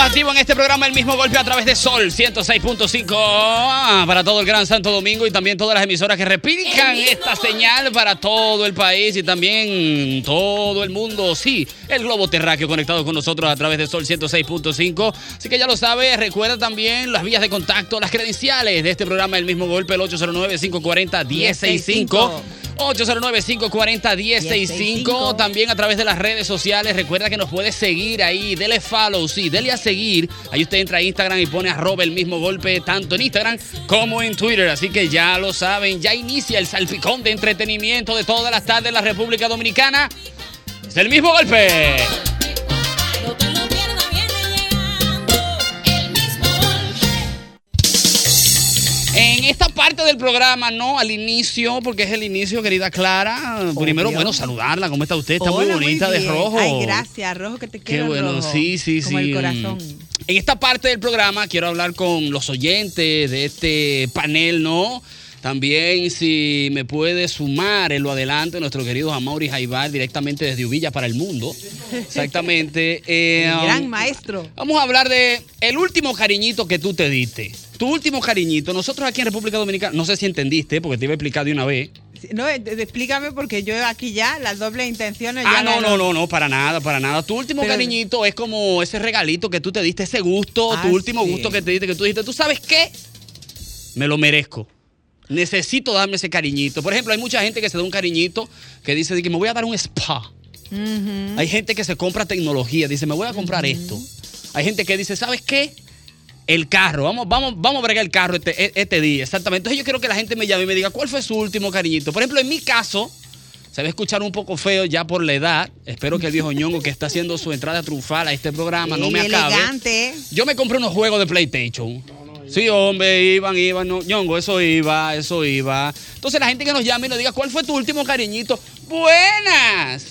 activo en este programa El mismo golpe a través de Sol 106.5 Ah, para todo el Gran Santo Domingo y también todas las emisoras que replican esta señal para todo el país y también todo el mundo. Sí, el globo terráqueo conectado con nosotros a través de Sol 106.5. Así que ya lo sabes, recuerda también las vías de contacto, las credenciales de este programa El mismo golpe, el 809-540-1065. 809-540-1065. También a través de las redes sociales. Recuerda que nos puedes seguir ahí. Dele follow, sí, dele a seguir. Ahí usted entra a Instagram y pone arroba el mismo golpe, tanto en Instagram como en Twitter. Así que ya lo saben, ya inicia el salpicón de entretenimiento de todas las tardes en la República Dominicana. Es el mismo golpe. En esta parte del programa, no, al inicio, porque es el inicio, querida Clara. Primero, bueno, saludarla. ¿Cómo está usted? Está muy Hola, bonita de bien. rojo. Ay, gracias, rojo que te Qué quiero. bueno, rojo. sí, sí, Como sí. el corazón. En esta parte del programa quiero hablar con los oyentes de este panel, ¿no? También si me puede sumar en lo adelante nuestro querido Amaury Jaibar directamente desde Uvilla para el mundo. Exactamente. Eh, El gran maestro. Vamos a hablar de el último cariñito que tú te diste. Tu último cariñito. Nosotros aquí en República Dominicana, no sé si entendiste, porque te iba a explicar de una vez. Sí, No, eh, eh, explícame porque yo aquí ya las dobles intenciones. Ah, ya no, las- no, no, no, para nada, para nada. Tu último Pero- cariñito es como ese regalito que tú te diste, ese gusto, Ah, tu último sí. gusto que te diste, que tú dijiste, ¿tú sabes qué? Me lo merezco. Necesito darme ese cariñito. Por ejemplo, hay mucha gente que se da un cariñito que dice, de que me voy a dar un spa. Ujú. Hay gente que se compra tecnología, dice, me voy a comprar esto. Hay gente que dice, ¿sabes qué? El carro, vamos, vamos, vamos a bregar el carro este, e- este día, exactamente. Entonces yo quiero que la gente me llame y me diga, ¿cuál fue su último cariñito? Por ejemplo, en mi caso, se va a escuchar un poco feo ya por la edad. Espero que el viejo ñongo que está haciendo su entrada triunfal a este programa no Ey, me acabe. elegante. Yo me compré unos juegos de PlayStation. Sí, hombre, iban, iban, Eh, no, ñongo, eso iba, eso iba. Entonces la gente que nos llame y nos diga, ¿cuál fue tu último cariñito? Buenas.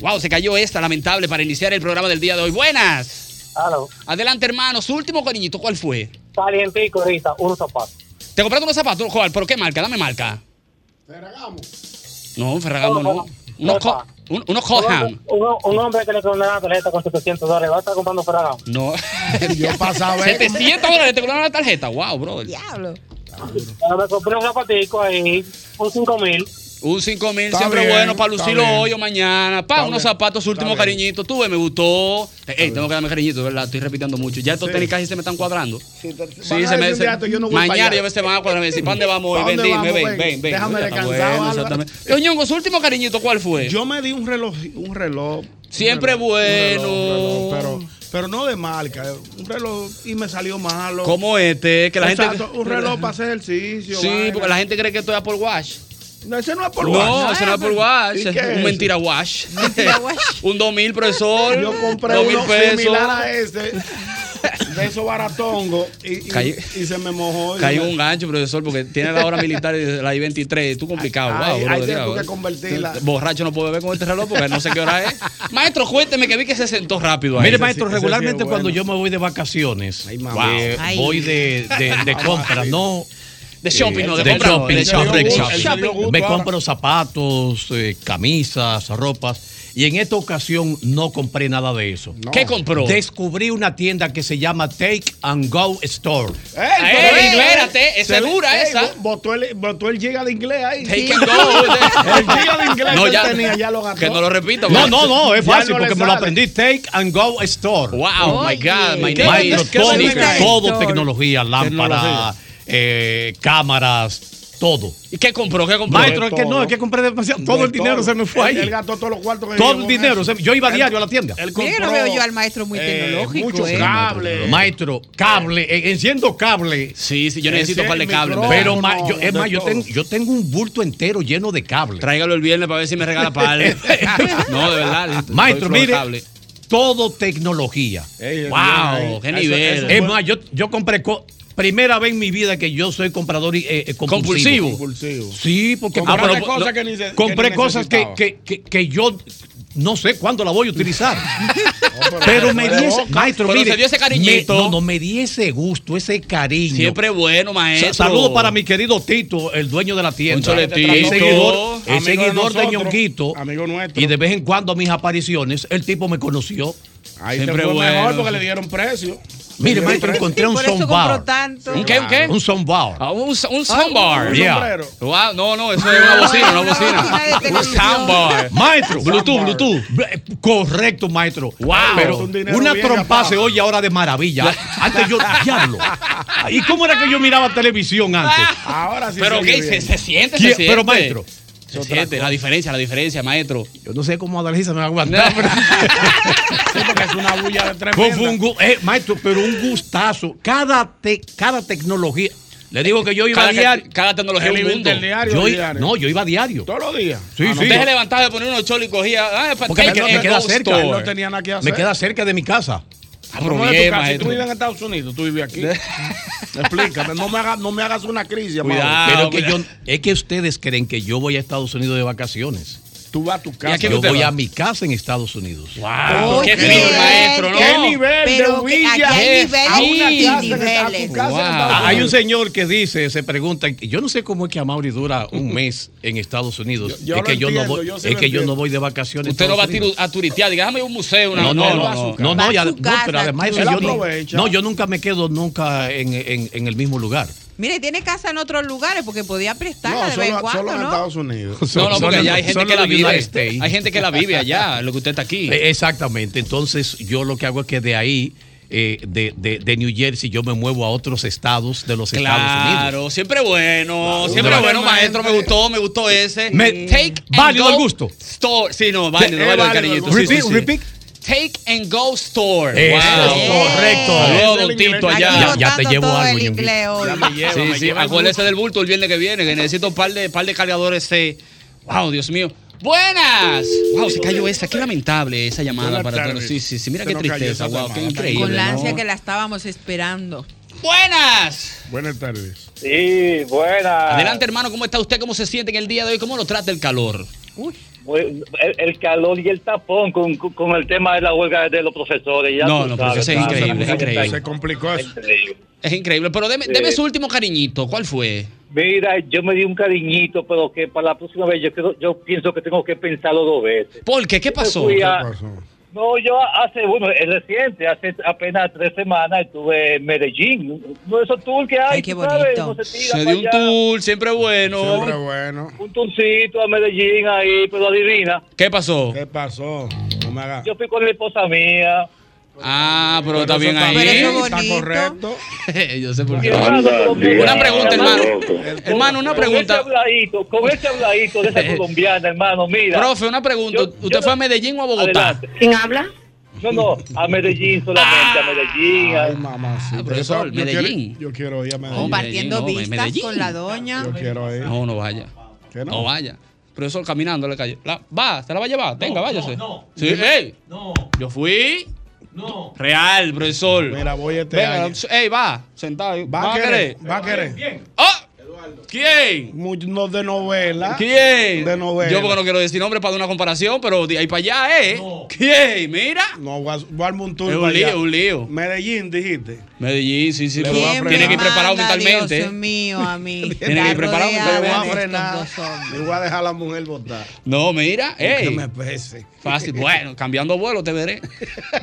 Wow, se cayó esta, lamentable, para iniciar el programa del día de hoy. Buenas. Aló. Adelante, hermano, su último cariñito, ¿cuál fue? Calientico ahorita, unos zapatos. ¿Te compraste unos zapatos? ¿Cuál? ¿Pero qué marca? Dame marca. Ferragamo. No, Ferragamo no. Unos, co un- unos Cohan. Un, un- un hombre que le cobró una tarjeta con 700 dólares, va a estar comprando Ferragamo. No. Yo pasaba eh, 700 dólares te cobraron la tarjeta. Wow, brother. Diablo. Pero me compré un zapatico ahí, un 5000. Un 5 mil Está siempre bien, bueno para está lucirlo bien. hoy o mañana. Pa, Está unos bien, zapatos, su está último bien. cariñito. Tuve, me gustó. Ey, tengo que darme cariñito, ¿verdad? Estoy repitiendo mucho. Ya estos Sí. tenis casi se me están cuadrando. Sí, te- Sí, van a se me decir un día, yo no voy para Mañana allá. yo me se van a cuadrar. Me dicen, ¿para dónde vamos hoy? ¿Para Ven, dónde dime, vamos? ven, ven, ven. Déjame Ya está descansar, Álvaro. exactamente. Yo, Ñongo, su último cariñito, ¿cuál fue? Yo me di un reloj, un reloj. un Siempre reloj, un reloj, bueno. un reloj, pero, pero no de marca, un reloj y me salió malo. Como este, que la Exacto, gente. un reloj para hacer ejercicio. Sí, vaina. porque la gente cree que esto es Apple Watch. No, ese no es Apple Watch. No, eso no es Apple Watch. ¿Y qué Un es? mentira Watch. Mentira watch. Un 2000, profesor. Yo compré Dos mil uno similar a este, de esos baratongo, y, y- Cayó- y se me mojó. y Cayó me- un gancho, profesor, porque tiene la hora militar, y la I-23. Tú complicado, Ay, wow, ahí brother, tengo brother. que convertirla. Borracho no puedo beber con este reloj porque no sé qué hora es. Maestro, cuénteme que vi que se sentó rápido ahí. Mire, sí, maestro, ese sí es regularmente bueno. cuando yo me voy de vacaciones, Ay, mamá. eh, Ay. voy de, de, de compra, no eh, de shopping, no, de, de compra, no, shopping, de de shopping, de de shopping. shopping. me compro zapatos, eh, camisas, ropas, y en esta ocasión no compré nada de eso. ¿Qué compró? Descubrí una tienda que se llama Take and Go Store. ¡Ey, Ey, pero- ey, espérate, es se- segura ey, esa. bo- Botó el, botó el giga de inglés ahí. Take and go. El giga de inglés No, que él ya, tenía ya lo gastó. que no lo repita. No, no, no, es Ya fácil no le porque me lo sale. aprendí. Take and Go Store. Wow, my Oye. God, my ¿Qué God. Maestro, venden- qué todo, venden ahí? todo Store. tecnología, lámparas, eh, cámaras, todo. ¿Y qué compró? ¿Qué compró? Maestro, es que todo. no, es que compré demasiado. Todo el Botó. dinero se me fue Él, él ahí. gastó todos los cuartos que Todo llevó el en dinero. eso. se me- Yo iba Él- diario a la tienda. Él Mira, no compró, veo yo al maestro muy eh, tecnológico, Muchos eh. cables. Maestro, cable, eh, enciendo cable. Sí, sí, yo necesito un par de Ese cables. micrófono. Pero Pero ma- no, yo, es de más, yo todo. tengo, yo tengo un bulto entero lleno de cable. tráigalo el viernes para ver si me regala par. no, de Eh, verdad. Maestro, estoy mire, flotable. todo tecnología. Ey, el Wow, dinero ahí. qué Eso- nivel. eso Es fue más, yo, yo compré, co- primera vez en mi vida que yo soy comprador y, eh, eh, compulsivo. Compulsivo. impulsivo. Sí, porque Compraste Ah, pero- cosas lo- que ni se- que compré ni cosas que, necesitaba. que, que, que yo no sé cuándo la voy a utilizar. pero me pero di ese, loca. maestro, Pero mire, se dio ese me- cariñito. no, no, me di ese gusto, ese cariño. Siempre bueno, maestro. Sa- Saludo para mi querido Tito, el dueño de la tienda. Cónchale, Tito. El seguidor, el Amigo de seguidor de, nosotros, Ñonguito. amigo nuestro. Y de vez en cuando a mis apariciones, el tipo me conoció. Ahí Siempre te fue bueno, mejor porque sí. le dieron precio. Mire, Le maestro, dieron precio. encontré un Por eso soundbar. compró tanto. ¿Un qué? ¿Un qué? Un soundbar. Ah, un, un soundbar. Un Yeah. sombrero. Wow, no, no, eso es una bocina, una Una bocina de bocina. Un televisión. soundbar. Maestro. Bluetooth, Bluetooth. Bl- Correcto, maestro. Wow. Pero Un dinero una bien trompa gastado. se oye ahora de maravilla. Antes yo, diablo. ¿Y cómo era que yo miraba televisión antes? Ahora sí. Pero, se ok, oye se, bien. se siente, Ah, se ¿Quién- siente. pero, maestro. Se siente, la diferencia, la diferencia, maestro. Yo no sé cómo Adalgisa me va a aguantar. pero- Sí, porque es una bulla de tres Fue- fue un gu- eh, maestro, pero un gustazo. Cada, te- cada tecnología. Le digo que yo iba Cada, a diario. cada tecnología El es un mundo. del diario. Yo i- diario. no, yo iba a diario. Todos los días. Sí, sí. Ah, Deje levantar de poner unos cholos y cogía. Ah, Porque me take queda- it me queda go cerca, store. No tenía nada que hacer. Me queda cerca de mi casa. Ah, pero Pero no es bien, tu casa. Si tú maestro. vives en Estados Unidos, tú vives aquí. Explícame, no me, hagas, no me hagas una crisis, amado. Cuidado. Ah, pero que bueno. yo, es que ustedes creen que yo voy a Estados Unidos de vacaciones. Tú vas a tu casa. Oh, aquí Yo usted voy va? a mi casa en Estados Unidos. Wow, Oye, Ah, qué frío, qué maestro, ¿no? ¿Qué nivel Pero de que aquí huilla? hay es? niveles A una y casa, A niveles. tu casa Wow. en Estados Ah, hay un Unidos. señor que dice, se pregunta, yo no sé cómo es que Amaury dura un mes en Estados Unidos. Yo- yo es lo que yo no entiendo, voy, yo sí es lo que yo no entiendo. voy de vacaciones. Usted no va a, Estados tiru- a turistear, diga, déjame ir a un museo, una Unidos. No, él va no, a no, su no, casa. no, ya- Va a su no, pero casa, además tú. eso Él yo, no, aprovecha. no, yo nunca me quedo nunca en, en- en el mismo lugar. Mire, tiene casa en otros lugares porque podía prestarla No, Ah, de vez en solo, solo cuando, en ¿no? Estados Unidos. No, no, Solo- porque allá hay gente solo que la en United vive. States. Hay gente que la vive allá, lo que usted está aquí. Eh, Exactamente, entonces yo lo que hago es que de ahí, eh, de, de- de New Jersey, yo me muevo a otros estados de los Estados Unidos. Claro, siempre bueno, siempre Claro. bueno, maestro. Me gustó, eh, me gustó ese. Me- take and válido go el gusto. Store. Sí, no, válido, Eh, válido el válido el cariñito. gusto. sí, sí, Repeat, sí. repeat. Take and go store. Eso, correcto. Saludos, don Ese es el Tito, inglés. allá. Ya- ya te botando llevo todo algo, el Ñonguito. inglés hoy. Ya me lleva, Sí, me sí, lleva el acuérdese del bulto el viernes que viene, que necesito un par de, par de cargadores C. Wow, Dios mío. ¡Buenas! Wow, se cayó esa. Qué lamentable esa llamada Buenas para todos. tardes. Sí, sí, sí. Mira Se qué nos cayó esa tristeza. Wow, qué llamada. increíble. Con la ansia ¿no? que la estábamos esperando. ¡Buenas! Buenas tardes. Sí, buena. Adelante, hermano. ¿Cómo está usted? ¿Cómo se siente en el día de hoy? ¿Cómo lo trata el calor? Uy, El, el calor y el tapón con, con el tema de la huelga de los profesores. ya No, tú no, pero sabes, eso es ¿sabes? increíble, es increíble. Se complicó eso. Increíble. Es increíble. Pero deme, deme Sí. su último cariñito. ¿Cuál fue? Mira, yo me di un cariñito, pero que para la próxima vez yo creo- yo pienso que tengo que pensarlo dos veces. ¿Por qué? ¿Qué pasó? Fui a- Pasó. No, yo hace, bueno, es reciente, hace apenas tres semanas estuve en Medellín. No, esos tours que hay, Ay, qué tú sabes, bonito. no se tira Se para dio un allá. tour, siempre bueno. Siempre bueno. Un tourcito a Medellín ahí, pero adivina. ¿Qué pasó? ¿Qué pasó? No me hagas. Yo fui con la esposa mía. Ah, pero está bien Eso Pero ahí. eso es Está bonito. correcto. Yo sé por Y qué. hermano, pero mira, Una pregunta, hermano, hermano. Hermano, una con Ese pregunta. habladito, con ese habladito de esa colombiana, hermano, mira. Profe, una pregunta. Yo- ¿Usted yo fue no- a Medellín o a Bogotá? Adelante. ¿Quién habla? No, no, a Medellín solamente, a Medellín. a- Ay, mamá, sí. Ah, profesor, yo Medellín. Quiero, yo quiero ir a Medellín. Medellín, compartiendo no, vistas Medellín. con la doña. Yo quiero ir. No, no vaya. ¿Qué no? No vaya. Profesor, caminando a la calle. La- va, se la va a llevar. Venga, váyase. no. Sí, ey. Yo fui. Real, profesor. Mira, voy este Venga, año. ey, va. Sentado. ahí. Va a querer. Va a querer. ¡Ah! ¿Quién? Mucho no de novela. ¿Quién? De novela. Yo porque no quiero decir nombre para dar una comparación, pero de ahí para allá, ¿eh? ¿Quién? Mira. No, voy a, voy a armar un tour Es para un allá. lío, un lío. Medellín, dijiste. Medellín, sí, sí. Le pero voy a ¿Quién me tiene que ir frenar. preparado manda, mentalmente. Dios mío, a mí. Tiene que ir preparado Le voy a Estos frenar. Le voy a dejar a la mujer votar. No, mira. Que ¡Ey! me pese. Fácil. Bueno, cambiando vuelo te veré.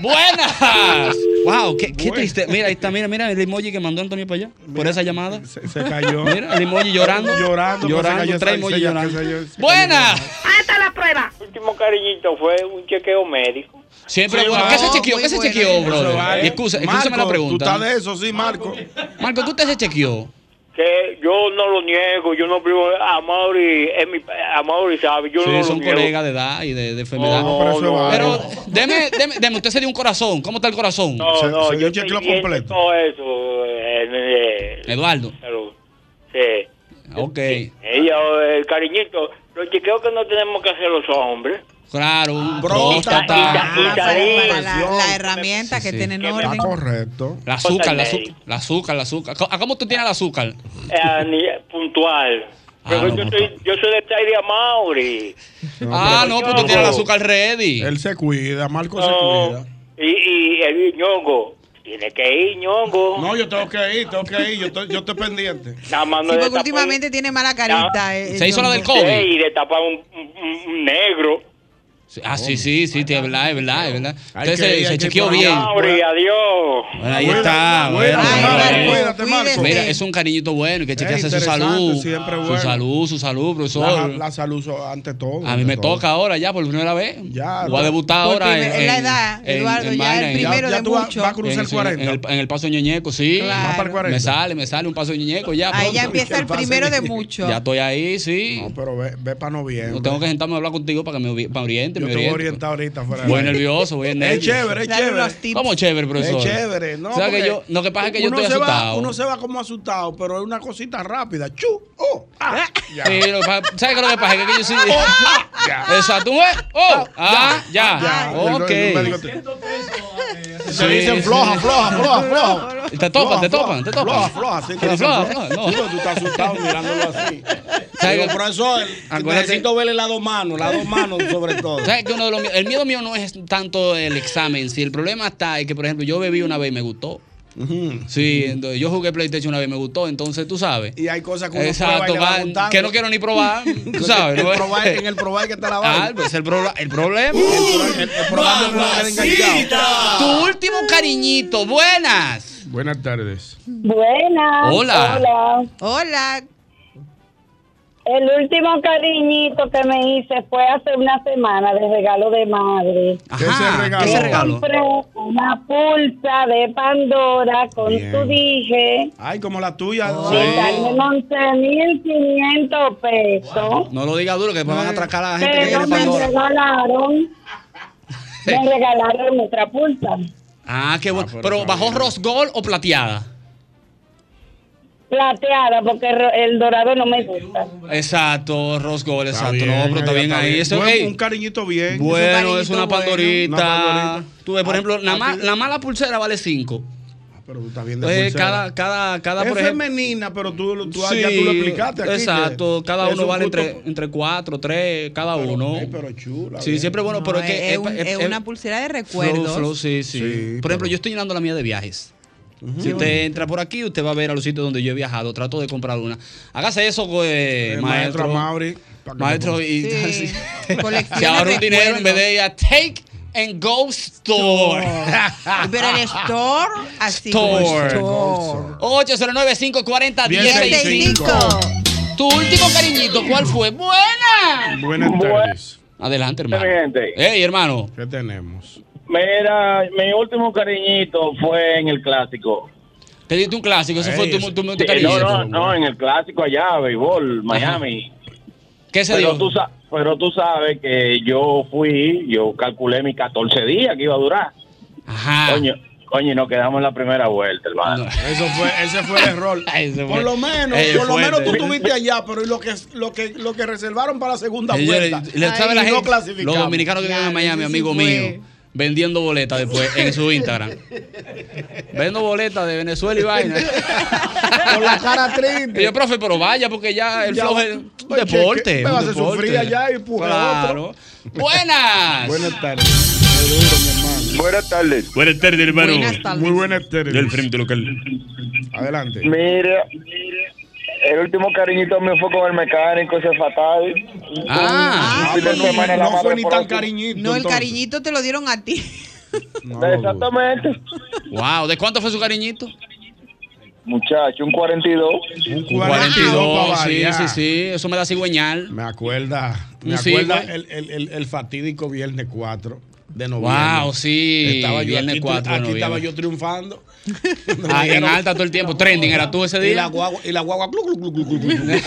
¡Buenas! Ah, ¡Wow! ¡Qué, qué Bueno. triste! Mira, ahí está. Mira, mira el emoji que mandó Antonio para allá. por Mira, esa llamada. Se, se cayó. Mira, el emoji llorando. Llorando, pues, se Llorando. cayó, Tres se- emojis se- llorando. se- se- se- ¡Buenas! ¡Hasta la prueba! último cariñito fue un chequeo médico. Siempre Sí, Eh, bueno. va. ¿Qué se chequeó? Muy ¿Qué se bueno. chequeó, Eso brother? vale. Y excusa, Marco, escúchame la Tú estás pregunta. de eso, sí, Marco. Marco, ¿qué usted se chequeó? Que yo no lo niego, yo no vivo a Mauri, es mi, a Mauri sabe, yo no Sí, lo son niego. colegas de edad y de, de enfermedad. No, pero eso es válido. Pero deme, deme, deme, usted se dio un corazón. ¿Cómo está el corazón? No, Se- no, se yo dio chequeo estoy bien completo. de todo eso. eh, eh, eh, Eduardo. pero, sí. Ok. Ella, eh, el cariñito, los chequeos que no tenemos que hacer los hombres. Claro, un próstata. próstata. Ah, Ah, Y para, Darín. para la, la herramienta Sí, que sí. tienen Que me Está orden. correcto. La azúcar, la Cosa azúcar, la azúcar, la azúcar. ¿A cómo tú tienes el azúcar? eh, ni- puntual. Ah, Pero no, yo, no, soy, no. yo soy de Tairi a Mauri. ah, no, pero pues tú yo- tienes el azúcar ready. Él se cuida, Marco se No, cuida. y, y el ñongo, tiene que ir ñongo. No, yo tengo que ir, tengo que ir. Yo estoy, yo estoy pendiente. Nada más no Sí, le porque tapó últimamente tiene mala carita. eh, Se hizo la del Ñongo. un- COVID. Sí, y le tapa un, un- un negro. Ah, sí, sí, sí, te habla, es verdad, es verdad. Hay que Entonces se- ir, hay se que ir chequeó por ahí. bien. Ah, Mauri, adiós. Bueno, ahí está. Cuídate, bueno, Ay, bueno. Marco, Marco, cuídate, Marco. cuídese. Mira, es un cariñito bueno que chequease su interesante, salud. siempre Su bueno. salud, su salud, La, profesor. la salud so- ante todo. a mí ante me todo. toca ahora ya por primera vez. Ya, Voy a no. debutar Por ahora primer- en, es la en- edad, en- Eduardo, en ya vaina, el en- primero ya de tú vas- mucho. vas a cruzar en, el 40. en el, en el paso ñeñeco, sí. Claro. Vas para el 40. Me sale, me sale un paso ñeñeco ya. Ahí pronto. ya empieza el pasa? primero de mucho. Ya estoy ahí, sí. No, pero ve, ve para noviembre. No tengo que sentarme a hablar contigo para que me, obvi- para oriente. Yo me te voy a oriente, orientar ahorita fuera pues. de Voy aire. nervioso, voy nervioso. Es chévere, es Dale chévere. unos tips. ¿Cómo chévere, profesor? Es chévere, no. O sea, que porque yo, lo que pasa es que yo uno estoy se va- asustado. uno se va como asustado, pero es una cosita rápida. ¡Chu! ¡Oh! ¡Ah! Ya. Oh, Sí, lo que pasa- ¿Sabes qué es lo que pasa? Es que yo soy. ya. Exacto. ¿eh? ¡Oh! ¡Ah! Ya. Ya, Ok. el médico te- Se Sí, dicen sí. floja, floja, floja, floja. Te topan, Floja, te topan, te Floja, topan. floja, sí, te Pero dicen floja, floja. floja, no. Sí, pero tú estás asustado mirándolo así. ¿Sabes Digo, qué? profesor, Acuérdate- necesito verle las dos manos, las dos manos sobre todo. ¿Sabes que uno de los míos- el miedo mío no es tanto el examen, si el problema está es que, por ejemplo, yo bebí una vez y me gustó. Sí, entonces, yo jugué PlayStation una vez y me gustó, entonces tú sabes. Y hay cosas que uno prueba y Exacto, le va va- gustando. que no quiero ni probar, tú sabes. En ¿no? el probar, en el probar que está la Ah, vaina. pues el, prola- el problema. El- el probar no puede quedar enganchado. tu último cariñito, buenas. Buenas tardes. Buenas. Hola. Hola. Hola. El último cariñito que me hice fue hace una semana de regalo de madre. Ajá, regalo? ¿qué se Yo regaló? Compré una pulsa de Pandora con Bien. su dije. Ay, como la tuya. Oh. Me salió en 11.500 pesos. No lo digas duro, que después van a atracar a la gente que Pero tiene me Pandora. regalaron. Me regalaron otra pulsa. Ah, qué bueno. pero bajó rosgol o plateada. Plateada, porque ro- el dorado no me gusta. Exacto, rosgol, exacto. bien, no, pero está ya bien está ahí. bien. Eso, Buen- ey, un cariñito bien. bueno, un es una cariñito bueno, pandorita. una pandorita. Tú ves, por Ah, ejemplo, la, ah, ma- sí. la mala pulsera vale 5. Ah, Pero tú estás bien de Entonces, pulsera. cada, cada, cada, es por ejemplo. femenina, pero tú, lo- tú- Sí, ya tú lo explicaste aquí. Exacto, que cada es uno un vale gusto- entre, entre 4, 3, cada Pero- uno. Ay, pero chula. sí, bien. siempre bueno, No, pero es es, que. un- es una pulsera de Flow, recuerdos. flow, sí, sí. Sí, por pero- ejemplo, yo estoy llenando la mía de viajes. Si usted entra por aquí, usted va a ver a los sitios donde yo he viajado. Trato de comprar una. Hágase eso, eh, Eh, maestro. maestro Amaury. pa' que Maestro, lo- y Sí. se Colecciona ahorra un dinero en vez recuerdos. de ir a Take and Go Store. Pero el store, así como Store. store. 809-540-1065. 1065. Tu último cariñito, ¿cuál fue? ¡Buena! Buenas tardes. Adelante, Mi hermano. gente, Ey, hermano. ¿Qué tenemos? mira, mi último cariñito fue en el clásico. Te diste un clásico, ese Ey, fue tu, ese- tu, tu Sí, cariñito. no, no, no, en el clásico allá, béisbol, Miami. ¿Qué se Pero dio? tú, sa- pero tú sabes que yo fui, yo calculé mis 14 días que iba a durar. Ajá. Coño, coño, y nos quedamos en la primera vuelta, hermano. No. Eso fue, ese fue el error. Ese fue- Por lo menos, Ey, por lo fuerte. menos tú estuviste allá, pero ¿y lo que, lo que, lo que reservaron para la segunda vuelta. Señores, le Ay, sabe la no gente, clasificamos. los dominicanos que viven en Ya, Miami, ese sí amigo fue. mío, vendiendo boletas después en su Instagram. Vendo boletas de Venezuela y vaina. Con la cara Y triste. yo, profe, pero vaya, porque ya el Ya, flow es un oye, deporte. que- que es un me hace deporte. sufrir allá y pues empujar Claro. Buenas. Buenas tardes. Qué duro, mi hermano. Buenas tardes. Buenas tardes, hermano. Buenas tardes. Muy buenas tardes. Del Frente Local. Adelante. Mira, el último cariñito mío fue con el mecánico, ese fatal. Ah, Ah, pero no, Hermana, la no fue madre ni por tan otro. cariñito. No, el entonces. cariñito te lo dieron a ti. No, no, no. Exactamente. wow. ¿De cuánto fue su cariñito? Muchacho, un 42. Un Un 42 para Sí, variar. sí, sí. Eso me da cigüeñal. Me acuerda, me Un cinco, acuerda ¿eh? el, el- el- el fatídico viernes 4 de noviembre. Wow, sí. Estaba yo Viernes aquí, tri- 4 de aquí estaba noviembre. yo triunfando. Ah, en alta todo el tiempo. Trending, ¿era tú ese Y la día? guagua, y la guagua glu, glu, glu, glu, glu, glu.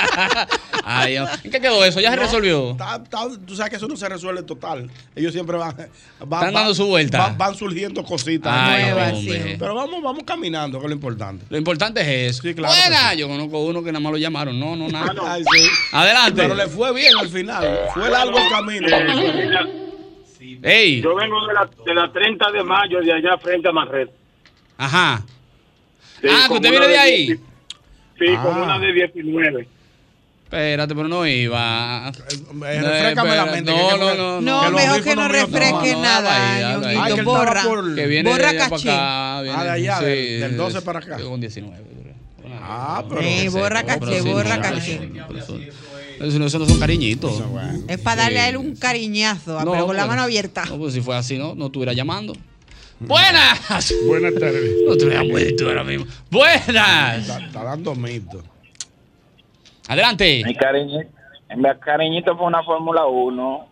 Ay, Dios. ¿En qué quedó eso? ¿Ya se No, resolvió? está- está- tú sabes que eso no se resuelve total. Ellos siempre van. van- Están dando su vuelta. Van, van surgiendo cositas. Ay, nueva, hombre. sí. Pero vamos, vamos caminando, que es lo importante. Lo importante es eso. Sí, claro que Buena. sí. Yo conozco uno que nada más lo llamaron. No, no, nada. Ay, sí. Adelante. Pero le fue bien al final. Fue largo el camino. Ey. Yo vengo de la, de la 30 de mayo de allá frente a Manred. Ajá. Sí, ah, que como usted una viene de de ahí. dieci- Sí, Ah. como una de 19. Espérate, pero no iba. eh, refréscame la mente, que- No, que no, fue- no. No, que los mejor que no audífonos míos refresque no, no, dale ahí, nada, dale ahí. Ay, que ñonguito, él borra. estaba por- Que viene Borra de allá para cachín. acá. Viene, Ah, de allá, del- del sí, 12 para acá. Con 19. Ah, pero- Eh, borra caché, borra caché. Eso no, eso no son cariñitos. Es para darle a él Sí. un cariñazo, No, Ah, pero con la pues, mano abierta. No, pues si fue así, no, no estuviera llamando. ¡Buenas! Buenas tardes. No estuviera muerto ahora mismo. ¡Buenas! Está, está dando mito. Adelante. Mi cariñito, mi cariñito fue una Fórmula 1.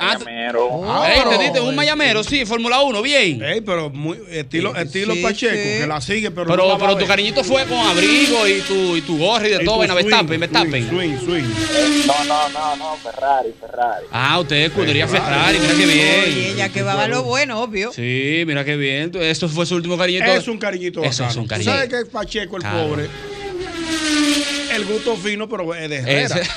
Ah, Mayamero. Ah, Ahí pero- entendiste, Este un mayamero, sí, Fórmula 1, bien. Ey, pero muy, estilo, estilo sí, Pacheco, sí. que la sigue, pero, no la Pero, va pero a tu ver. cariñito fue con abrigo y tu, y tu gorra y de Y todo, tu en Verstappen, swing, Verstappen. Swing, swing, swing. No, no, no, no, Ferrari, Ferrari. Ah, usted escudería Ferrari, mira qué Oye, bien. ya que va a lo bueno, obvio. Sí, mira qué bien. Eso fue su último cariñito. Es un cariñito Eso bacano. es un Tú cariñito. ¿Sabes que Pacheco, el Claro. pobre? El gusto fino, pero es de Herrera. Ese-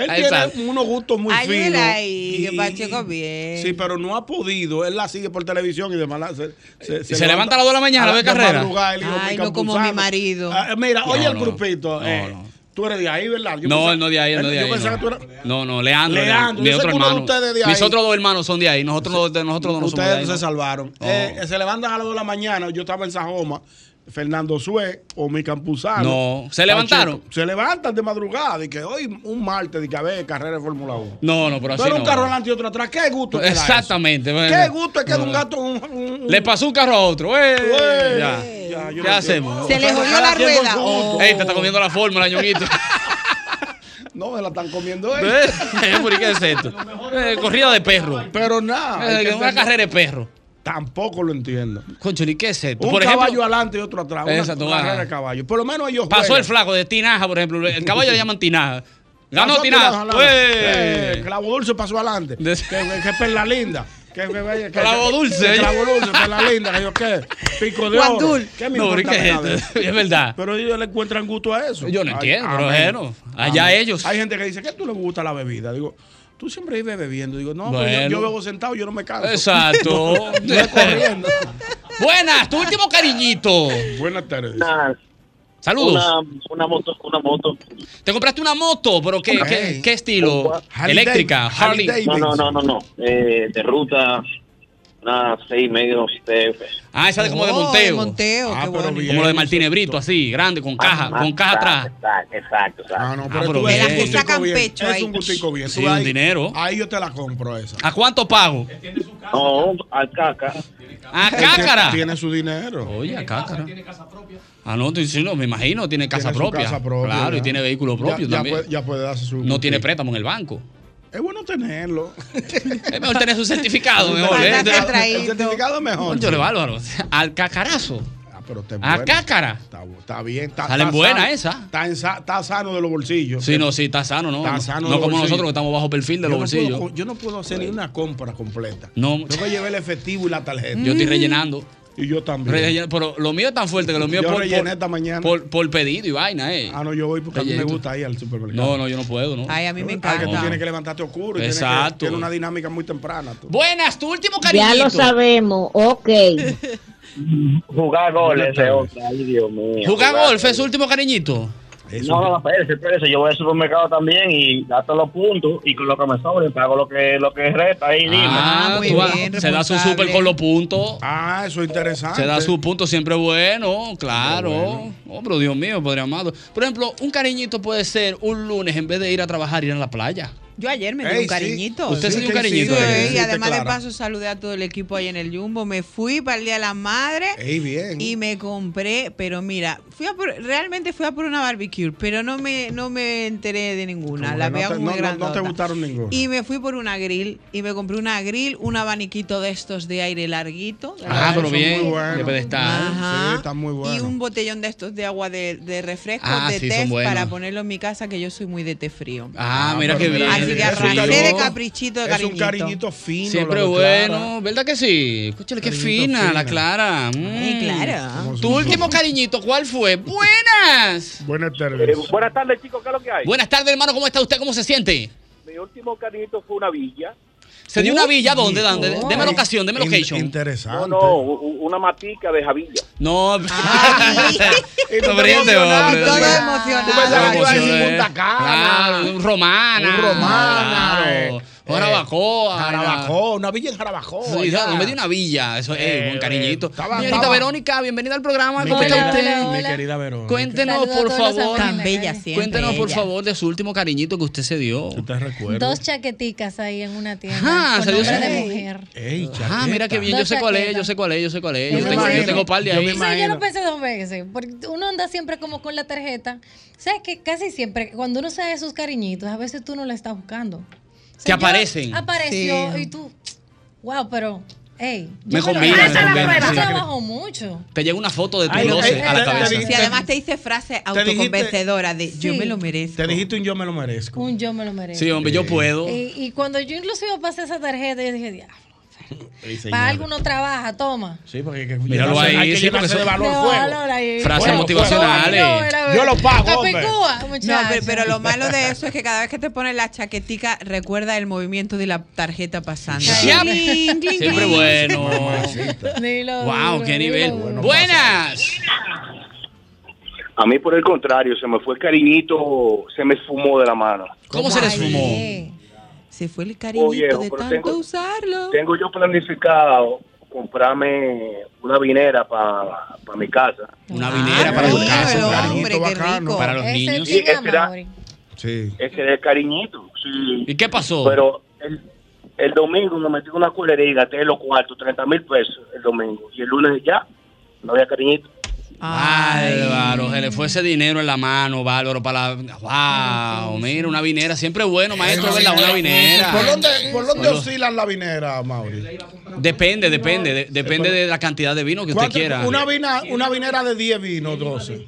Él Exacto. tiene unos gustos muy Ayúdela finos. ahí, que Pacheco bien. Sí, pero no ha podido. Él la sigue por televisión y demás. la- Se, se levanta a las dos de la mañana a ver carrera. madrugada, él dijo, Ay, "Mi no como Campuzano". mi marido. Ah, mira, No, oye el no. grupito. No, eh, no. Tú eres de ahí, ¿verdad? Yo No, pensaba- él no de ahí, él no de Yo ahí. pensaba que No, tú eras... no, no, Leandro. Leandro, Mi yo sé otro que uno de hermano. ustedes de Mis ahí. otros dos hermanos son de ahí. Nosotros, de- nosotros no somos de Ustedes ahí. no se ¿no? salvaron. No. Eh, eh, se levantan a las 2 de la mañana. Yo estaba en Sajoma. Fernando Suez o mi Campuzano. No. ¿Se levantaron? Pacheco. Se levantan de madrugada. Y que hoy, un martes, de que a ver, carrera de Fórmula 1. No, no, pero así Tú eres no. un carro adelante y otro atrás. Qué gusto. te da eso? Exactamente. Qué bueno. gusto es que de un No. gato un. un- un- Le pasó un carro a otro. ¡Eh! Güey. Ya. Ya, yo ¿Qué no hacemos? Se le jodió la Cada quien con rueda. su gusto. Ey, te está comiendo la fórmula, ñoñito. No, se la están comiendo ellos. ¿Eh? ¿Por qué es esto? Eh, corrida de perro. Pero nada. hay Eh, que una entender- carrera de perro. Tampoco lo entiendo. Concholi, ¿qué es esto? Un Por caballo ejemplo, adelante y otro atrás. Una Exacto, carrera ajá. de caballo. Por lo menos ellos. pasó juegan. el flaco de Tinaja, por ejemplo. El caballo le llaman Tinaja. Ganó Pasó Tinaja. adelante. ¡Eh! Eh, Clavo dulce pasó adelante. De- Que, que, que perla linda. Que, que, que- que- Clavo que- Dulce, que eh. Clavo dulce, perla linda. Que yo qué. Pico de Juan oro. Dul. ¿Qué me No, pero importa ¿qué es nada? esto? Es verdad. Pero ellos le encuentran gusto a eso. Yo no Ay, entiendo, pero amén. bueno, allá Amén. ellos. Hay gente que dice, ¿qué tú le gusta la bebida? Digo, tú siempre vives bebiendo. Digo, no, pero Bueno. yo, yo bebo sentado, yo no me canso. Exacto. No es corriendo. Buenas, tu último cariñito. Buenas tardes. Una, Saludos. una, una moto, una moto. Te compraste una moto, pero ¿qué, Ok. qué, qué estilo? Harley Eléctrica, Davidson. Harley. Harley No, no, no, no, no. Eh, de ruta, una seis y medio CF. Ah, esa de como de Oh, monteo. Monteo, Ah, qué pero bueno. bien. Como lo de Martínez Brito, así, grande, con caja, Ah, con caja atrás. Exacto, exacto. exacto. Ah, no, pero, pero tú ves, bien. es un gustico Sacan bien. pecho es ahí. un gustico bien. Tú Sí, un ahí- dinero. Ahí yo te la compro esa. ¿A cuánto pago? No, al caca. A Es que Ah, cácara. Tiene su dinero. Oye, a cácara. Ah, no, estoy diciendo, me imagino, tiene casa, Tiene su propia. casa propia, Claro, y ya. tiene vehículo Ya- propio ya también. puede- ya puede darse su. no tiene gustico. préstamo en el banco. Ah, Es bueno tenerlo. Es mejor tener su certificado, mejor. Para ¿eh? andar atrás. El certificado es mejor. Conchole, bárbaro. Al cacarazo. Ah, pero está A buena. cácara. Está, está bien. Está, Salen está buenas sano. esas. Está, en sa- está sano de los bolsillos. Sí, no, sí, está sano, ¿no? Está sano no los como bolsillos. nosotros que estamos bajo perfil de yo, los no bolsillos. puedo, yo no puedo hacer ni una compra completa. No. Tengo que llevar el efectivo y la tarjeta. Yo estoy rellenando. Y yo también. Rellenando, Pero lo mío es tan fuerte que lo mío es Yo por, rellené por- esta mañana. por- por pedido y vaina, eh. Ah, no, yo voy porque a mí me Rellenito. gusta ir al supermercado. No, no, yo no puedo, ¿no? Ay, a mí me Ah, que tú tienes encanta. que levantarte oscuro y tienes Exacto. que tiene una dinámica muy temprana. tú. Buenas, tu último Ya cariñito. lo sabemos, ok. Jugar goles de otra, ay Dios mío. Jugar golf es su último cariñito. Eso. No, no, no, espérese, espérese. Yo voy al supermercado también y gasto los puntos y con lo que me sobre pago lo que, lo que resta ahí, dime. Ah, muy tú vas- bien, se da su responsable. super con los puntos. Ah, eso es interesante. Se da su punto siempre bueno, claro. Oh, pero Dios mío, Padre amado. Por ejemplo, un cariñito puede ser un lunes en vez de ir a trabajar, ir a la playa. Yo ayer me Ey, di un sí. cariñito. Usted se dio un que Sí, cariñito sí, ayer. sí, y además de eh. Clara. paso saludé a todo el equipo ahí en el Jumbo. Me fui para el Día de la Madre Ey, bien. y me compré, pero mira, fui a por- realmente fui a por una barbecue, pero no me, no me enteré de ninguna. Como La que no veo te- no- muy no- grande. no te gustaron ninguna. Y me fui por una grill y me compré una grill, un abaniquito de estos de aire larguito. de Ah, Ah, pero son muy bien. buenos. De pedestal. Ajá. Sí, está muy bueno. Y un botellón de estos de agua de, de refresco, Ah, de sí, son té, buenos. para ponerlo en mi casa, que yo soy muy de té frío. Ah, Ah, mira qué pero bien. mira, Así que es un arranqué de cariño. caprichito de Es cariñito. un cariñito fino. Siempre lo de Clara. bueno, ¿verdad que sí? Escúchale, qué Cariñito fina la fina. Clara. Ay, Mm. claro. Tu último cariñito, ¿cuál fue? Buenas. Buenas Eh, tardes. buenas tardes, chicos. ¿Qué es lo que hay? Buenas tardes, hermano. ¿Cómo está usted? ¿Cómo se siente? Mi último cariñito fue una villa. ¿Se dio una villa? ¿Dónde? ¿Dónde? oh. Deme locación, deme In- location. No, Interesante. no, u- u- una matica de Javilla. No. Ay. No, pero ya te va, hombre. Todo Tú pensabas que iba a emocionado. decir emociones. Punta Cana. Claro, un romana. Un romana, Claro. eh. Jarabacoa. Jarabacoa, una villa en Jarabacoa. Sí, allá. no me dio una villa, eso es Eh, buen cariñito. estaba- Señorita estaba- Verónica, bienvenida al programa, Mi ¿cómo está querida- usted? Hola, hola. Mi querida Verónica. Cuéntenos, Saludos a por todos los favor. Tan Ay, bella ay. siempre. Cuéntenos, por ella. favor, de su último cariñito que usted se dio. ¿Tú te recuerdas? Dos chaqueticas ahí en una tienda. Ajá, con salió nombre esa- de mujer. Ey, Ah, chaqueta. mira qué bien, yo Dos sé cuál es, chaquetas. yo sé cuál es, yo sé cuál es. Yo Yo me tengo, yo imagino, tengo par de yo me ahí. O sea, yo lo pensé dos veces, porque uno anda siempre como con la tarjeta. ¿Sabes que Casi siempre, cuando uno se da esos cariñitos, a veces tú no la estás buscando. O sea, Que yo- aparecen. Apareció Sí. y tú, wow, pero, hey. Me combina, me combina, sí. trabajo mucho. Te llega una foto de tu Ay, closet eh, a la eh, cabeza. eh, Si además te dice frase dijiste- autoconvencedora de yo Sí. me lo merezco. Te dijiste un yo me lo merezco. Un yo me lo merezco. Sí, hombre, yo puedo. Y, y cuando yo inclusive pasé esa tarjeta, yo dije, diablo, Ey, señor. para algo uno trabaja, toma. Sí, porque hay que Míralo llenarse- ahí, Hay que sí, porque llenarse de eso- valor De fuego. valor ahí. Frases Fuego, motivacionales. fuego, no, era- Yo lo pago, hombre. Capicúa, No, muchacho. pero, pero lo malo de eso es que cada vez que te pones la chaquetica, recuerda el movimiento de la tarjeta pasando. Ya. Cling, cling, Siempre cling. bueno. eh, Dilo Wow, duro, qué dilo nivel. duro. Buenas. A mí, por el contrario, se me fue el cariñito, se me esfumó de la mano. ¿Cómo se les Ay, fumó? sí. Se fue el cariñito viejo, de pero tanto tengo- usarlo. Tengo yo planificado comprarme una vinera para mi casa. Una Ah, vinera para tu bueno, casa, el un cariñito hombre, qué bacano. rico. para los Ese niños. sí, Y que será- amor. Sí. Ese es el cariñito, sí. ¿Y qué pasó? Pero el, el domingo me metí una culería y gasté los cuartos, 30 mil pesos el domingo. Y el lunes ya, no había cariñito. Álvaro, se le fue ese dinero en la mano, Bárbaro, para la... Wow, mira, una vinera, siempre es bueno, maestro, ¿verdad? Una vinera. ¿Por dónde, por dónde oscilan la vinera, Mauri? Depende, depende, de- depende de la cantidad de vino que usted ¿Cuánto- quiera. Una, vina- una vinera de 10 vinos, 12.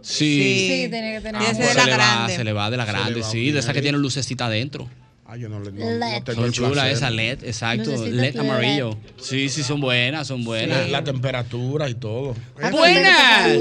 Sí. Sí, tiene que tener. Tiene que Pues ser se, la le va, grande. se le va de la grande, va sí, una de esa que ahí. tiene lucecita adentro. Ah, yo no le no- no Led. tengo Son el chulas placer. esas LED, exacto, Lucecitas LED LED. amarillo. Sí, sí, son buenas, son buenas. La, la temperatura y todo. Ah, Buenas.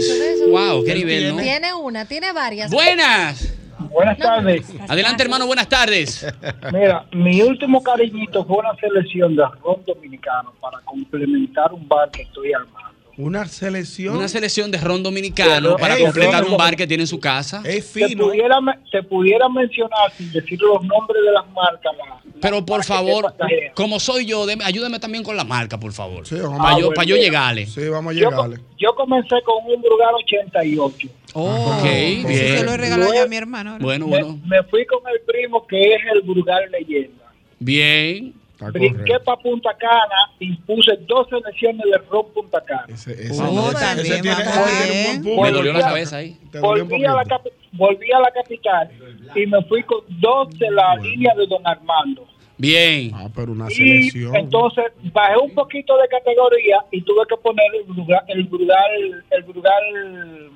Wow, qué nivel, ¿no? Tiene una, tiene varias. Buenas. Buenas tardes. Adelante, hermano, buenas tardes. Mira, Ah, mi último cariñito fue una selección de arroz dominicano para complementar un bar que estoy armando. Una selección. Una selección de ron eh, dominicano para Ey, completar ron un bar que tiene en su casa. es Te fino. ¿eh? pudiera, me- te pudiera mencionar sin decir los nombres de las marcas. la- la- Pero por para que favor, sepas también. como soy yo, deme- ayúdame también con la marca, por favor. Sí, vamos, Para Ah, yo, bueno, pa' yo mira. llegarle. sí, vamos a Yo, co- llegarle. yo comencé con un Brugal 88. Oh, Ok, eso bien. se lo he regalado yo a mi hermano. ahora. Bueno, Me, bueno. me fui con el primo que es el Brugal Leyenda. Bien. Está Brinqué correcto. para Punta Cana y puse dos selecciones de ron Punta Cana. Ese, ese, Oh, ese- también, ese tiene, vamos ese tiene bien. un buen Me punto. dolió la cabeza ahí. Te dolió un Volví a, la poquito. capi- volví a la capital y me fui con dos de la línea de Don Armando. Bien. Ah, pero una Y selección. entonces bajé un poquito de categoría y tuve que poner el Brugal, el Brugal, el Brugal,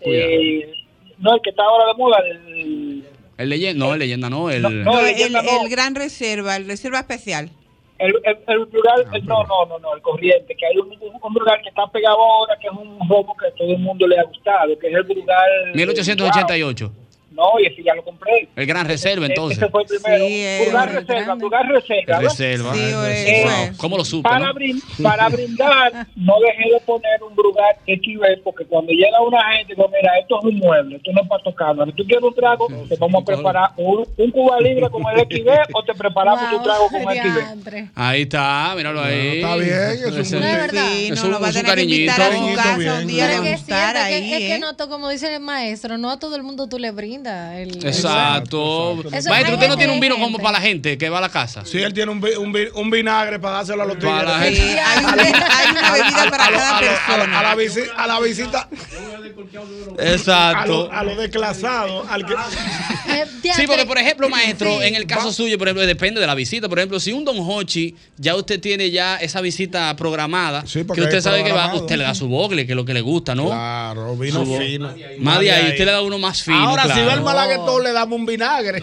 eh, no, el que está ahora de moda, el, El leyenda, no, el leyenda no, el... No, no. No, el, leyenda no. el gran reserva, el reserva especial. el, el, el Brugal, Ah, el- no, pero- no, no, no, el corriente, que hay un, un Brugal que está pegado ahora, que es un robo que a todo el mundo le ha gustado, que es el Brugal... 1888. No, y ese ya lo compré. El gran reserva, Ese- entonces. Ese fue el primero. Sí, eh, Brugal el Reserva, grande. Brugal Reserva. El ¿no? reserva. Sí, o Eh, eso es. ¿Cómo lo supo? para, brin- para brindar, no dejé de poner un brugal XB, porque cuando llega una gente, digo, mira, esto es un mueble, esto no es para tocarlo. Si tú quieres un trago, Mm. te vamos a preparar un, un cuba libre con el XB o te preparamos Wow, un trago con el XB. diantre. Ahí está, míralo ahí. está bien, es un Reserva. No, de verdad. Sí, Es no, un- lo va a es un tener que invitar a su cariñito. casa un Cariñito, día bien. a Pero que es gustar cierto ahí, que, es ¿eh? que no, to- como dice el maestro, no a todo el mundo tú le brindas. El, Exacto. Exacto. Eso Maestro, hay usted no tiene gente, un vino hay como gente. para la gente que va a la casa. Sí, él tiene un, vi- un, vi- un vinagre para dárselo a los tigres. Para la gente. Sí, hay, una, hay una bebida para A lo- cada a lo- a lo- persona. a la visi- a la visita, a Exacto. lo, a lo desclasado, al que- Eh, Sí, diantre. porque por ejemplo, maestro, Sí. en el caso suyo, por ejemplo, depende de la visita. Por ejemplo, si un Don Hochi ya usted tiene ya esa visita programada, Sí, que porque usted es sabe que va, programado. usted le da su bogle, que es lo que le gusta, ¿no? Claro, vino Su- fino. Más de ahí, usted le da uno más fino. Ahora, si va claro. al malaguetón, le damos un vinagre.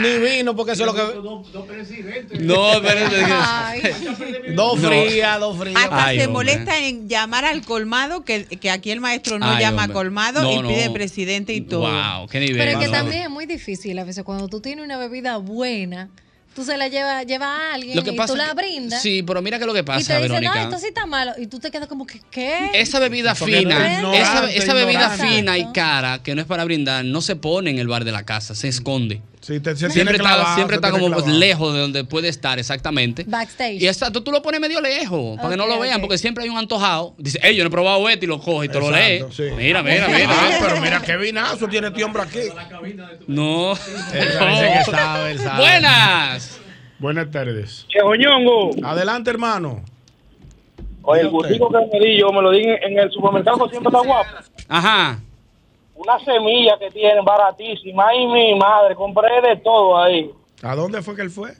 ni, ni vino, porque eso es lo que. No, espérate. Ay. Dos No. frías, dos frías. Hasta Ay, se hombre. molesta en llamar al colmado, que, que aquí el maestro no Ay, llama hombre. colmado No, y no. pide presidente y todo. Wow, qué nivel. Pero es que ¿no? también es muy difícil a veces cuando tú tienes una bebida buena, tú se la llevas lleva a alguien Lo que y pasa tú la que- brindas. sí, pero mira que lo que y pasa, te dicen, no, Verónica. esto sí está malo. Y tú te quedas como que, ¿qué? Esa bebida Porque fina, no- esa, ignorante, esa bebida ignorante. fina y cara que no es para brindar, no se pone en el bar de la casa, se esconde. se tiene siempre está, clavado, siempre se está tiene como clavado. lejos de donde puede estar, exactamente. Backstage. Y exacto, tú lo pones medio lejos, para que no Ok, lo vean, ok. porque siempre hay un antojado. Dice, Ah, hey, yo no he probado esto y lo coge y te lo lee. Exacto, sí. Mira, mira, mira. Ay, pero mira qué vinazo tiene este hombre aquí. No. parece que sabe, él sabe. Buenas. Buenas tardes. Che, Oñongo. Adelante, hermano. Oye, el burrico que me di, yo me lo di en- en el supermercado que siempre está guapo. Ajá. Una semilla que tienen baratísima. Ay, mi madre, compré de todo ahí. ¿A dónde fue que él fue?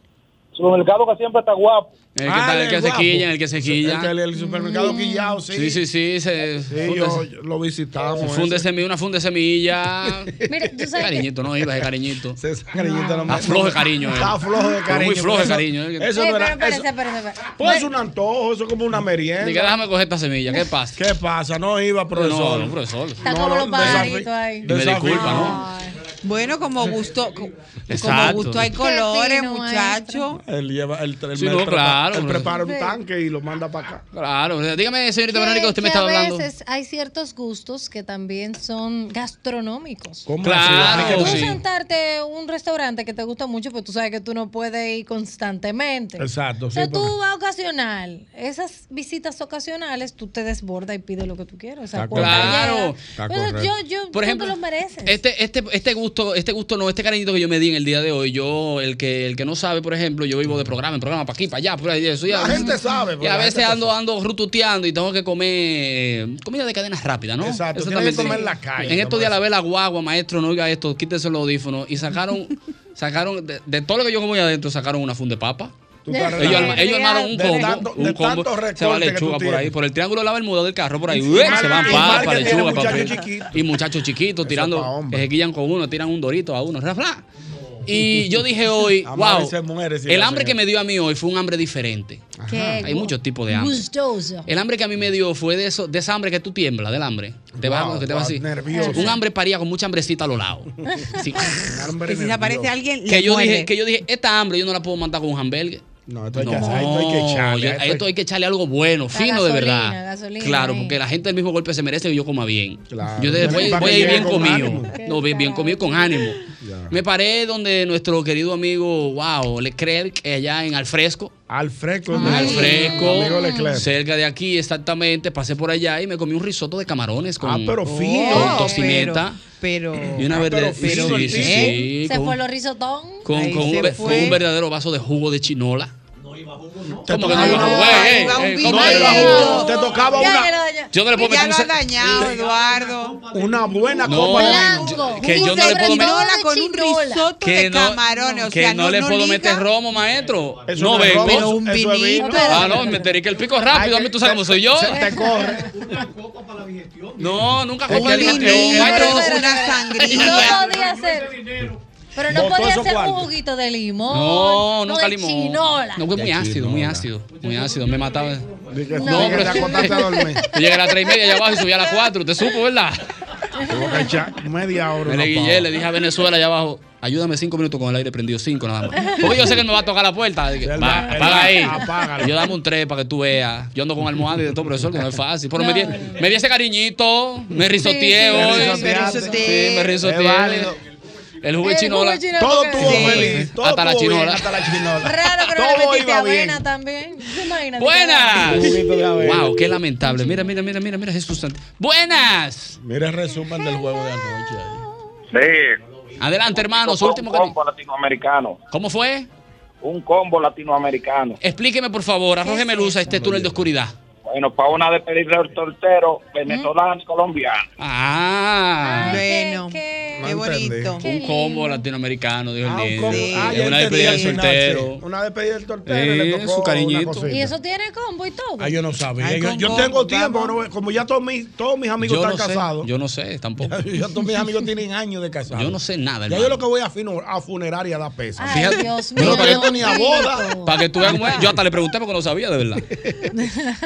Supermercado que siempre está guapo. El que, Ah, está- el que se guapo. quilla, el que se quilla. El, que- el supermercado Mm. Quillao, sí. Sí, sí, sí. Se, Sí, yo, yo- lo visitamos. funde ese. semilla, una funde semilla. Mira, tú sabes que- Cariñito, no iba de cariñito. Ese cariñito no me- Está flojo de cariño, eh. Está flojo de Pero cariño. muy flojo de Eso- cariño, eh. Eso Ey, no era. pero espérate, eso- espérate, espérate. Pues un antojo, eso es como una merienda. Diga, déjame coger esta semilla, ¿qué pasa? ¿Qué pasa? No iba, No, profesor. no, profesor. Está como los desafi- pajaritos ahí. Y me desafío. disculpa, ¿no? Bueno, como gusto, co- como Exacto. gusto hay Qué colores, fino, muchacho. Él lleva, él, él- Sí, él no, prepara, claro, él profesor. prepara un Sí. tanque y lo manda para acá. Claro, o sea, dígame, señorita Que- Verónica, usted me que estaba a hablando. veces hay ciertos gustos que también son gastronómicos. ¿Cómo Ah, Claro, Tú sí. sentarte en un restaurante que te gusta mucho, pero tú sabes que tú no puedes ir constantemente. Exacto, O sí, sea, tú porque- vas ocasional. Esas visitas ocasionales, tú te desbordas y pides lo que tú quieres. O sea, Está cuando correcto. Claro. llega- Está Entonces, correcto. yo, yo, Por tú ejemplo, te lo mereces. Este, este, este gusto, este gusto no, este cariñito que yo me di en el día de hoy, yo, el que, el que no sabe, por ejemplo, yo vivo de programa en programa, para aquí, para allá, por ahí, eso, y a La veces- gente sabe. Y porque a la veces gente ando, ando rututeando y tengo que comer eh, comida de cadenas rápidas, ¿no? Exacto, Eso Ah, tienes que también comer sí. en la calle, En estos días nomás. la ve la guagua, maestro, no oiga esto, quítese los audífonos. Y sacaron, sacaron, de, de todo lo que yo como ahí adentro, sacaron una funda de papa. Tú estás Ellos Ellos, relajado. arma- ellos armaron un De combo. tanto- un de combo. tantos recortes Se va que tú lechuga por tienes. ahí. Por el triángulo de la bermuda del carro, por ahí. Y ¡Ué! mal- se van y mal papas, que tiene lechuga, muchachos papel. chiquitos. Y muchachos chiquitos Eso pa' tirando. Que hombre. se quillan con uno, tiran un dorito a uno. ra, ra. Y yo dije hoy, Amado y wow. se muere, si el lo hambre hacen que me dio a mí hoy fue un hambre diferente. Qué Hay gu- muchos tipos de hambre. Gustoso. El hambre que a mí me dio fue de eso, de esa hambre que tú tiemblas, del hambre. Te vas, Wow, que te vas wow, así. nervioso. Un hambre paría con mucha hambrecita a los lados. Así. Hambre Que si se nervioso. aparece alguien, le que yo muerde. dije, que yo dije, esta hambre yo no la puedo matar con un hamburger. No, esto hay que, No, hacer- esto hay que echarle, yo- esto hay- a esto hay que echarle algo bueno, fino de gasolina, verdad. gasolina, claro, ahí. porque la gente del mismo golpe se merece que yo coma bien. Claro. Yo de- Para voy, que voy a ir llegue bien con comido. ánimo. No, bien, bien comido con ánimo. Ya. Me paré donde nuestro querido amigo, wow, Leclerc, allá en Alfresco. Al fresco. Al Amigo fresco, Leclerc. cerca de aquí exactamente, pasé por allá y me comí un risotto de camarones con, Ah, pero Oh, fino. con No, tocineta pero, pero- y una Ah, verde. pero fino sí, el sí, tipo. sí, Se con- fue los risotón. con, Ahí con se un, ve- con fue. un verdadero vaso de jugo de chinola. Te ¿Cómo que no tocaba- iba a jugar? Ay, Ey, iba un ey, vinito. ¿cómo que no iba a jugar? Te tocaba Ya, una- ya, ya. Yo no le puedo Ya meter lo un has sa- dañado, Eduardo. Una buena No, copa de blanco. vino. yo- Blanco. que yo Un no le puedo meter- sobrecito de con un chinola. risotto de camarones. o que sea, no, le puedo liga. meter romo, maestro. Eso no es vengo. robo, Pero un eso es vinito. vino. Ah, no, metería que el pico rápido. A mí tú sabes cómo soy yo. Se te corre. No, nunca Es como que Un el diga vinito, que un- maestro. una No sangrita. podía ser. Pero no Botó podía esos ser un cuartos. juguito de limón. No, no nunca de limón. Chinola. No, fue muy De ácido, muy chinola. ácido. Muy ácido, me mataba. Di que- No, di que pero- te acostaste a dormir. Yo llegué a las 3 y media allá abajo y subí a las 4. Te supo, ¿verdad? Tuvo que echar media hora. una Mire, Guille, le pava. dije a Venezuela allá abajo, ayúdame 5 minutos con el aire prendido, 5 nada más. Porque yo sé que él me va a tocar la puerta. Dije, Él "Va, va- él apaga va- ahí. apágalo. Y Yo dame un 3 para que tú veas. Yo ando con almohada y de todo, profesor, que no es fácil. Pero me, di, No. me di ese cariñito, me risoteé sí. hoy. Me risoteaste. Sí, me risoteé. Es válido. El jugo de El chinola. jugo de chinola, Todo porque- estuvo Sí. feliz. todo Hasta la estuvo bien, chinola. Hasta la chinola. Raro que no le Todo metiste iba avena bien. también. ¿Te imaginas? ¡Buenas! Juguito de avena. ¡Wow! ¡Qué lamentable! Mira, mira, mira, mira, mira, Jesús Santo. ¡Buenas! Mira el resumen del juego de anoche. ahí. Sí. Adelante, hermanos. Último un que- combo latinoamericano. ¿Cómo fue? Un combo latinoamericano. Explíqueme, por favor. Arrójeme luz a este túnel de oscuridad. Bueno, para una despedida del soltero venezolano y colombiano. Ah, Ay, qué- Bueno. qué- No Qué entendí. bonito. qué un combo lindo. latinoamericano, dijo Ah, el un niño. combo. Sí, Ah, ya una despedida del entendí. soltero. Una despedida del soltero. Eh, le tocó su cariñito. una cosita. Y eso tiene combo y todo. Ah, yo no sabía. Ay, yo, con yo vos, tengo tiempo, vamos. no- como ya todos mis, todos mis amigos Yo no, están sé, casados. yo no sé tampoco. ya todos mis amigos tienen años de casados. Yo no sé nada, Ya yo lo hermano. que voy a, fino- a funeraria a dar peso. Ay, Fíjate, Dios yo mío. no tengo ni a boda. Diosito. Para que tú veas cómo es. Yo hasta le pregunté porque no sabía de verdad.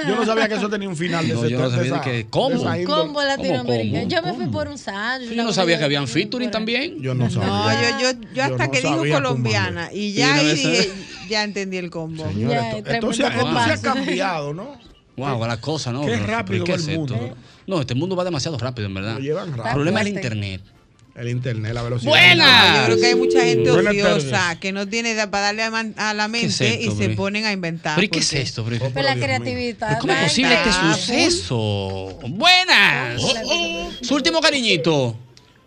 Yo no sabía que eso tenía un final de No, ese yo no de sabía esa- que- ¿cómo? de esa índole. Combo latinoamericano. ¿Cómo, Yo me fui cómo? por un sándwich. Yo una no sabía cosita que habían de- featuring también. Yo no sabía. No, yo, yo, yo hasta no que dijo sabía cómo colombiana y ya Y ahí una vez- dije, ya entendí el combo. Señores, esto- esto, se ha, esto se ha cambiado, ¿no? Wow, la cosa, ¿no? Qué Pero, rápido ¿qué va el es mundo. eh. esto? No, este mundo va demasiado rápido, en verdad. Lo llevan El rápido. problema es el fuerte. internet. El internet, la velocidad. Ah, Yo ¡Buena! creo que hay Mm. mucha gente Buenas ociosa tardes. que no tiene edad para darle a, man- a la mente es esto, y se Bri? ponen a inventar. ¿Pero y qué es porque- Oh, esto, Bri? Pero la Dios mío. creatividad. ¿Cómo es posible este venga. suceso? ¡Buenas! Su último cariñito.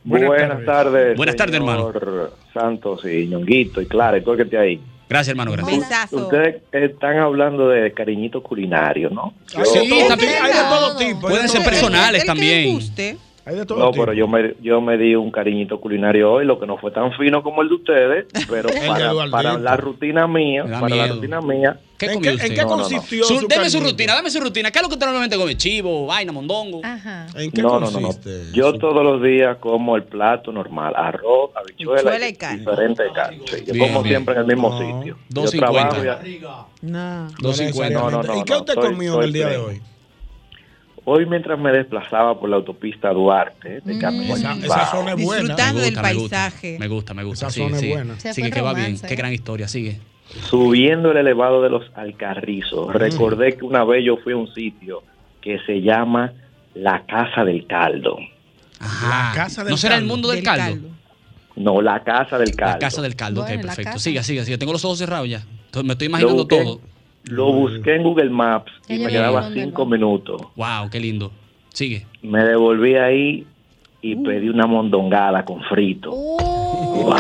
Buenas, tardes. Buenas tardes, señor Santos y Ñonguito y Clara y todo el que esté ahí. Gracias, hermano, gracias. Besazo. Ustedes están hablando de cariñito culinario, ¿no? Hay de Ah, Sí, todo también. tipo, hay de todo tipo. hay de Pueden todo ser El- el- tipo. personales el que también. le guste. Hay de todo No, tipo. pero yo me, yo me di un cariñito culinario hoy, lo que no fue tan fino como el de ustedes, pero El de para, Eduardito. para la rutina mía, Me da para la miedo. rutina mía, ¿Qué ¿En, comió qué, en usted? qué No, no, no. consistió Su- su deme su carnita? rutina, dame su rutina. ¿Qué es lo que usted normalmente come? Chivo, vaina, mondongo. Ajá. ¿En qué no, no, no, no. consiste? Yo su- todos los días como el plato normal, arroz, habichuela, Habichuela y y carne. diferente carne. Sí, yo Bien, como bien. siempre en el mismo No, sitio. Yo 2.50. trabajo y- No. No 250. necesariamente. No, no, no, ¿Y qué no, usted soy- comió en soy el día de pleno. hoy? hoy mientras me desplazaba por la autopista Duarte, de camino Esa, a esa Cibao, zona es buena. Disfrutar. Dame Mm. del me gusta, paisaje. me gusta, me gusta. Esa Sigue, zona es sigue. buena. Se Sigue fue que va romance, bien. Qué ¿eh? gran historia, sigue. subiendo el elevado de los Alcarrizos, Mm. recordé que una vez yo fui a un sitio que se llama La Casa del Caldo. Ajá. La casa del ¿No será el caldo. mundo del, caldo? No, La Casa del Caldo. La casa del caldo. Bueno, ok, la perfecto. casa. Siga, siga, siga. Tengo los ojos cerrados ya. Entonces, me estoy imaginando busqué. todo. Lo busqué en Google Maps Ya y yo me vi quedaba dónde cinco va. minutos. Wow, qué lindo. Sigue. Me devolví ahí y pedí una mondongada con frito. Uh,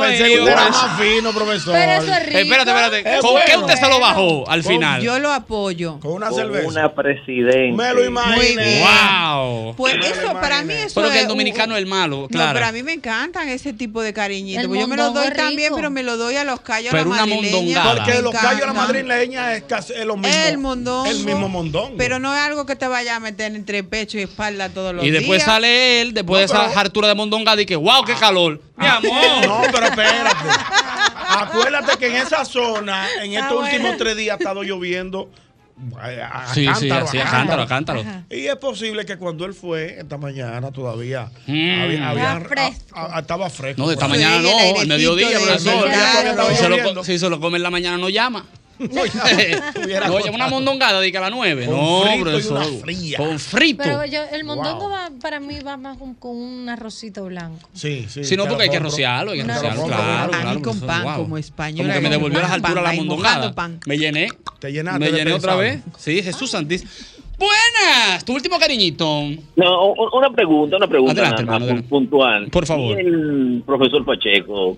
Yo pensé que usted era más fino, profesor. pero eso es rico. Eh, Espérate, espérate. ¿Con qué usted se lo bajó al final? Yo lo apoyo. Con una Con cerveza. una presidente. Me lo Muy imaginé. bien. Wow. Pues eso, para mí eso Pero que es el dominicano es el malo, No, claro. pero a mí me encantan ese tipo de cariñitos. El porque Yo me los mondongo doy es también, rico. pero me lo doy a los callos Pero a una la madrileña. mondongada. Porque me los callos de la encantan. madrileña es casi es lo mismo. El mondongo. El mismo mondongo. Pero no es algo que te vaya a meter entre pecho y espalda todos los Y días. después sale él, después de No, esa pero- hartura de mondonga, y que, wow, qué calor. Mi No, amor. pero espérate. Acuérdate que en esa zona, en estos Ah, bueno. últimos tres días, ha estado lloviendo. eh, A, a Sí, sí, cántaro, a así, a cántaro. cántaro, a cántaro. Y es posible que cuando él fue esta mañana todavía Mm. había- había- Estaba fresco. a- a- estaba fresco. No, de esta por ahí. mañana el no, al airecito mediodía, de- profesor. Claro. Si se, lo, co- Lloviendo. si se lo come en la mañana, no llama. Hubiera no, llama una acostado. mondongada, dice a las 9. Con no, frito y profesor. una fría. Con frito. Pero yo, el mondongo Wow. va, para mí va más con, con un arrocito blanco. Sí, sí. Si no, te porque hay lo que compro. rociarlo, hay que Una rociarlo. ropa Claro, con pan claro. y con profesor, pan, como Como española, que me con devolvió las pan, alturas la pan, ahí mondongada. mojando pan. Me llené. Te llenaste Me de llené otra vez. pensado. Sí, Jesús Santísimo. Buenas, tu último cariñito. No, u- una pregunta, una pregunta Adelante, nada más, hermano, adelante. puntual. Por favor. Y El profesor Pacheco,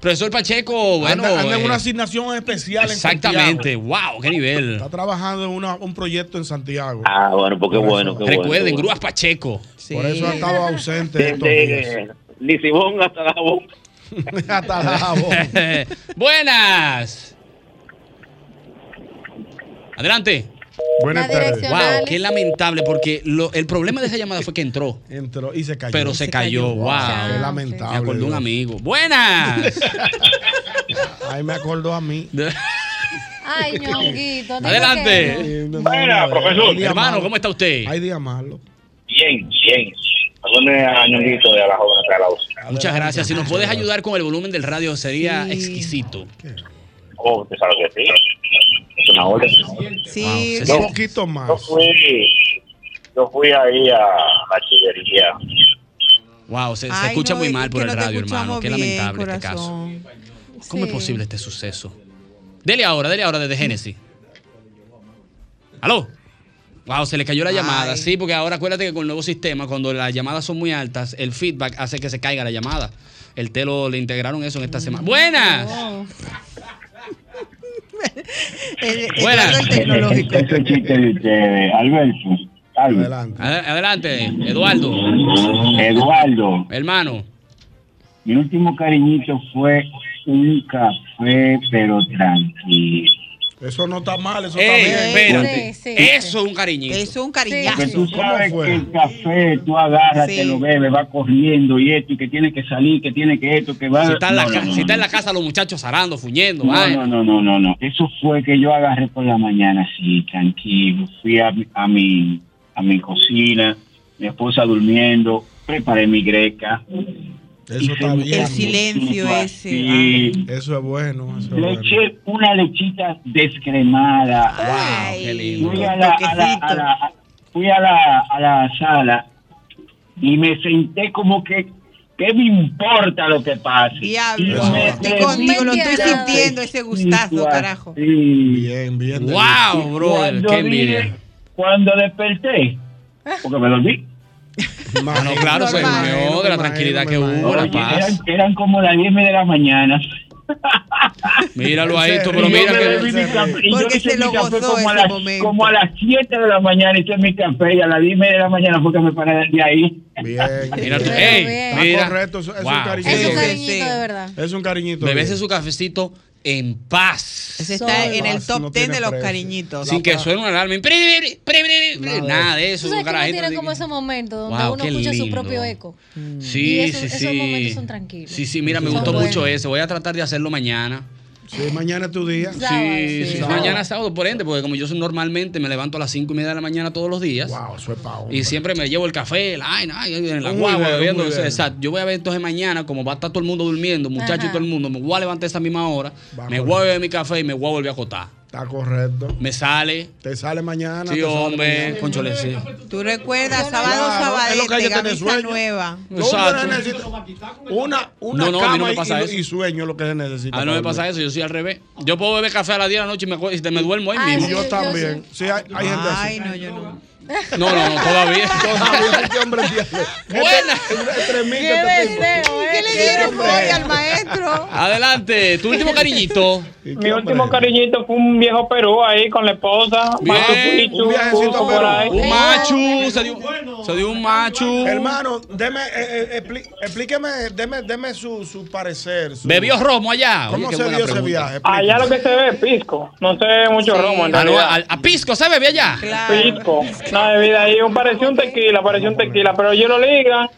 Profesor Pacheco, bueno. anda, anda en eh, una asignación especial en exactamente. Santiago. Wow, qué nivel. Está trabajando en una- un proyecto en Santiago. ah, bueno, porque Por bueno, eso. qué bueno. Recuerden, qué bueno. Grúas Pacheco. Sí. Por eso ha estado ausente estos Desde días. eh, Lisibón hasta la Hasta Dabo. Buenas. Adelante. Buenas La tardes. dirección. Wow, Dale. qué lamentable, porque lo- el problema de esa llamada fue que entró, Entró y se cayó. pero se cayó. Wow. Qué Ah, Me lamentable. acordó un Dios. amigo. Buenas. Ay, me acordó a mí. Ay, ñonguito. tengo Adelante. que- Buena, profesor. Hermano, ¿cómo está usted? Hay día malo. Bien, bien. Perdone a Ñonguito de a la joven hasta la voz. Muchas gracias. Si nos puedes ayudar con el volumen del radio, sería Sí. exquisito. Oh, te sabes que sí. Es una orden. Sí, Wow, se de- Un poquito Yo más. fui, yo fui ahí a la chillería. Wow, se, se Ay, escucha no, muy es mal que por no el te radio, hermano. escuchamos Qué bien, lamentable este caso. corazón. ¿Cómo es Sí. posible este suceso? Dele ahora, dele ahora desde Génesis. ¿Aló? Wow, se le cayó la llamada. Ay. Sí, porque ahora acuérdate que con el nuevo sistema, cuando las llamadas son muy altas, el feedback hace que se caiga la llamada. El Telo le integraron eso en Mm. esta semana. ¡Buenas! Oh, El, el Buenas. lado del tecnológico. Ese chiste de ustedes, Alberto. Alberto. Adelante. Ad- Adelante, Eduardo, Eduardo, hermano. mi último cariñito fue un café, pero tranquilo. Eso no está mal, eso Ey, está bien. Eh, espérate. Sí, sí, sí. Eso es un cariñito. Es un Que cariñazo. tú sabes fue? que el café tú agarras, Sí. te lo bebes, va corriendo y esto, y que tiene que salir, que tiene que esto, que va. Si está en la, No, ca- no, no, si está en no. la casa, los muchachos zarando, fuñendo. No, vaina. no, no, no, no, no. Eso fue que yo agarré por la mañana, sí, tranquilo. Fui a, mi- a mi a mi cocina, mi esposa durmiendo, preparé mi greca. Eso está bien. El silencio ese. Eso es bueno. Eso es Le bueno. eché una lechita descremada. Ay, qué lindo. Fui a la, a la- a la- a- fui a la- a la sala y me senté como que, ¿qué me importa lo que pase? Diablo, Y me estoy atreví contigo, lo estoy a sintiendo ese gustazo, carajo. Bien, bien. Wow, brother, qué envidia. Cuando desperté, porque me dormí. Ah, no, claro, se durmió de la tranquilidad que hubo, la Oye, paz. Eran, eran como las 10 de la mañana. Míralo ahí, tú, Y pero yo mira me bebí mi que. café- y yo Porque hice se mi lo café gozó como a ese las- momento. Como a las 7 de la mañana hice mi café y a las 10 de la mañana fue que me paré de ahí. Bien. Mira tú, Pero ey, bien. Está mira. correcto, eso- es un Wow. cariñito. Es un cariñito, de verdad. Es un cariñito. Bebese bien. su cafecito en paz. Ese está en el Paz, top no 10 tiene de los precio. cariñitos. Sin que suene una alarma. Pri, pri, pri, pri, Nada. Nada de eso, Tú sabes que uno carajito, tiene así como que- esos momentos donde Wow, uno qué escucha su lindo. propio eco. Sí, Mm. Y esos- sí, esos sí. momentos son tranquilos. Sí, sí, mira, me Son gustó buenos. mucho ese. Voy a tratar de hacerlo mañana. Sí, mañana es tu día. Sí, sí, sí, Sábado. mañana es sábado, por ende, porque como yo soy- normalmente me levanto a las 5 y media de la mañana todos los días. Wow, eso es pavo. Y siempre me llevo el café, la vaina, ay, en la Un guagua, video, un bebiendo. video. Exacto. Yo voy a ver entonces mañana, como va a estar todo el mundo durmiendo, muchachos y Ajá. todo el mundo, me voy a levantar a esa misma hora, Vamos. me voy a beber mi café y me voy a volver a acotar. Está correcto. Me sale. Te sale mañana. Sí, te sale hombre, mañana. conchole, sí. Tú recuerdas, sábado, Claro, es lo que hay sabadete, que tener camisa sueño. nueva. No, Exacto. pero necesito una, una No, no, a mí no cama me y- pasa y, eso. y sueño lo que se necesita. A mí no me para pasa dormir. eso, yo soy al revés. Yo puedo beber café a las 10 de la noche y me, acu- y me duermo ahí Ay, mismo. sí, Yo yo también. sí. Sí, hay- hay gente así. Ay, no, yo no. No, no, no, todavía. Todavía este hombre tiene. Buena. este eh, ¿Qué le dieron hoy al maestro? Adelante, tu último cariñito. Mi último cariñito fue un viejo Perú ahí con la esposa. Machu Picchu, Cusco, por ahí. Un machu, se dio, se dio un machu. Hermano, deme, eh, eh, expli- explíqueme, deme, deme su, su parecer. su- ¿Bebió romo allá? Oye, ¿Cómo qué se buena dio ese pregunta. viaje? Explíqueme. Allá lo que se ve es pisco. No se ve mucho romo en Ah, no, a, realidad. a pisco se bebió allá. Pisco. No, bebida ahí un- parecía un tequila, parecía un tequila. Pero ellos lo ligan.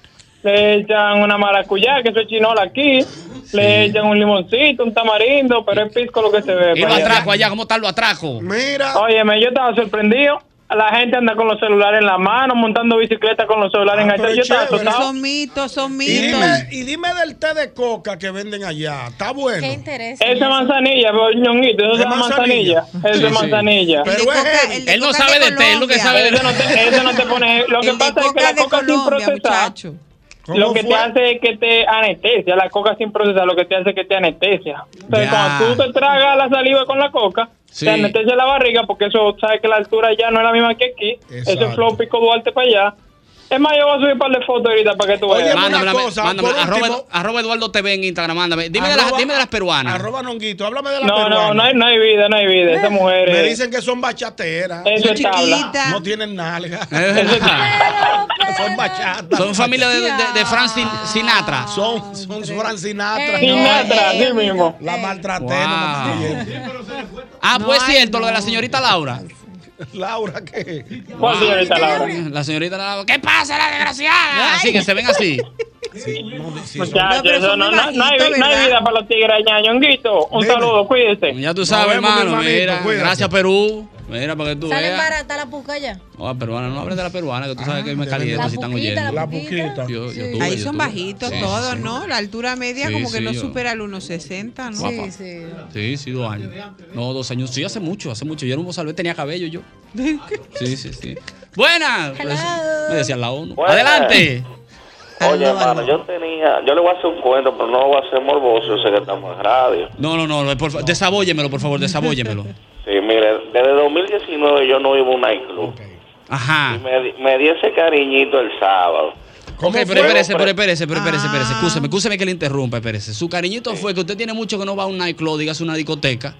Le echan una maracuyá, que eso es chinola aquí. Le echan un limoncito, un tamarindo, pero es pisco lo que se ve. Y lo para allá. atraco allá, ¿cómo está lo atraco? Mira. Óyeme, yo estaba sorprendido. La gente anda con los celulares en la mano, montando bicicleta con los celulares Ah, enganchados. Yo estaba asustado. Son mitos, son Y mitos. dime, y dime del té de coca que venden allá. Está bueno. interesa? Esa es manzanilla, pero, ñonguito, eso ¿Es es manzanilla. manzanilla? Eso Sí, es sí. manzanilla. Pero es heavy. Él no sabe de té, es lo que sabe de Eso no te, eso no te pone. Lo que El de pasa es que coca la de coca sin Colombia, procesar. muchacho. Lo que fue? te hace es que te anestesia. La coca sin procesar lo que te hace es que te anestesia. Entonces, Ya. Ah, cuando tú te tragas la saliva con la coca, Sí. te anestesia la barriga, porque eso, sabes que la altura ya no es la misma que aquí. Eso Exacto. es flow pico Duarte para allá. Es más, yo voy a subir un par de fotos ahorita para que tú Oye, veas. una Mándamela, cosa, mándamela. por Arroba, último- arroba Eduardo TV en Instagram, mándame. Dime, de, las, Arroba- dime de las peruanas. Arroba Nonguito, háblame de la No, peruana. no, no hay, no hay vida, no hay vida. Eh. Esas mujeres. Me dicen que son bachateras. Eso es tabla. Chiquita. No tienen nalga. son bachatas. Son familia de, de, de Frank Sin- Sinatra. Son, son Frank Sinatra. Ey, Sinatra, ey, sí mismo. La maltraté. Wow. no me estoy yendo. Ah, pues cierto, lo de la señorita Laura. Ah, Laura, ¿qué? ¿Cuál señorita Laura? La señorita Laura. ¿Qué pasa, la desgraciada? Así que se ven así. Muchachos, pero eso son no, muy no, no hay, bajitos, no hay ¿verdad? vida para los tigres allá, ñonguito. Un Dime. saludo, cuídese. Ya tú sabes, vemos, mi hermano. hermanito, Mira, cuídate. gracias, Perú. Mira, para que tú Salen veas. barata la puca ya. No, la peruana, no hables de la peruana, que tú sabes que me calienta La si están puquita, oyendo. la La puquita. puquita. Yo- yo Sí. tuve, Ahí yo son tuve. bajitos Sí, todos, sí. ¿no? La altura media Sí, como que sí, no yo- supera el 1,60, ¿no? Guapa. Sí, sí. Sí, sí, dos años. No, dos años. Sí, hace mucho, hace mucho. Yo era un bozalbé, tenía cabello yo. Sí, sí, sí. Buenas. Hello. Me decían la ONU. Buenas. Adelante. Oye, hermano, yo tenía, yo le voy a hacer un cuento, pero no voy a ser morboso, yo sé que estamos en radio. No, no, no, por fa- desabóyemelo, por favor, desabóyemelo. Sí, mire, desde 2019 yo no iba a un nightclub. Y Ajá. me, di- me di ese cariñito el sábado. Ok, pero fue? espérese, pero espérese, pero Ah. espérese, espérese. Escúcheme, escúcheme que le interrumpa, espérese. Su cariñito fue que usted tiene mucho que no va a un nightclub, digas una discoteca.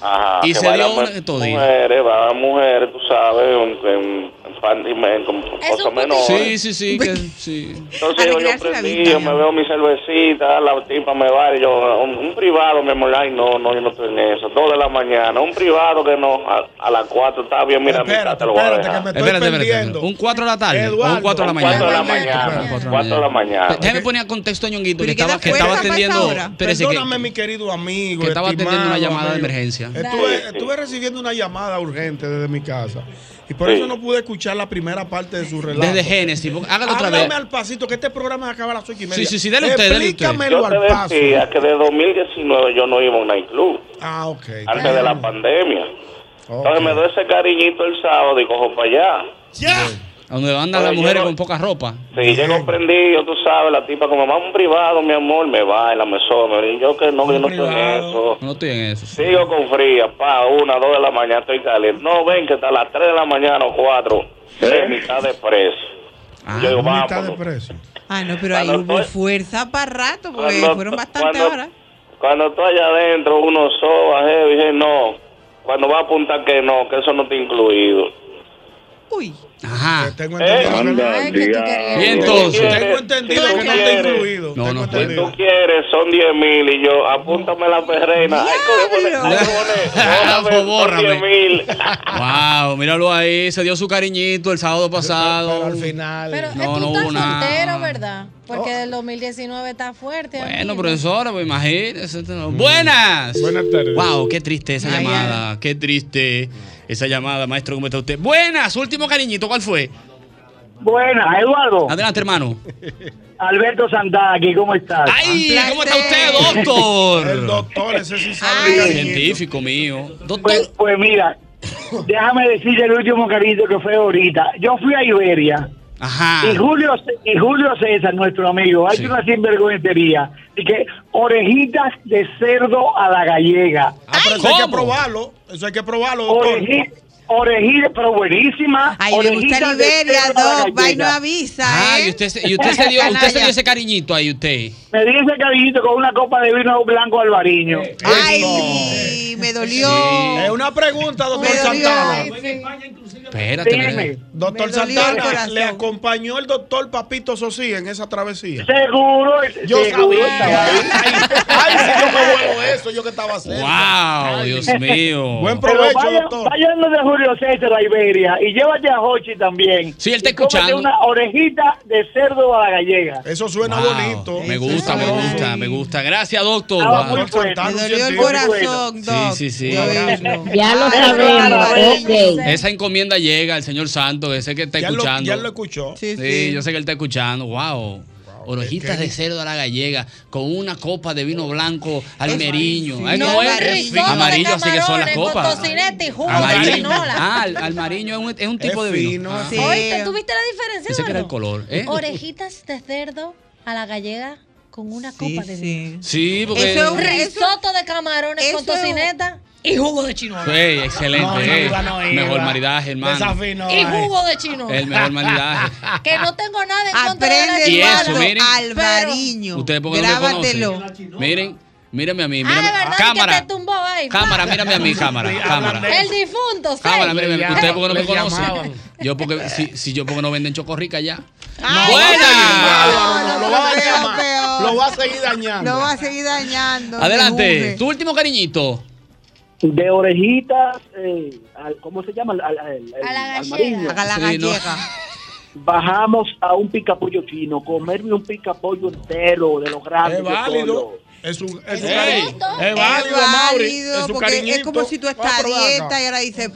Ajá, Y que se dio bailan una mu- estos días. Mujeres, va mujeres, tú sabes, en, en, en panty men, con cosas un menores. Sí, sí, sí, que sí. Entonces yo, yo Alegrarse la prendí, vista, yo ya. me veo mi cervecita, la tipa me va y yo, un, un privado, mi amor, ay, no, no, yo no estoy en eso. Dos de la mañana, un privado que no, a, a las cuatro está bien, mira, mira, Espérate, te lo voy a espérate, que dejar. me estoy Espérate, espérate, espérate. perdiendo. Un 4 de la tarde. o un 4 de la Un mañana. cuatro de la mañana. Cuatro Cuatro de la mañana. Déjame poner en contexto a Ñonguito, que Pero ¿y qué estaba, te que estaba fuerza para esa atendiendo. hora? espérese, que- Perdóname, mi querido amigo. que estaba atendiendo una estimado llamada de amigo. emergencia. gracias. Estuve, estuve recibiendo una llamada urgente desde mi casa y por eso no pude escuchar la primera parte de su relato. Desde Génesis, hágalo otra vez. Háblame al pasito, que este programa acaba a las ocho y media. Sí, sí, sí, dele usted, dele usted. Explícamelo yo te al paso. decía que de 2019 yo no iba a un nightclub. Ah, ok. Antes de la pandemia. Entonces me doy ese cariñito el sábado y cojo para allá. A donde andan las Oye, mujeres yo- con poca ropa. Sí, llego prendido, tú sabes, la tipa como, vamos a un privado, mi amor, me baila, me sobe. Y yo que no, yo no estoy en eso. No estoy en eso. Sigo con fría, pa, una, dos de la mañana estoy caliente. No, ven que hasta las tres de la mañana o cuatro, es mitad de precio. yo digo, vamos. Ah, no, pero ahí hubo fuerza para rato, porque Cuando- fueron bastantes cuando- horas. Cuando tú allá adentro, uno soba, heavy, dije, no. Cuando va a apuntar que no, que eso no está incluido. Ajá. Tengo Y entonces. Tengo entendido que no está incluido. No, no, Si tú quieres, son 10 mil y yo, apúntame la perrena. Ay, que voy a poner- ay, que voy a poner- bórrame. son 10 mil. Wow, míralo ahí, se dio su cariñito el sábado pasado. Pero, al final. Pero eh, no, ah. tú no estás hubo nada. soltero, ¿verdad? Porque el 2019 está fuerte. Bueno, profesora, pues imagínese. Buenas. Buenas tardes. Wow, qué triste esa llamada. Qué triste esa llamada, maestro. ¿Cómo está usted? Buenas, su último cariñito, ¿cuál fue? Buenas, Eduardo. Adelante, hermano. Alberto Santana, aquí, ¿cómo estás? ¡Ay! ¿Cómo está usted, doctor? El doctor, ese sí Científico mío. Pues, pues mira, déjame decirte el último cariño que fue ahorita. Yo fui a Iberia. Ajá. Y Julio, C- y Julio César, nuestro amigo, hay una sinvergüencería. Y que orejitas de cerdo a la gallega. Ah, pero eso hay que probarlo. Eso hay que probarlo, doctor. Oreji- Orejitas, pero buenísimas. Ahí le gusta Orejitas de Liberia, cerdo a la Doc, va y no gallega. avisa, Ah, ¿eh? y usted, se- y usted se dio, usted se dio ese cariñito ahí, usted. Me di ese cariñito con una copa de vino blanco albariño. Eh, ¡Ay! Me dolió. Sí. Es una pregunta, doctor Me dolió, Santana. Espérate, Dime. espérate. Doctor Me dolió el Santana, corazón. ¿le acompañó el doctor Papito Sosía en esa travesía? Seguro, yo seguro sabía. estaba Ay, si yo me vuelvo eso, yo que estaba cerca. ¡Wow! Dios mío. Buen Pero provecho, vaya- doctor. vayan los de Julio César a Iberia y llévate a Hochi también. Sí, él está Y cómete escuchando. una orejita de cerdo a la gallega. Eso suena Wow, bonito. Me gusta, me gusta, me gusta. Gracias, doctor. Estaba Wow. muy bueno. Me dolió el Muy bueno. corazón, Doc. Sí, sí, sí. Ya lo sabemos, ok. Esa encomienda llega al señor Santo, que sé que está Ya lo, escuchando. ya lo escuchó. Sí, yo sé que él está escuchando. Wow. Orejitas de cerdo a la gallega con una copa de vino blanco almeriño. Ay, ¿cómo es? Amarillo, así que son las copas. Tocinete y jugo de Amarillo. chinola. Ah, al- almariño es un, es un tipo de vino. Ah. Oye, ¿te ¿tuviste la diferencia? Pensé que era el Eduardo? color. ¿eh? Orejitas de cerdo a la gallega con una copa de vino. Sí, porque. Eso es un risotto de camarones con tocineta y jugo de chinola. Ey, excelente. No, no ey. iba, no iba. Mejor maridaje, hermano. eh. y jugo de chinola. El mejor maridaje. Que no tengo nada en contra Aprende, de la Eduardo, Y eso, miren. Alvariño. Ustedes porque no me conocen. Miren, mírenme a mí. Mírame. cámara, te tumbó ahí. cámara, va. mírame a mí, cámara, cámara. El difunto, sí. Cámara, mírame a mí. Ustedes porque no me Le conocen. llamaban. Yo porque, si, si yo porque no venden chocorrica ya. Bárbaro, no, lo va a Peor, llamar. peor. Lo va a seguir dañando. Lo va a seguir dañando. Adelante, tu último cariñito. De orejitas, eh, al- ¿cómo se llama? Al, al- al- A la al gallega. mariño. A la Sí, no. Bajamos a un picapollo chino, comerme un picapollo entero de los grandes. Es de válido. todos. Es un es, Es un cari- justo. es válido, Mauri. válido, Es un porque es como si tú estás a dieta y ahora dices.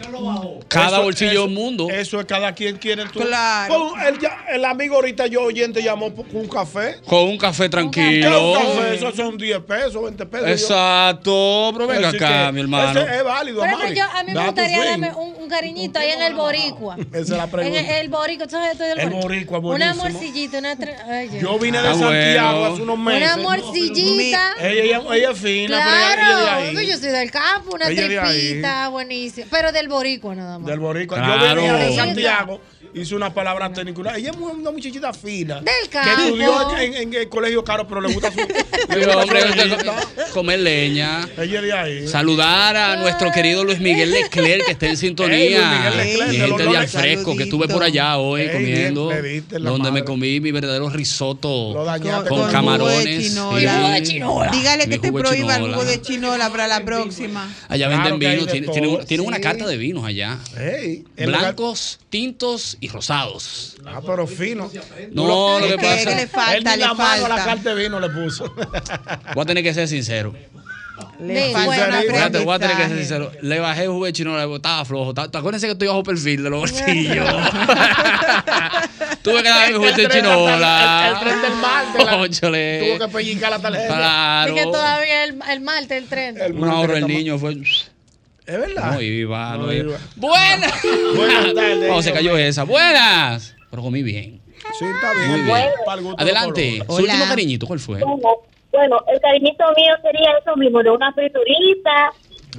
Cada Eso- bolsillo eso- es un mundo. Eso es cada quien quiere tu. Claro. Con El, ya- el amigo ahorita yo oyente llamó por un café. Con un café ¿Qué es tranquilo. un café? Eso son 10 pesos, 20 pesos. Exacto, pero venga Así acá, que mi hermano. ese es válido, Por ejemplo, Mari. pues yo, a mí me Da tu gustaría swing. darme un, un cariñito ahí en el boricua. Esa es la En pregunta. el, el boricua, ¿tú sabes esto del El boricua, Una buenísimo. morcillita, una... tra- Ay, ya. Yo vine de Ah, bueno. Santiago hace unos meses. Una morcillita. Ella, ella- ella es fina, pero ella- ella Claro, pues es de ahí. yo soy del campo, una Ella de ahí. tripita, buenísima. Pero del boricua nada más. Del boricua. Claro. Yo venía de Sí, Santiago, hice una palabra técnica. Ella es muy- una muchachita fina. Del Que campo. estudió allá en, en el colegio caro, pero le gusta su. Pero, hombre, comer leña. Ella de ahí. Saludar a nuestro querido Luis Miguel Leclerc, que está en sintonía. Luis Miguel Leclerc, Mi de gente los de Lola. al fresco, que estuve por allá hoy Ey, bien, comiendo. me diste en la Donde me madre. comí mi verdadero risotto Lo dañaste con, con el camarones. jugo de Sí. chinola. Y Dígale que mi te jugo de prohíba el chinola. jugo de chinola para la próxima. Allá venden Claro que hay vino, de tienen, todo. tienen un- tienen una Sí. carta de vinos allá. Ey, el Blancos, tintos y rosados. lugar- Ah, pero fino. No, lo que pasa- que le falta, Él ni le la mano a la falta. carta de vino le puso. Voy a tener que ser sincero. Le falta una Espérate, voy a tener que ser aprendizaje. sincero. Le bajé el jugo de chinola, estaba flojo. Ta- ta- Acuérdense que estoy bajo perfil de los bolsillos. Tuve que dar mi jugo de chinola. El, el tren del mal. de la- Óchale. Tuvo que pellicar la tarjeta. Claro. Dije todavía el, el martes, el 30. Un ahorro el niño fue. Es verdad. No iba, no iba. Buenas. Buenas tardes. Oh, se cayó esa. Buenas. Pero comí bien. Sí, está Muy bien. Adelante. Su último Hola. cariñito, ¿cuál fue? Bueno, bueno, el cariñito mío sería eso mismo, de una friturita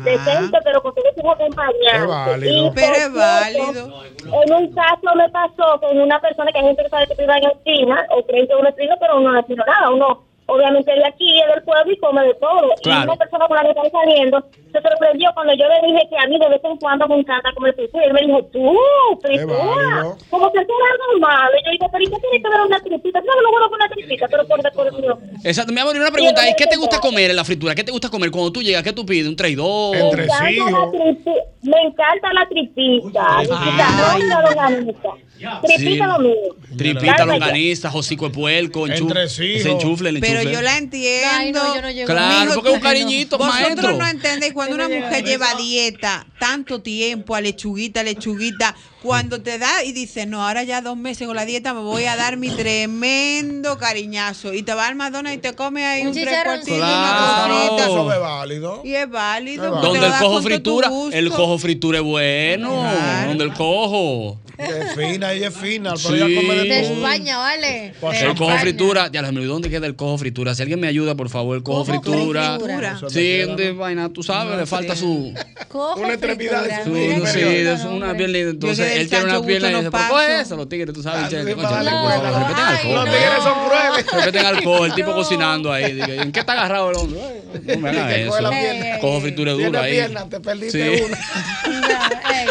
decente, pero con un acompañante. Es válido. Y, por Pero es cierto, válido. En un caso me pasó con una persona que hay gente que sabe que vive en China, o creen que uno es chino, pero uno no es chino nada, uno obviamente vive aquí, es del pueblo y come de todo. Y Claro. una persona con la que estaba saliendo se sorprendió cuando yo le dije que a mí de vez en cuando me encanta comer fritura. Y él me dijo, tú, fritura, como que tú eres algo malo. Y yo digo, pero ¿y qué tiene que ver una tripita? No, no, bueno, con una tripita, pero por decoración. Exacto. Mi amor, y una pregunta es: ¿qué te gusta comer en la fritura? ¿Qué te gusta comer cuando tú llegas? ¿Qué tú pides? ¿Un traidor? me encanta, la tripi- me encanta la tripita. Tripita roja, longaniza. Tripita lo mío. Tripita, Dale, longaniza, hocico de puerco, enchufle. Se enchufle, le Pero enchufle. yo la entiendo. Claro, porque es un tú- cariñito, Vosotros maestro. no entendéis cuando una mujer lleva dieta tanto tiempo a lechuguita, lechuguita, cuando te da y dices, no, ahora ya dos meses con la dieta me voy a dar mi tremendo cariñazo. Y te va al Madonna y te come ahí Un un, tres chicharroncito. cuartitos, una Claro. cosita. Eso es válido. Y es válido. porque te Donde lo el cojo da con todo tu fritura, gusto. el cojo fritura es bueno. Donde el cojo. Es fina, ella es fina. Pero Sí. ella come De de todo. España, vale. Por De El cojo España. fritura, ya me olvidó dónde queda el cojo fritura. Si alguien me ayuda, por favor, el cojo Cojo fritura. fritura. Sí, de vaina, tú sabes, le falta su. Cojo Una fritura. extremidad. su- inferior. sí, es una pierna. Yo Entonces, que él el tiene una Sancho pierna y Gusto dice: no ¿Por paso. qué eso? Los tigres, tú sabes, che, que sí, concha, para darle por favor, respeten al cojo. Los tigres son crueles. Respeten al cojo, el tipo cocinando ahí. dije, ¿En qué está agarrado el hombre? No me hagas Que coge la eso. pierna. Cojo fritura Tiene dura ahí. pierna, te perdiste Sí. una.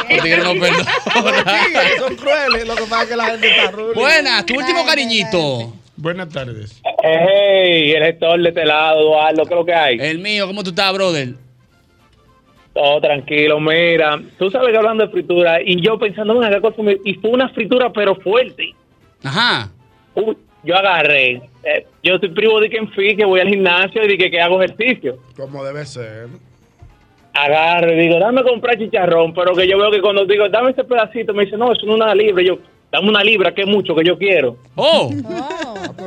Los tigres no perdonan. Tigres son crueles. Lo que pasa es que la gente está ruda. Buenas, tu último cariñito. Buenas tardes. Hey, el gestor de este lado, Eduardo, ¿qué es lo que hay? El mío, ¿cómo tú estás, brother? Todo tranquilo, mira. Tú sabes que hablando de fritura, y yo pensando en acá consumir, y fue una fritura, pero fuerte. Ajá. Uy, yo agarré. eh, yo soy privo de que en fin, que voy al gimnasio y de que, que hago ejercicio. Como debe ser. Agarro y digo, dame comprar chicharrón, pero que yo veo que cuando digo, dame ese pedacito, me dice, no, eso no es una libra. Y Yo, dame una libra, que es mucho que yo quiero. Oh.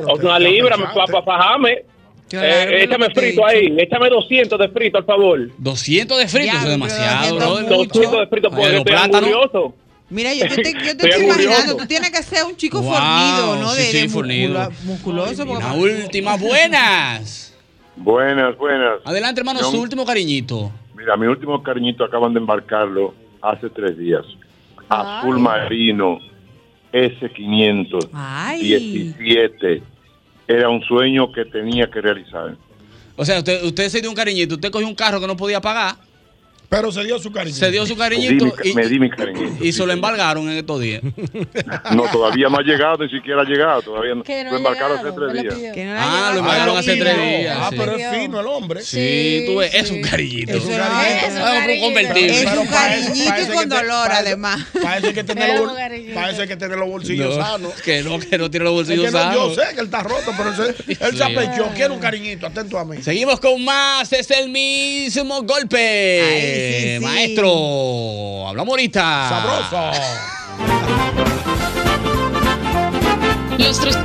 O sea, una libra, para fajarme. Claro, que es lo Eh, échame que te he frito ahí, échame 200 de frito, al favor. 200 de frito, eso es demasiado, brother. 200 de frito, porque Ay, los estoy plátanos. orgulloso. Mira, yo te, te- yo te Estoy estoy orgulloso. imaginando, tú tienes que ser un chico Wow, fornido, ¿no? sí, de, de sí, fornido. muscula- musculoso. porque- La última, buenas. Buenas, buenas. Adelante, hermano, Yo- su último cariñito. Mira, mi último cariñito acaban de embarcarlo hace tres días. Azul marino, S500, 17. Era un sueño que tenía que realizar. O sea, usted, usted se dio un cariñito, usted cogió un carro que no podía pagar. Pero se dio su cariñito. Se dio su Me di mi, cariñito y, me di mi cariñito. y se lo embargaron en estos días. No, todavía no ha llegado, ni siquiera ha llegado. Todavía no. Que no lo ha embarcaron llegado, hace tres días. ah, lo embargaron hace tres días. Ah, sí. pero es fino el hombre. Sí, tú ves, es un cariñito. Es un cariñito. Es un convertible. Pero para eso- para eso y hay con que te- dolor, para eso- además. Para eso hay que tener Es los un bol- cariñito. para eso hay que tener los bolsillos No, sanos. que no, que no tiene los Es que bolsillos no, yo sanos. sé que él está roto, pero él, se- él se Sí. apechó. Quiero un cariñito, atento a mí. Seguimos con más, es el mismo golpe. Eh, Ay, sí, sí. Maestro, hablamos ahorita. Sabroso. Los tres.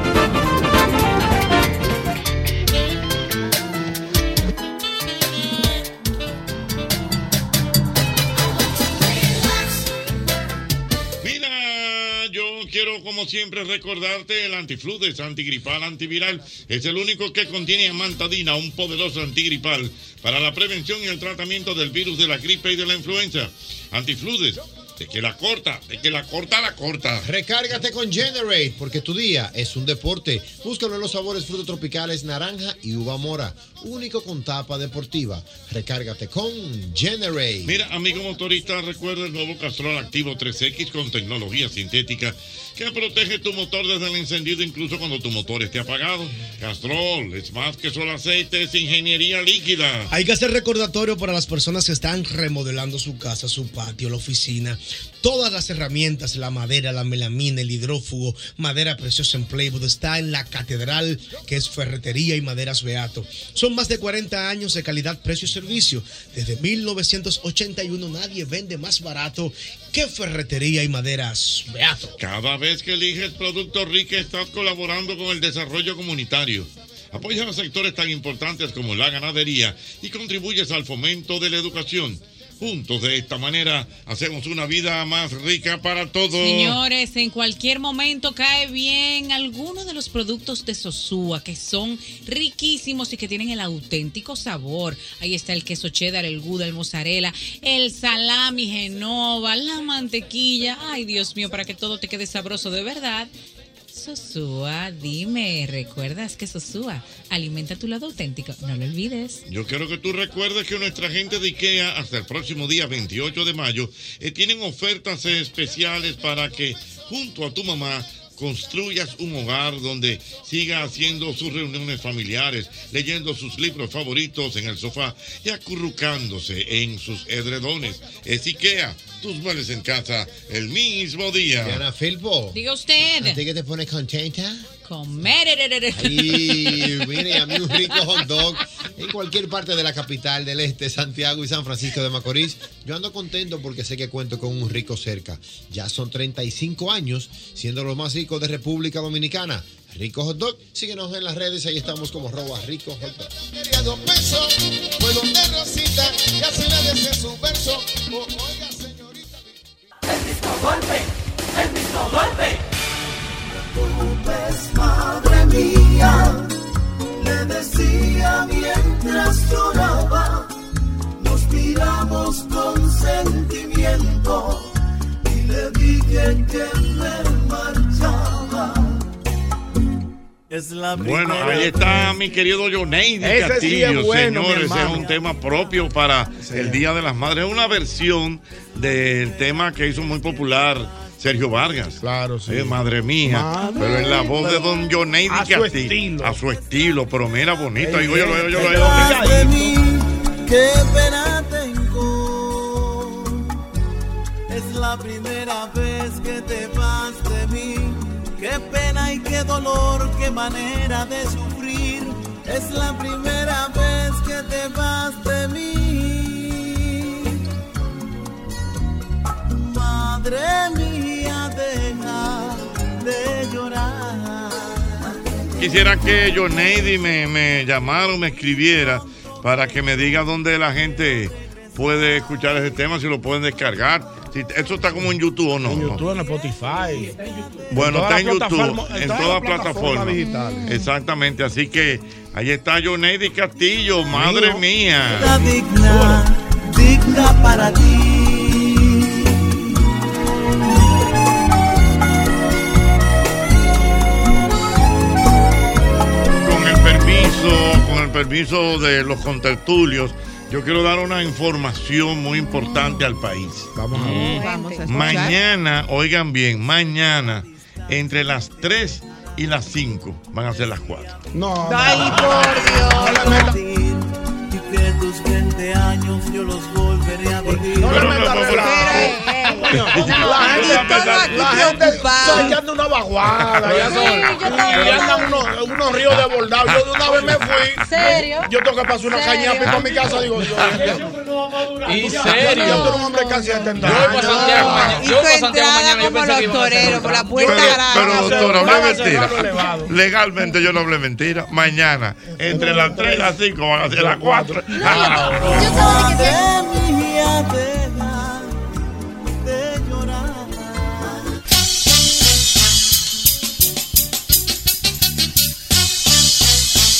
Mira, yo quiero como siempre recordarte el antifludes, antigripal, antiviral. Es el único que contiene amantadina, un poderoso antigripal para la prevención y el tratamiento del virus de la gripe y de la influenza. Antifludes, de que la corta, de que la corta, la corta. Recárgate con Generate, porque tu día es un deporte. Búscalo en los sabores frutos tropicales, naranja y uva mora. Único con tapa deportiva. Recárgate con Generate. Mira, amigo motorista, recuerda el nuevo Castrol Activo 3X con tecnología sintética que protege tu motor desde el encendido incluso cuando tu motor esté apagado. Castrol es más que solo aceite, es ingeniería líquida. Hay que hacer recordatorio para las personas que están remodelando su casa, su patio, la oficina. Todas las herramientas, la madera, la melamina, el hidrófugo, madera preciosa en Playwood, está en la catedral que es Ferretería y Maderas Beato. Son más de 40 años de calidad, precio y servicio. Desde 1981 nadie vende más barato que Ferretería y Maderas Beato. Cada vez que eliges Productos Rica estás colaborando con el desarrollo comunitario. Apoyas a sectores tan importantes como la ganadería y contribuyes al fomento de la educación. Juntos de esta manera hacemos una vida más rica para todos. Señores, en cualquier momento cae bien alguno de los productos de Sosúa que son riquísimos y que tienen el auténtico sabor. Ahí está el queso cheddar, el gouda, el mozzarella, el salami genova, la mantequilla. Ay, Dios mío, para que todo te quede sabroso de verdad. Sosúa, dime, ¿recuerdas que Sosúa alimenta tu lado auténtico? No lo olvides. Yo quiero que tú recuerdes que nuestra gente de IKEA hasta el próximo día 28 de mayo eh, tienen ofertas especiales para que junto a tu mamá construyas un hogar donde siga haciendo sus reuniones familiares, leyendo sus libros favoritos en el sofá y acurrucándose en sus edredones. Es IKEA, tus muebles en casa el mismo día. Diana Filpo. Diga usted. ¿A ti que te pone contenta? Comer. Y mire, a mí un rico hot dog en cualquier parte de la capital del este, Santiago y San Francisco de Macorís. Yo ando contento porque sé que cuento con un rico cerca. Ya son 35 años siendo los más ricos de República Dominicana. Rico Hot Dog, síguenos en las redes, ahí estamos como arroba Rico Hot Dog. Quería dos pesos, fue donde Rosita, y así nadie se su verso. O- oiga, señorita. El mismo golpe, el mismo golpe. Pues madre mía, le decía mientras lloraba, nos miramos con sentimiento y le dije que me marchaba. Es la bueno, ahí está mi querido Yoneidi Ese sí Castillo, es bueno, mi señores. Ese es hermano. un tema propio para el Día de las Madres. Es una versión del tema que hizo muy popular Sergio Vargas. Claro, sí. madre mía. Madre pero en la voz de mía. don Yoneidi A su Castillo. A su estilo, pero mira, bonito. Ahí, óyelo, óyelo, óyelo. Detrás de mí, qué pena tengo. Es la primera vez que te vas de mí. Qué pena y qué dolor, qué manera de sufrir. Es la primera vez que te vas de mí. Madre mía, deja de llorar. Quisiera que Yoneidi me, me llamara o me escribiera para que me diga dónde la gente puede escuchar ese tema, si lo pueden descargar. Si, ¿Eso está como en YouTube o no? En ¿no? YouTube, en Spotify. Bueno, En está todas en las YouTube, plataformas- en todas todas las plataformas plataformas. digitales. Exactamente, así que ahí está Yoneidi Castillo, madre Vida mía. digna, digna para ti. Con el permiso, con el permiso de los contertulios, yo quiero dar una información muy importante al país. Vamos a Vamos a escuchar. Mañana, oigan bien, mañana, entre las 3 y las 5, van a ser las 4. No. Ay, por Dios. Y que tus 20 años yo los volveré a vivir. No eh. le metas La gente, la, gente está echando una vaguada. Ya, son, ya andan unos, unos ríos desbordados. Yo de una vez me fui. ¿Serio? Yo tengo que pasar una ¿Serio? cañapi para mi casa. Digo, yo. ¿Y Yo- serio? Yo soy un hombre casi de 70 Yo voy para Santiago No. mañana. Yo voy para Santiago mañana. Yo pensé que iban a hacer un trato. Pero doctora, Van a hablé mentira. cerrarlo elevado. Legalmente yo no hablé mentira. Mañana, entre las 3 y las 5, van a ser las 4. Madre mía, deja de llorar.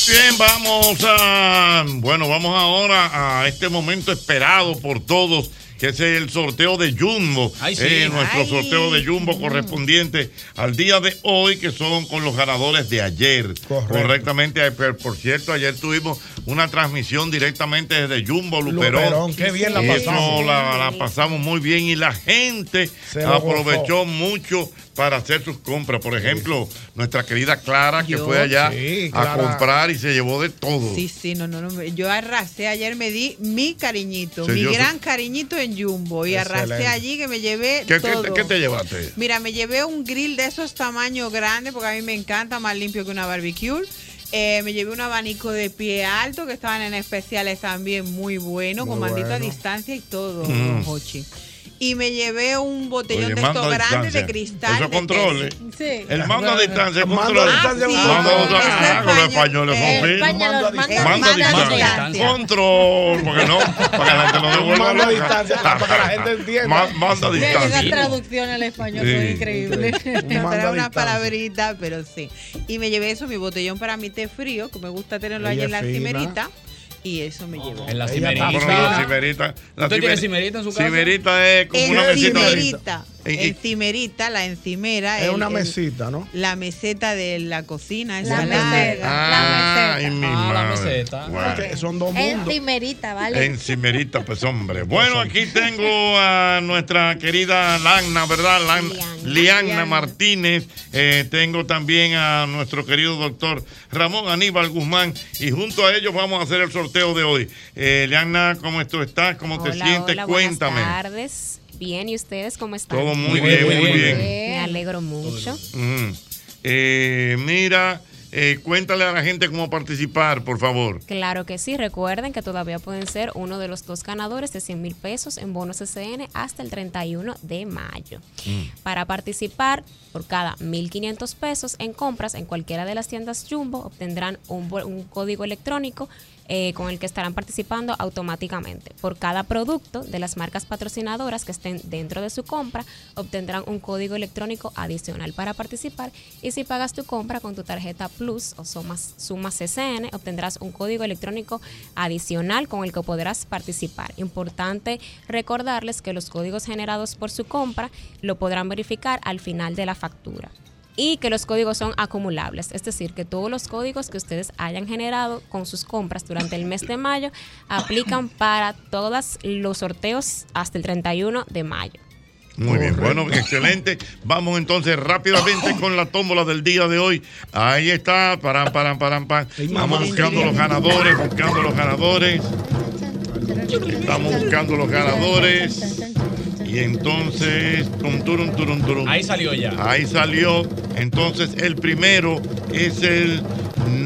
Bien, vamos a. Bueno, vamos ahora a este momento esperado por todos, que es el sorteo de Jumbo. Ay, sí. Eh, nuestro Ay. Mm. sorteo de Jumbo correspondiente al día de hoy, que son con los ganadores de ayer. Correctamente. eh, per- Por cierto, ayer tuvimos una transmisión directamente desde Jumbo Luperón. Luperón, qué bien la Eso pasamos. la, la pasamos muy bien y la gente Se lo aprovechó mucho para hacer sus compras. Por ejemplo, nuestra querida Clara, que Yo, fue allá sí, a Clara. comprar y se llevó de todo. Sí, sí, no, no, no. Yo arrasé ayer, me di mi cariñito, Sí, mi yo- gran cariñito en Jumbo. Y arrasé Excelente. allí que me llevé ¿Qué, qué todo. te, qué te llevaste? Mira, me llevé un grill de esos tamaños grandes porque a mí me encanta, más limpio que una barbecue. Eh, me llevé un abanico de pie alto que estaban en especiales también muy bueno, Muy con mandito a bueno. distancia y todo, Mm. Jochi. Y me llevé un botellón Oye, de mando estos a grandes de distancia. cristal. Eso de controle. queso. Sí. El mando a distancia, el control. a distancia, Ah, control. mando a Eso es distancia. Ah, Los españoles son español, finos. mando a distancia. Mando a Mando a distancia. distancia. Control, porque no, para que la gente lo devuelva. Mando a loca. distancia, para que la gente entienda. Ma- Mando a De esa distancia. traducción al español Sí. fue increíble. No era una palabrita, pero sí. Y me llevé eso, mi botellón para mi té frío, que me gusta tenerlo Ella allí en la es fina. cimerita. Y eso me llevé. En la cimerita. La cimerita. la ¿Usted tiene cimer- cimerita en su casa? Cimerita es como En una mesita. cimerita. Y- y- En cimerita, la encimera. Es el- una el- mesita, ¿no? La meseta de la cocina. esa La larga. Ah, y mi la madre. meseta. Guau. Son dos En mundos. primerita, ¿vale? Encimerita, pues hombre. Bueno, aquí tengo a nuestra querida Lagna, ¿verdad? Lan- Lianna, Martínez. Eh, tengo también a nuestro querido doctor Ramón Aníbal Guzmán. Y junto a ellos vamos a hacer el sorteo de hoy. Eh, Lianna, ¿cómo tú estás? ¿Cómo te Hola, sientes? hola, buenas Cuéntame. tardes. Bien, ¿y ustedes cómo están? Todo muy bien, muy bien. Me alegro mucho. Ujú. Eh, mira, eh, cuéntale a la gente cómo participar, por favor. Claro que sí, recuerden que todavía pueden ser uno de los dos ganadores de 100 mil pesos en bonos SN hasta el 31 de mayo. Mm. Para participar, por cada 1.500 pesos en compras en cualquiera de las tiendas Jumbo, obtendrán un, bo- un código electrónico eh, con el que estarán participando automáticamente. Por cada producto de las marcas patrocinadoras que estén dentro de su compra, obtendrán un código electrónico adicional para participar. Y si pagas tu compra con tu tarjeta Plus o Somas- Suma CCN, obtendrás un código electrónico adicional con el que podrás participar. Importante recordarles que los códigos generados por su compra lo podrán verificar al final de la factura y que los códigos son acumulables, es decir, que todos los códigos que ustedes hayan generado con sus compras durante el mes de mayo aplican para todos los sorteos hasta el 31 de mayo. Muy bien, bueno, excelente. Vamos entonces rápidamente con la tómbola del día de hoy. Ahí está, param, param, param, pam. Estamos buscando los ganadores, buscando los ganadores. Estamos buscando los ganadores. Y entonces, tum, turum, turum, turum. Ahí salió ya. Ahí salió. Entonces, el primero es el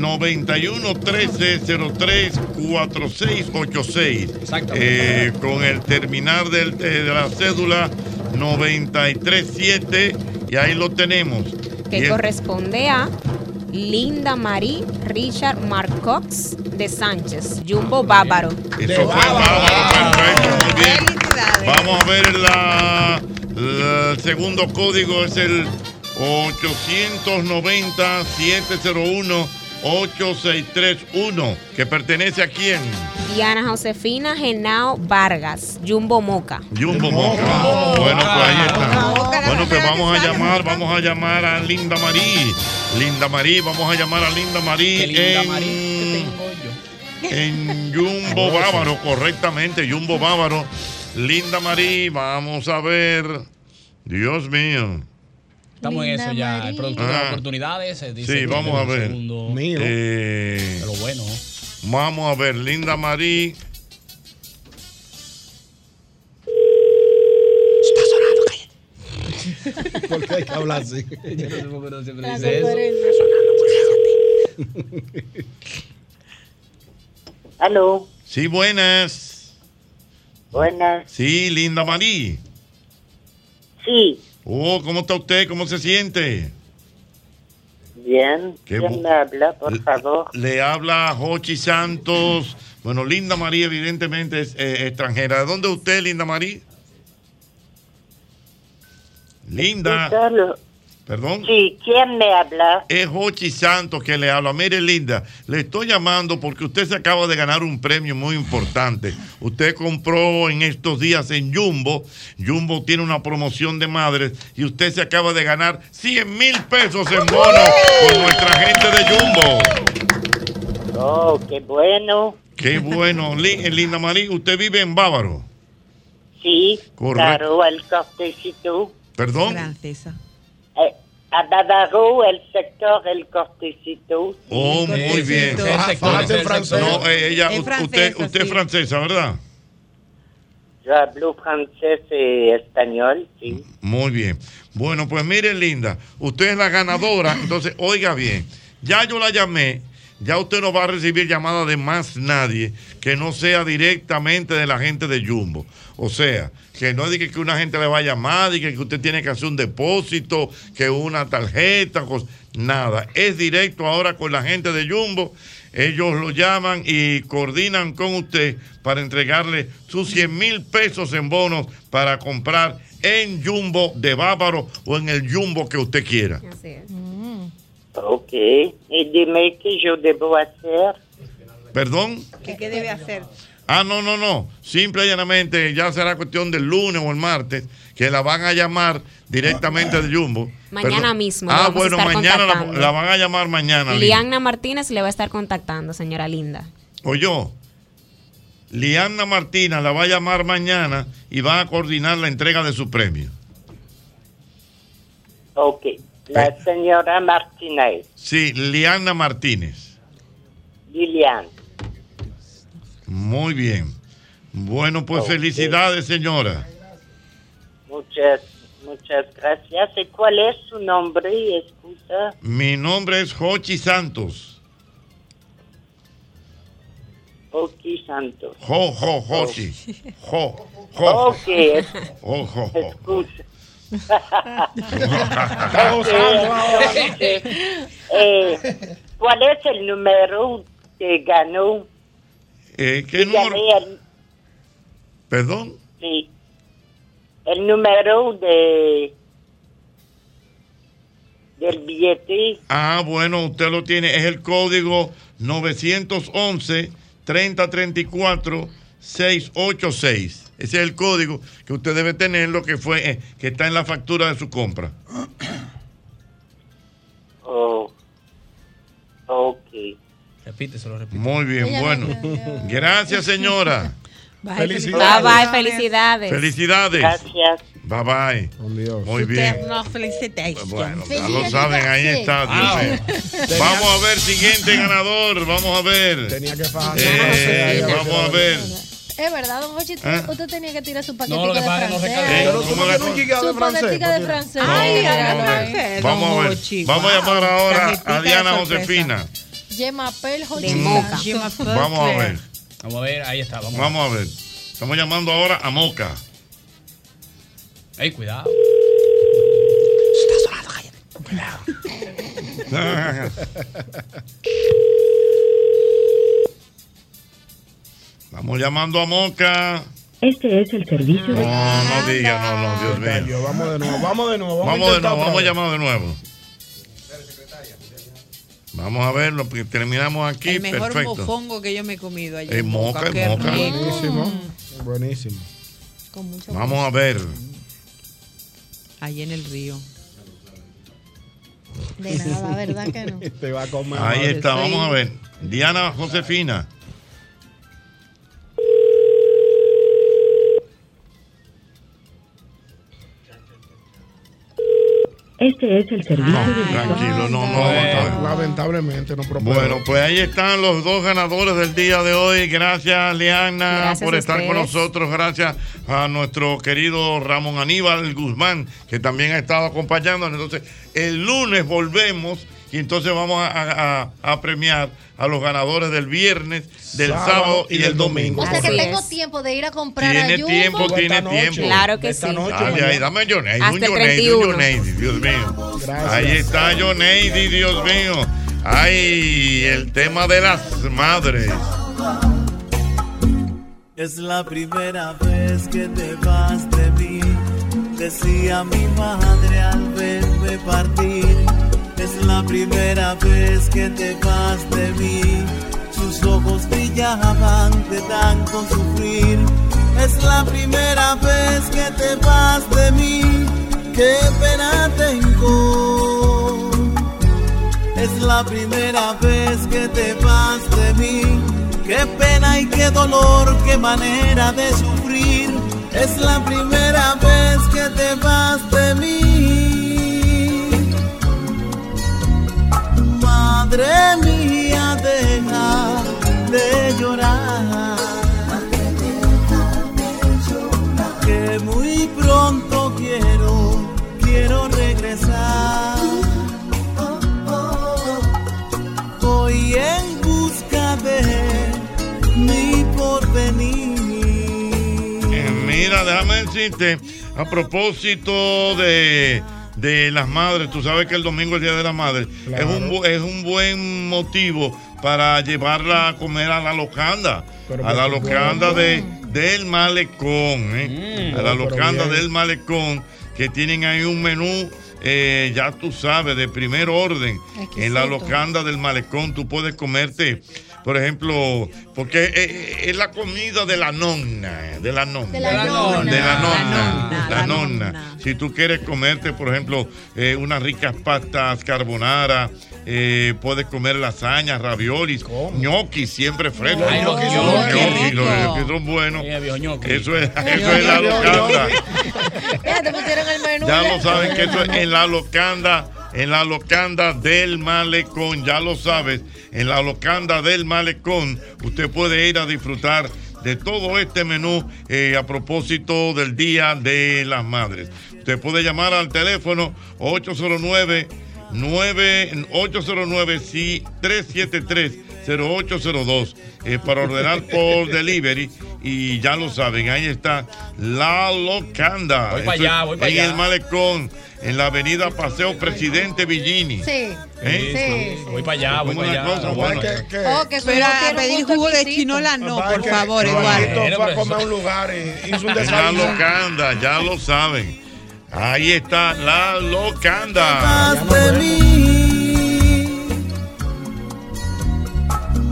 91 13 03 4686. Eh, con el terminar del- eh, de la cédula 937. Y ahí lo tenemos. que Y el- corresponde a Linda Marie Richard Marcox de Sánchez, Jumbo Bávaro. Eso fue bárbaro, perfecto, muy bien. Vamos a ver la, la- el segundo código es el 890 701 8631 que pertenece a quién? Diana Josefina Genao Vargas, Jumbo Moca. Jumbo Moca. Bueno, pues ahí está. Bueno, pues vamos a llamar, vamos a llamar a Linda Marí. Linda Marí, vamos a llamar a Linda Marí. linda en- Marí En Jumbo Bávaro, correctamente, Jumbo Bávaro. Linda Marí, vamos a ver. Dios mío. Estamos en eso ya. El productor de Ah. las oportunidades. eh, dice Sí, que vamos a tenemos ver. un segundo. Eh, Pero bueno. Vamos a ver, Linda Marí. ¿Por qué hay que hablar así? Yo no sé por qué uno siempre La dice eso. conferencia. Aló, Sí, buenas. buenas. Sí, Linda Marí. Sí, Oh, ¿cómo está usted? ¿Cómo se siente? bien. Qué bu- ¿Quién me habla, por favor? Le habla Jochi Santos. Bueno, Linda María, evidentemente, es eh, extranjera. ¿De dónde usted, Linda María? Linda. Carlos. Perdón. Sí, ¿quién me habla? Es Jochi Santos que le habla. Mire, Linda, le estoy llamando porque usted se acaba de ganar un premio muy importante. Usted compró en estos días en Jumbo. Jumbo tiene una promoción de madres y usted se acaba de ganar 100 mil pesos en bono con nuestra gente de Jumbo. Oh, qué bueno. Qué bueno. Li- eh, Linda María, usted vive en Bávaro. Sí, Correcto. claro, al cortecito. Perdón. Eh, A Babarro, el sector, el cortecito. Oh, muy bien. No, eh, ella, Es u- francesa, usted, usted es sí. francesa, ¿verdad? Yo hablo francés y español, sí. Muy bien. Bueno, pues mire, linda, usted es la ganadora, entonces oiga bien, ya yo la llamé, ya usted no va a recibir llamada de más nadie que no sea directamente de la gente de Jumbo. O sea, que no diga que una gente le va a llamar, diga que usted tiene que hacer un depósito, que una tarjeta, cos- nada. Es directo ahora con la gente de Jumbo. Ellos lo llaman y coordinan con usted para entregarle sus 100 mil pesos en bonos para comprar en Jumbo de Bávaro o en el Jumbo que usted quiera. Así es. Ok. Y dime qué yo debo hacer. ¿Perdón? ¿Qué, qué debe hacer? Ah, no, no, no. Simple y llanamente ya será cuestión del lunes o el martes que la van a llamar directamente de Jumbo. Mañana mismo la Ah, vamos a bueno, estar mañana la, contactando. la van a llamar mañana. Lina. Lianna Martínez le va a estar contactando, señora Linda. Oyó, Lianna Martina la va a llamar mañana y va a coordinar la entrega de su premio. Ok. La Eh. señora Martínez, Sí, Lianna Martínez. Lilian. Muy bien. Bueno, pues Ok. felicidades, señora. Muchas, muchas gracias. ¿Y cuál es su nombre? Escucha. Mi nombre es Jochi Santos. Oki Santos. Jo, jo, Jochi. Jo, jo. Ok. es- Jo, jo, jo. Escucha. Vamos, vamos. Eh, eh, ¿Cuál es el número que ganó? Eh, ¿Qué Que número? gané el, Perdón. sí, el número de del billete. Ah, bueno, usted lo tiene. Es el código 911-3034-686. Ese es el código que usted debe tener, lo que fue, eh, que está en la factura de su compra. Oh, ok. Repíteselo, repíteselo. Muy bien, Ella bueno. Gracias, señora. Bye, Felicidades. Bye, bye, felicidades. Felicidades. Gracias. Bye bye. Muy bien. No, felicitations. Ah, Bueno, Ya lo saben, ahí está. Dios mío. Vamos a ver, siguiente ganador. Vamos a ver. Tenía que José, ahí, Vamos a ver. Es verdad, don Jochi, ¿Eh? usted tenía que tirar su No, paquetito lo que de pasa es que no francés. recalca. Eh, ¿cómo que no? Un giga de Su paquetito de francés. Ay, Mira, no, eh. Vamos a ver. Vamos a llamar ahora a Diana sorpresa. Pues Josefina. Yemapel, Jochi. De Moca. Vamos a ver. Vamos a ver, ahí está. Vamos, Vamos a ver. Estamos llamando ahora a Moca. Ey, cuidado. Estamos llamando a Moca. Este es el servicio No, no diga, no, no, Dios mío. Vamos de nuevo, vamos de nuevo. Vamos de nuevo, vamos a a llamar de nuevo. Vamos a verlo, porque terminamos aquí. El mejor Perfecto. mofongo que yo me he comido ayer. Es moca, es moca. Buenísimo. Buenísimo. Vamos a ver. Allí en el río. De nada, ¿verdad que no? Te va a comer. Ahí madre. está, vamos a ver. Diana Josefina. Este es el servicio Tranquilo, no, no. Lamentablemente no propongo. Bueno, pues ahí están los dos ganadores del día de hoy. Gracias, Liana, Gracias por a estar con ustedes. nosotros. Gracias a nuestro querido Ramón Aníbal Guzmán, que también ha estado acompañándonos. Entonces, el lunes volvemos y entonces vamos a, a- a- a premiar a los ganadores del viernes, del sábado, Sábado y del domingo. O sea que Correcto. tengo tiempo de ir a comprar a Tiene Jumbo. tiempo, tiene tiempo. Dale, ahí, dame a Johnny, un Johnny, un Johnny, Dios mío. Ahí está Johnny, Dios mío. Ay, el tema de las madres. Es la primera vez que te vas de mí, decía mi madre al verme partir. Es la primera vez que te vas de mí, sus ojos brillaban de tanto sufrir. Es la primera vez que te vas de mí, qué pena tengo. Es la primera vez que te vas de mí. Qué pena y qué dolor, qué manera de sufrir. Es la primera vez que te vas de mí. existe a propósito de, de las madres. Tú sabes que el domingo es el Día de la Madre. Claro. Es, un, bu- es un buen motivo para llevarla a comer a la locanda. Pero a la por locanda favor. de, del malecón. ¿eh? Mm. a la Pero locanda bien. del malecón que tienen ahí un menú. eh, ya tú sabes, de primer orden, en la Exquisito. locanda del malecón, tú puedes comerte, por ejemplo, porque es, es- es la comida de la nonna, de la nonna. De la De la nonna. nonna. De la La nonna. nonna, La la nonna. Si tú quieres comerte, por ejemplo, eh, unas ricas pastas carbonara, eh, puedes comer lasañas, raviolis, ñoquis, siempre frescos. Ay, los ñoquis son Los buenos. ñoquis, los ñoquis son buenos. Eso es, eso es la locanda. Ya te pusieron el menú. Ya lo saben que eso es en la locanda, en la locanda del malecón, ya lo sabes, en la locanda del malecón, usted puede ir a disfrutar de todo este menú eh, a propósito del Día de las Madres. Usted puede llamar al teléfono 809 9 809 sí, 373 0802 eh, para ordenar por delivery y ya lo saben, ahí está la locanda. Voy pa' Eso es allá, voy pa' en allá. el malecón, en la avenida Paseo Presidente Villini. Sí. ¿Eh? Sí. Voy para allá, voy para Una allá. cosa buena. Oh, que Pero solo a quiero pedir un jugo de toquecito. chinola no, Papá, por que- favor, no, Eduardo. Bueno, pero Fue a comer eso- un lugar y hizo un En la desayuno. locanda, ya lo saben. Ahí está la locanda. de mí.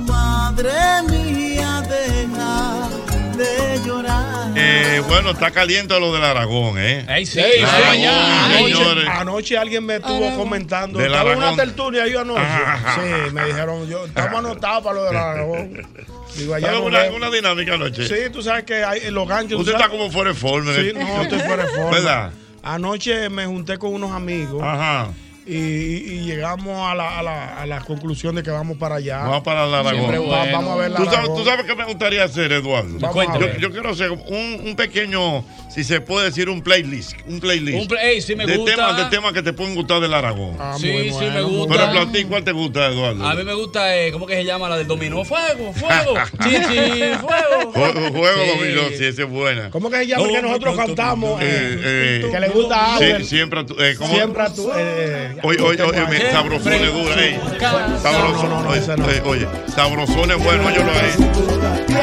Madre mía, deja de llorar. Eh, bueno, está caliente lo del Aragón, ¿eh? sí, El sí, Aragón, ya. señores. Anoche, anoche alguien me estuvo comentando. Del estaba en una Aragón. tertulia yo anoche. Ajá. Sí, me dijeron, yo, estamos anotados para lo del Aragón. Digo, allá ¿Sabes nos una, vemos. una dinámica anoche? Sí, tú sabes que hay, los ganchos. Usted tú está sabes- como fuera de forma. Sí, ¿eh? no, estoy fuera de forma. ¿Verdad? Anoche me junté con unos amigos. Ajá. Y, y llegamos a la, a, la, a la conclusión de que vamos para allá. Vamos para la Aragón. Va- Vamos a ver la ¿Tú sabes, Aragón. tú sabes qué me gustaría hacer, Eduardo? Vamos a Yo, ver. yo quiero hacer un, un pequeño, si se puede decir, un playlist. Un playlist. Un play- ey, sí me de gusta. Temas, de temas que te pueden gustar del Aragón. Ah, Sí, muy sí, bueno, me muy gusta. Pero a ti, ¿cuál te gusta, Eduardo? A mí me gusta, eh, ¿cómo que se llama? La del dominó. Fuego, fuego. Chichi, fuego. Juego, juego Sí. dominó, sí, esa es buena. ¿Cómo que se llama el que nosotros cantamos? eh, Eh, eh, que le gusta a sí, Albert? siempre a tu. eh, ¿cómo? Siempre a tu. eh, Oye, oye, oye, me- sabrosón es dura, ey. Sabrosón, oye, eh, oye, sabrosón es bueno, yo lo haré.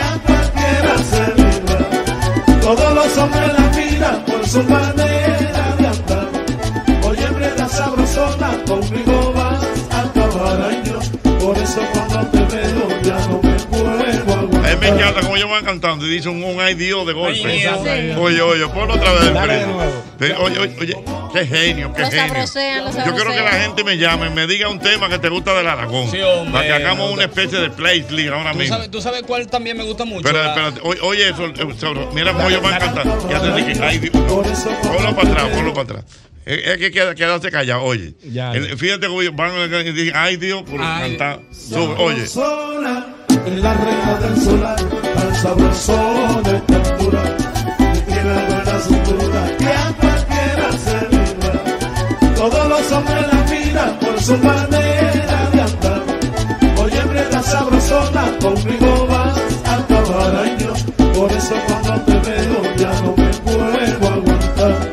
Quiera celebrar todos los hombres la vida por su manera de andar. Hoy hembra sabrosona, conmigo vas a acabar ay, Dios. Por eso cuando te veo ya no me puedo aguantar. A mí me encanta cómo ellos van cantando y dicen un ay Dios de golpe. Dios. Oye, oye, ponlo otra vez. Alfredo. Oye, oye, oye, qué genio, qué Los genio. sabrosean, los Yo quiero que la sabrosean. gente me llame y me diga un tema que te gusta del Aragón. Sí, hombre. para que hagamos una especie de playlist ahora ¿Tú mismo. sabes, tú sabes cuál también me gusta mucho? Espera, La- espérate. Oye, oye eso, eh, sabro- mira cómo ellos van a cantar. Y hacen de que, ay, Dios, no. Ponlo para atrás, ponlo para atrás. Es es que queda- quedarse callado, oye. El- fíjate cómo ellos van a- y dicen, ay Dios, por cantar. Sube, oye. Sabrosona, en la reja del solar, al sabrosona y ternura. Me tiene algo en la cintura que a cualquiera se libra. Todos los hombres la miran por su manera de andar. Oye, preta sabrosona, conmigo vas a acabar, ay Dios. Por eso cuando te veo ya no me puedo aguantar.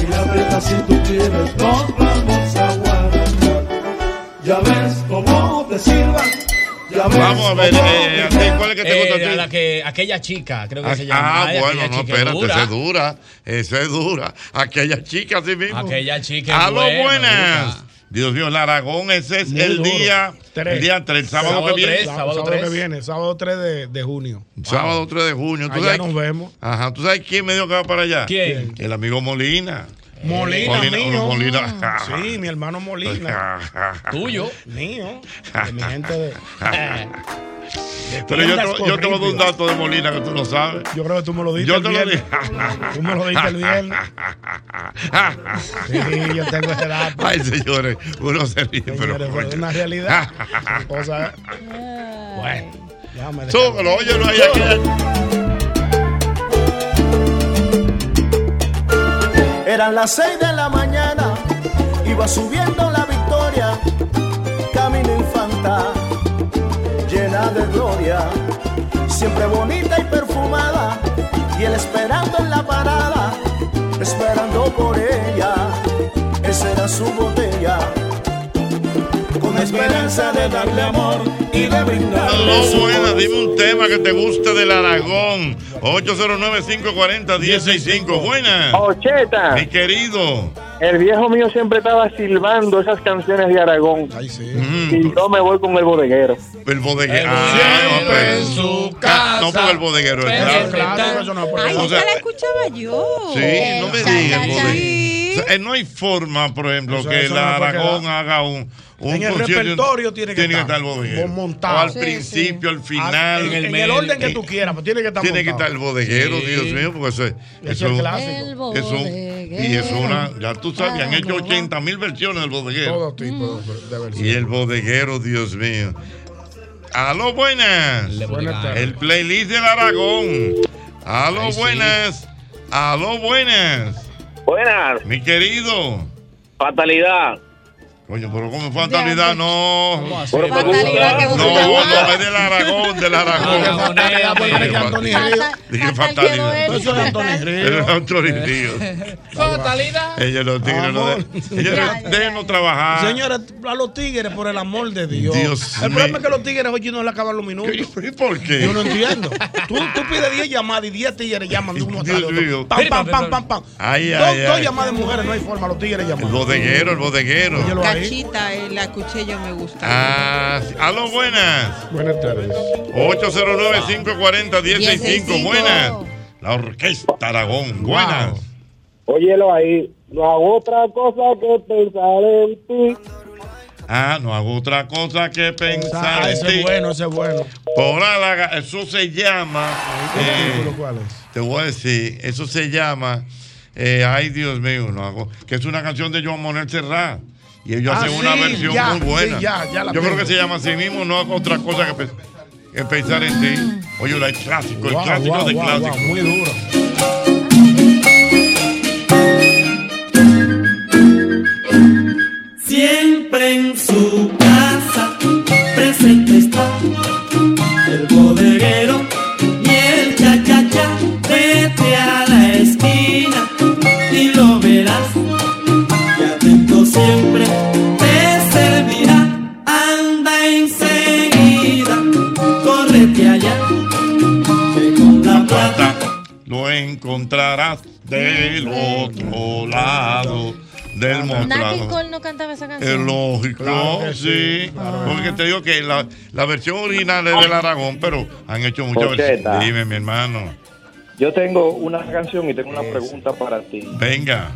Mira, preta, si tú quieres, nos vamos a aguantar. Ya ves cómo te sirva. Ya ves Vamos a ver, cómo eh, a ti, ¿cuál es que te Eh, gusta a ti? la que, aquella chica, creo que se llama. Ah, Ay, bueno, aquella no, chica espérate, dura. esa es dura. Esa es dura. Aquella chica, así mismo. Aquella chica es A lo buena, buenas. Dios mío, el Aragón, ese es Muy el duro. día, Tres. el día 3, sábado, que viene. sábado que viene, sábado 3 de, de junio. Sábado 3 de junio. ¿Tú Allá sabes? nos vemos. Ajá, ¿tú sabes quién me dio que va para allá? ¿Quién? El amigo Molina. Molina, mío. Molina. Sí, mi hermano Molina. Tuyo. Mío. De mi gente de. Pero yo tiendas te, yo te voy a dar un corrientes. dato de Molina que tú no sabes. Yo creo que tú me lo diste. Yo el te lo viernes. dije. Tú me lo diste el viernes. Sí, yo tengo ese dato. Ay, señores, uno se ríe, pero. Señores, coño. es una realidad. Son cosas. Bueno. Déjame dejar. Súbelo, óyelo ahí. aquí. Eran las 6 de la mañana, iba subiendo la victoria, camino infanta, llena de gloria, siempre bonita y perfumada, y él esperando en la parada, esperando por ella. Esa era su botella. Con la esperanza de darle amor y de brindarle No, su buena, dime un tema que te gusta del Aragón. 809-540-165. Buena. Ocheta. Mi querido. Oh, El viejo mío siempre estaba silbando esas canciones de Aragón. Y yo me voy con el bodeguero. Mm, Eh, El bodeguero. Ah, no, pero- Ah, no, porque el bodeguero es claro. Ay, O esa sea, la escuchaba yo. Sí, no me digas. bodeguero. O sea, eh, no hay forma, por ejemplo, Eso- que eso el no puede Aragón quedar. haga un, un En el repertorio tiene que estar. el bodeguero. montado. O al Sí, principio, al final. En el, en el orden que tú quieras, pero tiene que estar Tiene que montado. estar el bodeguero, Sí. Dios mío, porque eso es. es eso- clásico. eso- y eso es una. Ya tú sabes, han hecho 80 mil versiones del bodeguero. Todo tipo de, de versiones. Y el bodeguero, Dios mío. Aló, buenas. Buenas tardes. El playlist del Aragón. Aló, Ay, sí. buenas. Aló, buenas. Buenas. Mi querido. Fatalidad. Coño, pero como fatalidad, no. así? Pero Fatalidad, que no, busca no, trabajo. es del Aragón, Ah, del Aragón. Dije fatalidad. Eso es Antonio Pero Ríos. es Antonio Ríos. Fatalidad. Ellos los tigres no de- ellos no- déjenos trabajar. Señores, a los tigres, por el amor de Dios. Dios el problema mío. es que los tigres hoy no le acaban los minutos. ¿Por qué? Yo no entiendo. tú, tú pides 10 llamadas y 10 tigres llaman de uno hasta el Dios mío. otro. Pam, pam, pam, pam, pam. Ay, dos, ay, dos ay. llamadas de mujeres, no hay forma, los tigres El llaman. bodeguero, el bodeguero. Cachita, eh, la escuché yo, me gusta. Ah, aló, buenas. Buenas tardes. 809-540-165. Buenas. La Orquesta Aragón. Buenas. Óyelo ahí. No hago otra cosa que pensar en ti. Ah, no hago otra cosa que pensar Ah, en ese es ti. bueno, ese es bueno. Por Málaga, eso se llama. eh, te voy a decir, eso se llama. eh, ay, Dios mío, no hago. Que es una canción de Joan Manuel Serrat. Y ellos Ah, hacen una sí, versión ya, muy buena. sí, ya, ya la Yo creo tengo. que se llama así mismo, no hago otra cosa que, pe- que pensar en ti. Oye, la- el clásico, el Guau, clásico guau, de guau, clásico. guau, muy duro. Siempre en su casa presente está el bodeguero y el cha cha cha. Vete a la esquina y lo verás. Y atento siempre te servirá. Anda enseguida, correte allá. Que con la plata Lo encontrarás del otro lado del Nati mostrado. Cole no cantaba esa Es canción. lógico, Claro que sí. Porque te digo que la, la versión original es del Aragón, pero han hecho muchas Ocheta. versiones. Dime, mi hermano. Yo tengo una canción y tengo una pregunta para ti. Venga.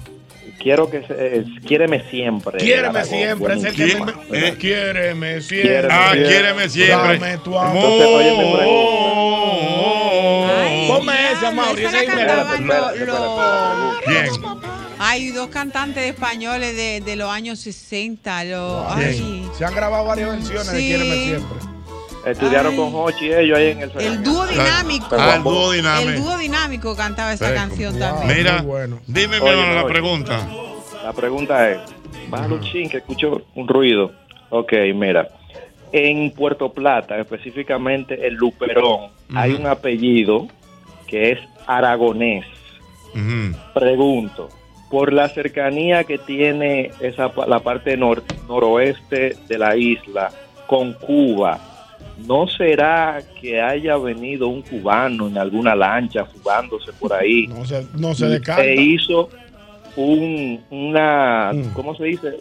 Quiero que se, eh, quiéreme siempre. Quiéreme Aragón, siempre, es el que buenísima. me. eh, Quiéreme siempre. Quiéreme Ah, siempre. quiéreme siempre. Dame tu amor. Entonces, oye, mi pregunta. Ponme esa, Mauri. esa esa la es cantaban inmediata. los- Oh, Hay dos cantantes españoles de, de los años 60. Los, ay, Se han grabado varias versiones de Sí. Quiéreme siempre. Estudiaron con Hochi y ellos ahí en el el dúo dinámico. Ah, el dúo dinámico. El dúo dinámico cantaba esa Sí. canción Wow. también. Mira, dime, mi Oye, hermano, la oye. pregunta. La pregunta es, Maluchín, que escucho un ruido. Ok, mira. En Puerto Plata, específicamente en Luperón, hay un apellido que es aragonés. Pregunto, por la cercanía que tiene esa pa- la parte nor- noroeste de la isla con Cuba, ¿no será que haya venido un cubano en alguna lancha fugándose por ahí? No se, no se y descarta. se hizo un, una, Mm. ¿cómo se dice?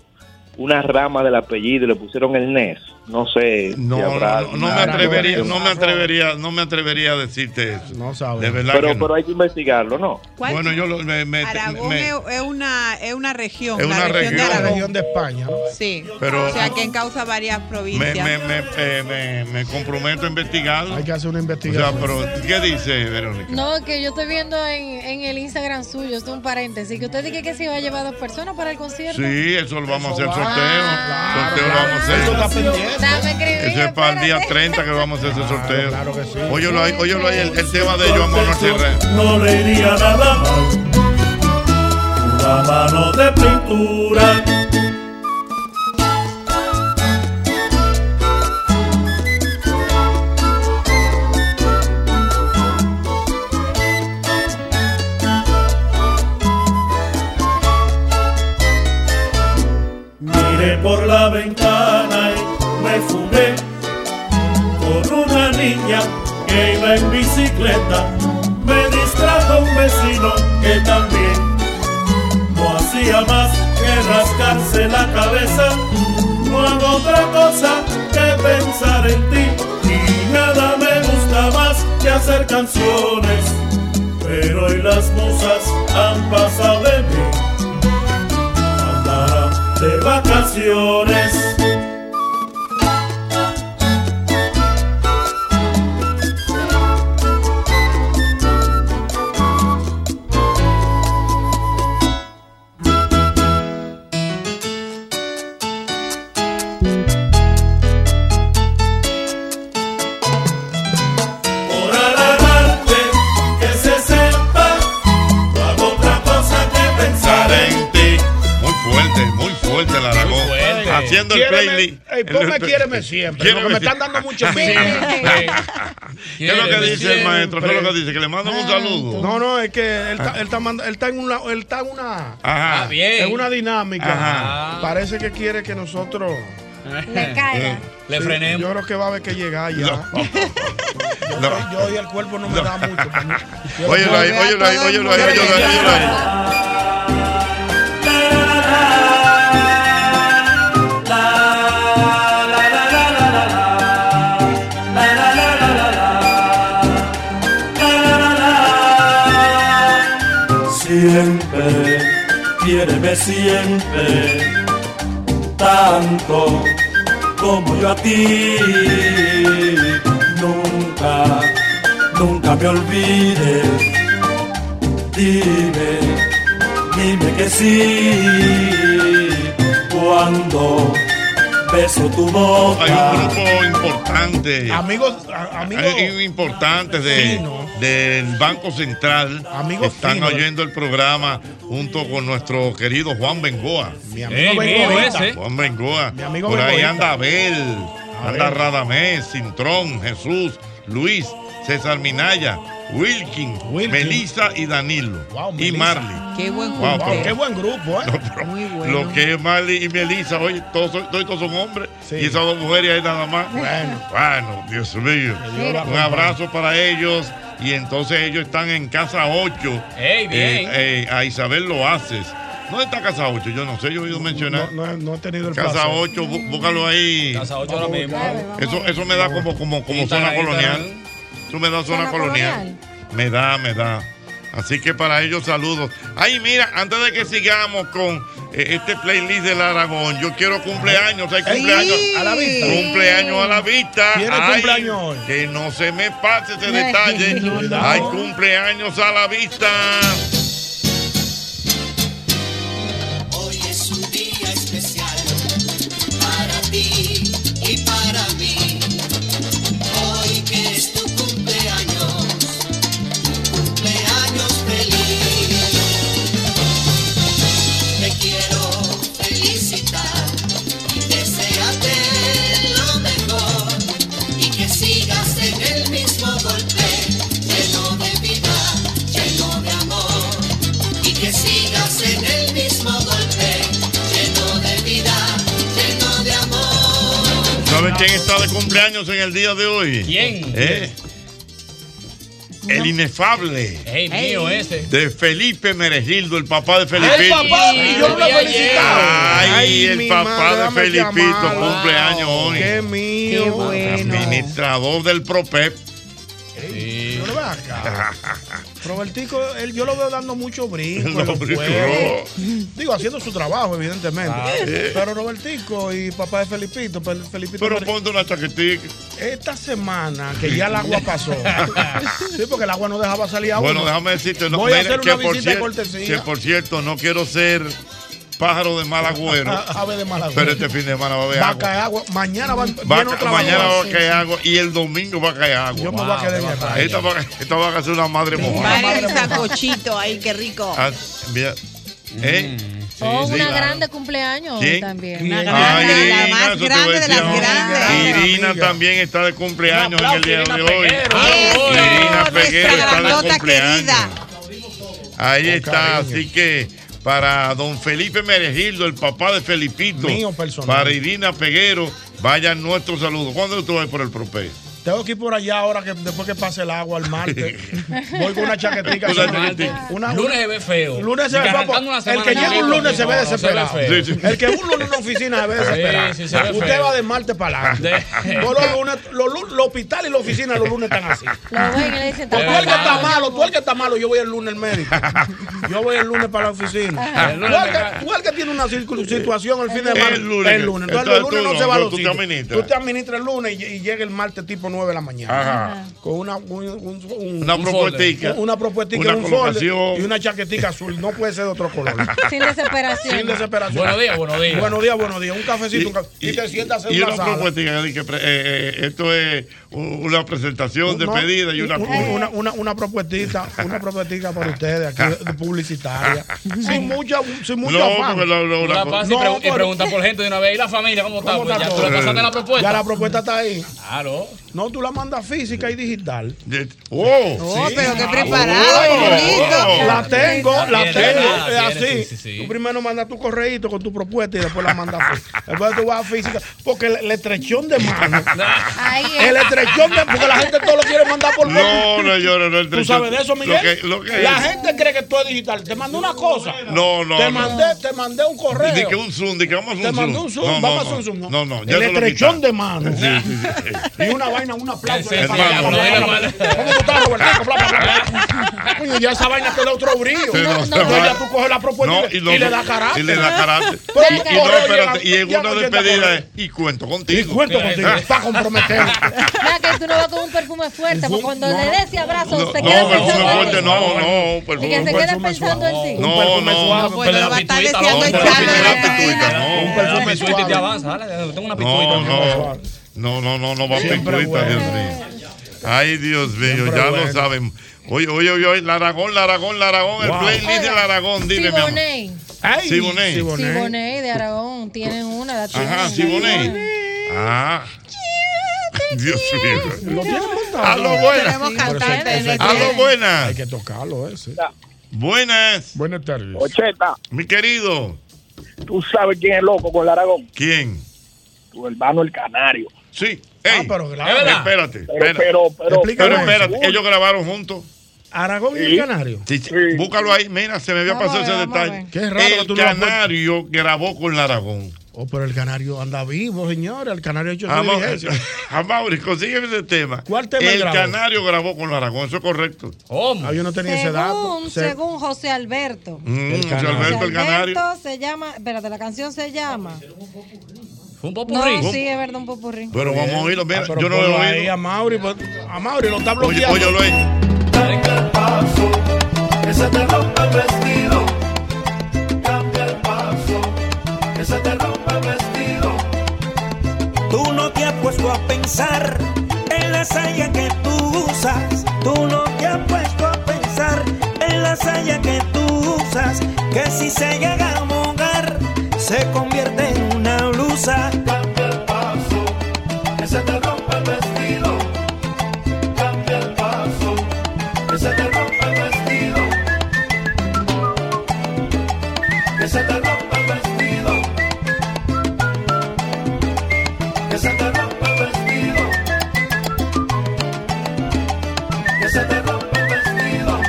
Una rama del apellido y le pusieron el NES. No sé. si habrá No me alguna- atrevería, no me atrevería, no me atrevería a decirte eso. No sabes. De verdad Pero, que no. pero hay que investigarlo, ¿no? ¿Cuál? Bueno, yo lo- me- me- Aragón me- es, es una, es una región. Es la una región, región. de La Aragón. región de España, Sí. Pero- o sea, que encausa varias me, provincias. me, me, eh, me- me comprometo a investigarlo. Hay que hacer una O sea, investigación. pero ¿qué dice Verónica? No, que yo estoy viendo en, en el Instagram suyo, esto es un paréntesis, que usted dice que se iba a llevar dos personas para el concierto. Sí, eso lo vamos a hacer sorteo. sorteo lo vamos a hacer. Eso está pendiente. Dame escribir. Eso es para el día 30 que vamos a hacer ese sorteo. Claro que sí. Óyelo ahí, óyelo ahí, el, el tema de Joan Manuel Serrat. no le iría nada mal. Una mano de pintura. la ventana y me fumé con una niña que iba en bicicleta. Me distrajo un vecino que también no hacía más que rascarse la cabeza. No hago otra cosa que pensar en ti y nada me gusta más que hacer canciones. Pero hoy las musas han pasado de mí. Andará de vacaciones. Por alabarte, que se sepa, no hago otra cosa que pensar en ti. Muy fuerte, muy fuerte el Aragón. Haciendo el Quiéreme, playlist. ey, ponme Quiéreme siempre, Quiéreme porque me están siempre. dando mucho Sí. ¿Qué es lo que dice el maestro? ¿Qué es lo que dice? Que le mando un saludo. Ah, Ah. No, no, es que él está, él está manda- él está en una. Él está en una Ajá. Ah, bien. En una dinámica. Ajá. Eh, Parece que quiere que nosotros. Le caiga. Le Sí, frenemos. Yo creo que va a haber que llegar ya. Yo- No. Yo, y el cuerpo no me da mucho. Yo no Óyelo puedo ahí, ver a óyelo ahí, todo el óyelo ahí, mundo. óyelo ahí, óyelo ahí. Siempre, quiéreme siempre, tanto como yo a ti. Nunca, nunca me olvides. Dime, dime que sí. Cuando beso tu boca. Hay un grupo importante. Amigos, amigos importantes Eh, de, del Banco Central. Amigos están finos. oyendo el programa junto con nuestro querido Juan Bengoa. Mi amigo Ey, Bengoa. Eh, mío ese. Juan Bengoa. amigo Por ahí Bengoita. anda Abel, anda Abel. Radamés, Cintrón, Jesús, Luis, César Minaya, Wilkin, Melissa y Danilo. y Marley. Qué buen Wow, grupo. pero- Qué buen grupo, ¿eh? Muy bueno. Lo que es Marley y Melissa, oye, todos, son- todos estos son hombres y esas dos mujeres ahí nada más. Bueno, bueno, Dios mío. Dios la Un acompañe. abrazo para ellos. Y entonces ellos están en casa 8. Ey, bien. a Isabel lo haces. ¿Dónde está casa 8? Yo no sé, yo he oído mencionar. No, no, no he tenido el Casa placer. 8, bú- búscalo ahí. Casa 8 ahora mismo. Eso, eso me da como, como, como Instagram, zona colonial. Eso me da zona ¿Zona colonial. Me da, me da. Así que para ellos saludos. Ay, mira, antes de que sigamos con eh, este playlist del Aragón, yo quiero cumpleaños. Hay Sí. cumpleaños A la vista. Cumpleaños a la vista. ¿Quiere Ay, cumpleaños Que no se me pase ese detalle. No, no. Hay cumpleaños a la vista. Hoy es un día especial para ti y para mí. Hoy que es tu cumpleaños, tu cumpleaños feliz. Te quiero felicitar y desearte lo mejor y que sigas en el mismo golpe, lleno de vida, lleno de amor y que sigas en el mismo golpe, lleno de vida, lleno de amor. ¿Saben quién está de cumpleaños en el día de hoy? ¿Quién? ¿Eh? El inefable. Ey, mío este, ese. Ah, De Felipe Meregildo, el papá de Felipito. papá! Y yo no lo he felicitado. Ay, Ay, el mi papá madre, de dame Felipito, llamada. cumpleaños hoy. Qué mío. Qué bueno. Administrador del PROPEP. Yo lo veo acá. Robertico, él, yo lo veo dando mucho brinco. No, en los brinco, juegos. Digo, haciendo su trabajo, evidentemente. Ah, sí. Pero Robertico y papá de Felipito, Fel- Felipito. Pero Mer- ponte una chaquetica. Esta semana que ya el agua pasó. sí, porque el agua no dejaba salir agua. Bueno, déjame decirte, no, Voy a mira, hacer una que, por visita de cier- cortesía. que por cierto, no quiero ser pájaro de mal agüero. Ave de mala pero este fin de semana va a haber Va a agua. caer agua. Mañana va, viene Va a ca- otra mañana va a sí. caer agua y el domingo va a caer agua. Yo me voy a quedar en la playa. Esta va, esta va a ser una madre Mm. mojada. Para el sacochito ahí, qué rico. Ah, mira. Mm. ¿Eh? Oh, Sí, una sí. grande cumpleaños hoy ¿Quién? también. Una grande, Irina, la más eso te grande voy a de decir las ahora. grandes. Irina también está de cumpleaños Un en el aplauso, día Irina de hoy. Peguero. Bravo, Eso, Irina nuestra Peguero está de grandota cumpleaños. Ahí está, así que para don Felipe Meregildo, el papá de Felipito. Mío personal. Para Irina Peguero, vayan nuestros saludos. ¿Cuándo tú vas por el prope? Tengo que ir por allá ahora que después que pase el agua al martes. Voy con una chaquetica. Una así. chaquetica. Una- Lunes se ve feo. Lunes se ve Arrancando feo. una El semana que llega negrito, un lunes se ve no, no, desesperado. se ve feo. El que un lunes en una oficina se ve desesperado. Sí, sí, se ve Usted feo. va de martes para adelante. De- Vos Los, lunes, los, lu- los hospitales y las oficinas los lunes están así. Lo ven y le dicen, O tú "Está el que está malo". malo, tú el que está malo, yo voy el lunes al médico. Yo voy el lunes para la oficina. Ajá. Tú el que, tú el que tiene una circu- situación el fin de semana. El lunes. El lunes. Entonces, Entonces, el lunes tú no, no, se va a no, los tú te sitios. administras. Tú te administras el lunes y, y llega el martes tipo 9 de la mañana. Ajá. Con una, un- un- un- Una un propuestica. folder. Una propuestica, Una un folder colocación. y una chaquetica azul. No puede ser de otro color. Sin desesperación. Sin desesperación. Buenos días, buenos días. Buenos días, buenos días. Un cafecito, Y- un cafecito. Y, te sientas en Y una una sala. propuesta que dice que, pre- eh, eh, esto es u- una presentación de Pues No, pedida y una un- una, una, una propuestita, una propuestita para ustedes aquí de publicitaria. Sin mucha, sin mucha Ah. No, afán. porque lo- lo- Tú la pasas y, No, pregun- y pero- preguntas por gente de una vez. ¿Y la familia cómo está? ¿Cómo Pues está ya tú todo? le pasaste la eh, Ya la propuesta. propuesta está ahí. Claro. No, tú la mandas física y digital. ¡Oh! Sí. pero qué Ah, preparado, oh, bonito. La tengo, la Tiene, tengo. tiene, Es sí, así. sí, sí. Tú primero mandas tu correíto con tu propuesta y después la mandas física. Después tú vas a física. Porque la, la estrechón de mano. Ahí es. el estrechón de Porque la gente todo lo quiere mandar por No, no, yo no, no, el ¿Tú estrechón. sabes de eso, Lo Miguel? que- lo que la es. gente cree que todo es digital. Te mandé una cosa. No, no, Te no. mandé, te mandé un correo. Dice que un zoom, de que vamos a hacer Te un zoom. mandó un zoom, No, vamos a no, hacer un zoom, No, no. no, no, ya el te lo estrechón quitaron. de mano. Sí, sí, sí. Y una vaina, un aplauso. Es para- malo, para- es para- ¿Cómo tú estás, Robertico? Bla, bla, bla. Ah, Coño, ya esa vaina te da otro brillo. Sí, no, Entonces no, no. ya tú coges la propuesta No, y, le- y le da carácter. Y le da carácter. Pero Y- y, un no, correo espérate, y llegan- en una llegan 80 despedida correos. es, y cuento contigo. Ah. Y cuento contigo, para comprometer. Mira que tú no vas con un perfume fuerte, porque cuando le des ese abrazo, No, no, se queda perfume pensando en fuerte, ti. no, no, Y que se perfume. queda pensando en ti. No, no, Bueno, no, va a estar pituita, deseando no, echarle pituita, la- pituita, no. Un perfume suave. te avanza. Dale, tengo una pituita. No, no, no, no, no, no va a pituita, Dios mío. Ay, Dios mío, ya lo saben. Oye, oye, oye, oye, Laragón, Laragón, Laragón, el Wow. playlist de Oiga, Laragón, dime, mi amor. Siboney. Siboney. Siboney de Aragón. Tienen una. la Ajá, tienen. Siboney. Ah. Dios mío. montado. A lo Tenemos cantante en buenas. este A lo año. buenas. Hay que tocarlo ese. Buenas. Buenas tardes. 80. Mi querido. Tú sabes quién es loco con el Aragón. ¿Quién? Tu hermano el Canario. Sí. ah, pero Es claro. verdad. Espérate, Pero- espérate. pero- pero- Pero espérate, Explícame eso. ellos grabaron juntos. Aragón y el Canario. Sí, sí. Búscalo ahí, mira, se me había pasado ese detalle. Qué raro que el tú no lo has canario grabó con Laragón. Oh, pero el Canario anda vivo, señores. El Canario ha hecho su diligencia. A Mauri, consígueme ese tema. ¿Cuál tema él Ah, eh, El grabó? canario grabó con Laragón, eso es correcto. Ah, yo no tenía ese dato. Según, Se- según José Alberto. Mm, El José Canario. Alberto el canario. Alberto se llama, espérate, la canción se llama. Fue un No, sí, es verdad, un popurrí. Pero vamos a oírlo, mira, Ah, pero yo no lo ponlo he ahí oído. A Mauri, pues, a Mauri lo está Oye, bloqueando. oye, lo he Venga el paso, que se te rompe el vestido. Cambia el paso, que se te rompe el vestido. Tú no te has puesto a pensar en la saya que tú usas. Tú no te has puesto a pensar en la saya que tú usas. Que si se llega a mojar, se convierte en una blusa. Cambia el paso, que se te rompe el vestido. Cambia el paso, que se te rompe el vestido. Que se te rompe el vestido. Que se te rompe el vestido. Que se te rompe el vestido.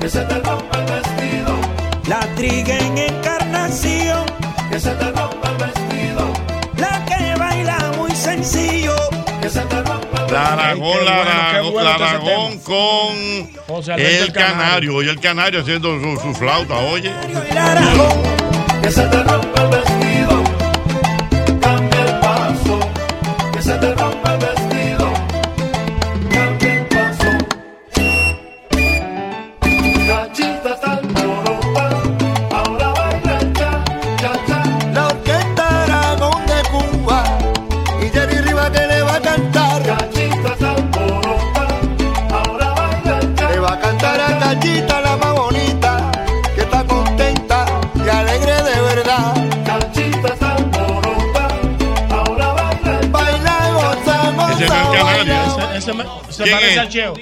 Que se te rompe el vestido. La triga en encarnación. Que se te rompa el vestido. La que baila muy sencillo. Que se te rompa el Laragón, Laragón, Laragón José Alberto con el el Canario. canario. Oye, el canario haciendo su, su flauta, oye. Que se te rompa el vestido. Cambia el paso. Que se te rompa el vestido. Cambia el paso. Cachita está en Europa. Ahora baila el cha, cha, cha. La orquesta Aragón de Cuba. Y Jerry Rivas que le va a cantar. Cachita está en Europa. Ahora baila el cha. Le va a cantar a Tallita la más bonita, que está contenta y alegre de verdad. Cachita está en Europa. Ahora baila el Baila, cha. goza, goza, Ese no es el canario. baila. Ese- ese me- se ¿Quién parece es? al Cheo.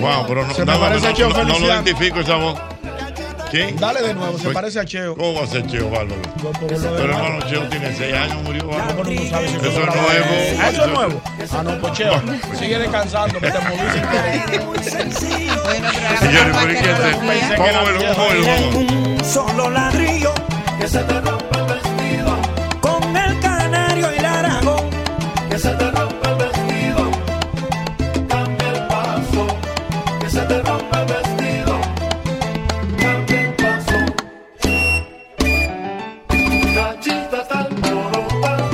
Wow, pero no, Se me no, no, parece no, a Cheo no, no lo Feliciano. identifico esa voz. ¿Quién? Dale de nuevo, se Pues, parece a Cheo. ¿Cómo va a ser Cheo, bárbaro? Pero hermano, Cheo tiene 6 años, murió, bárbaro. Eso es nuevo. Ah, eso es nuevo. Ah, no, pues Cheo, sigue descansando, que te moviste. Señores, pero es que este- vamos a verlo, vamos a verlo, vamos a verlo. Un solo ladrillo que se te rompe el vestido con el canario y el aragón que se te rompe el vestido cambia el paso que se te rompe el vestido cambia el paso Cachita está alborotada,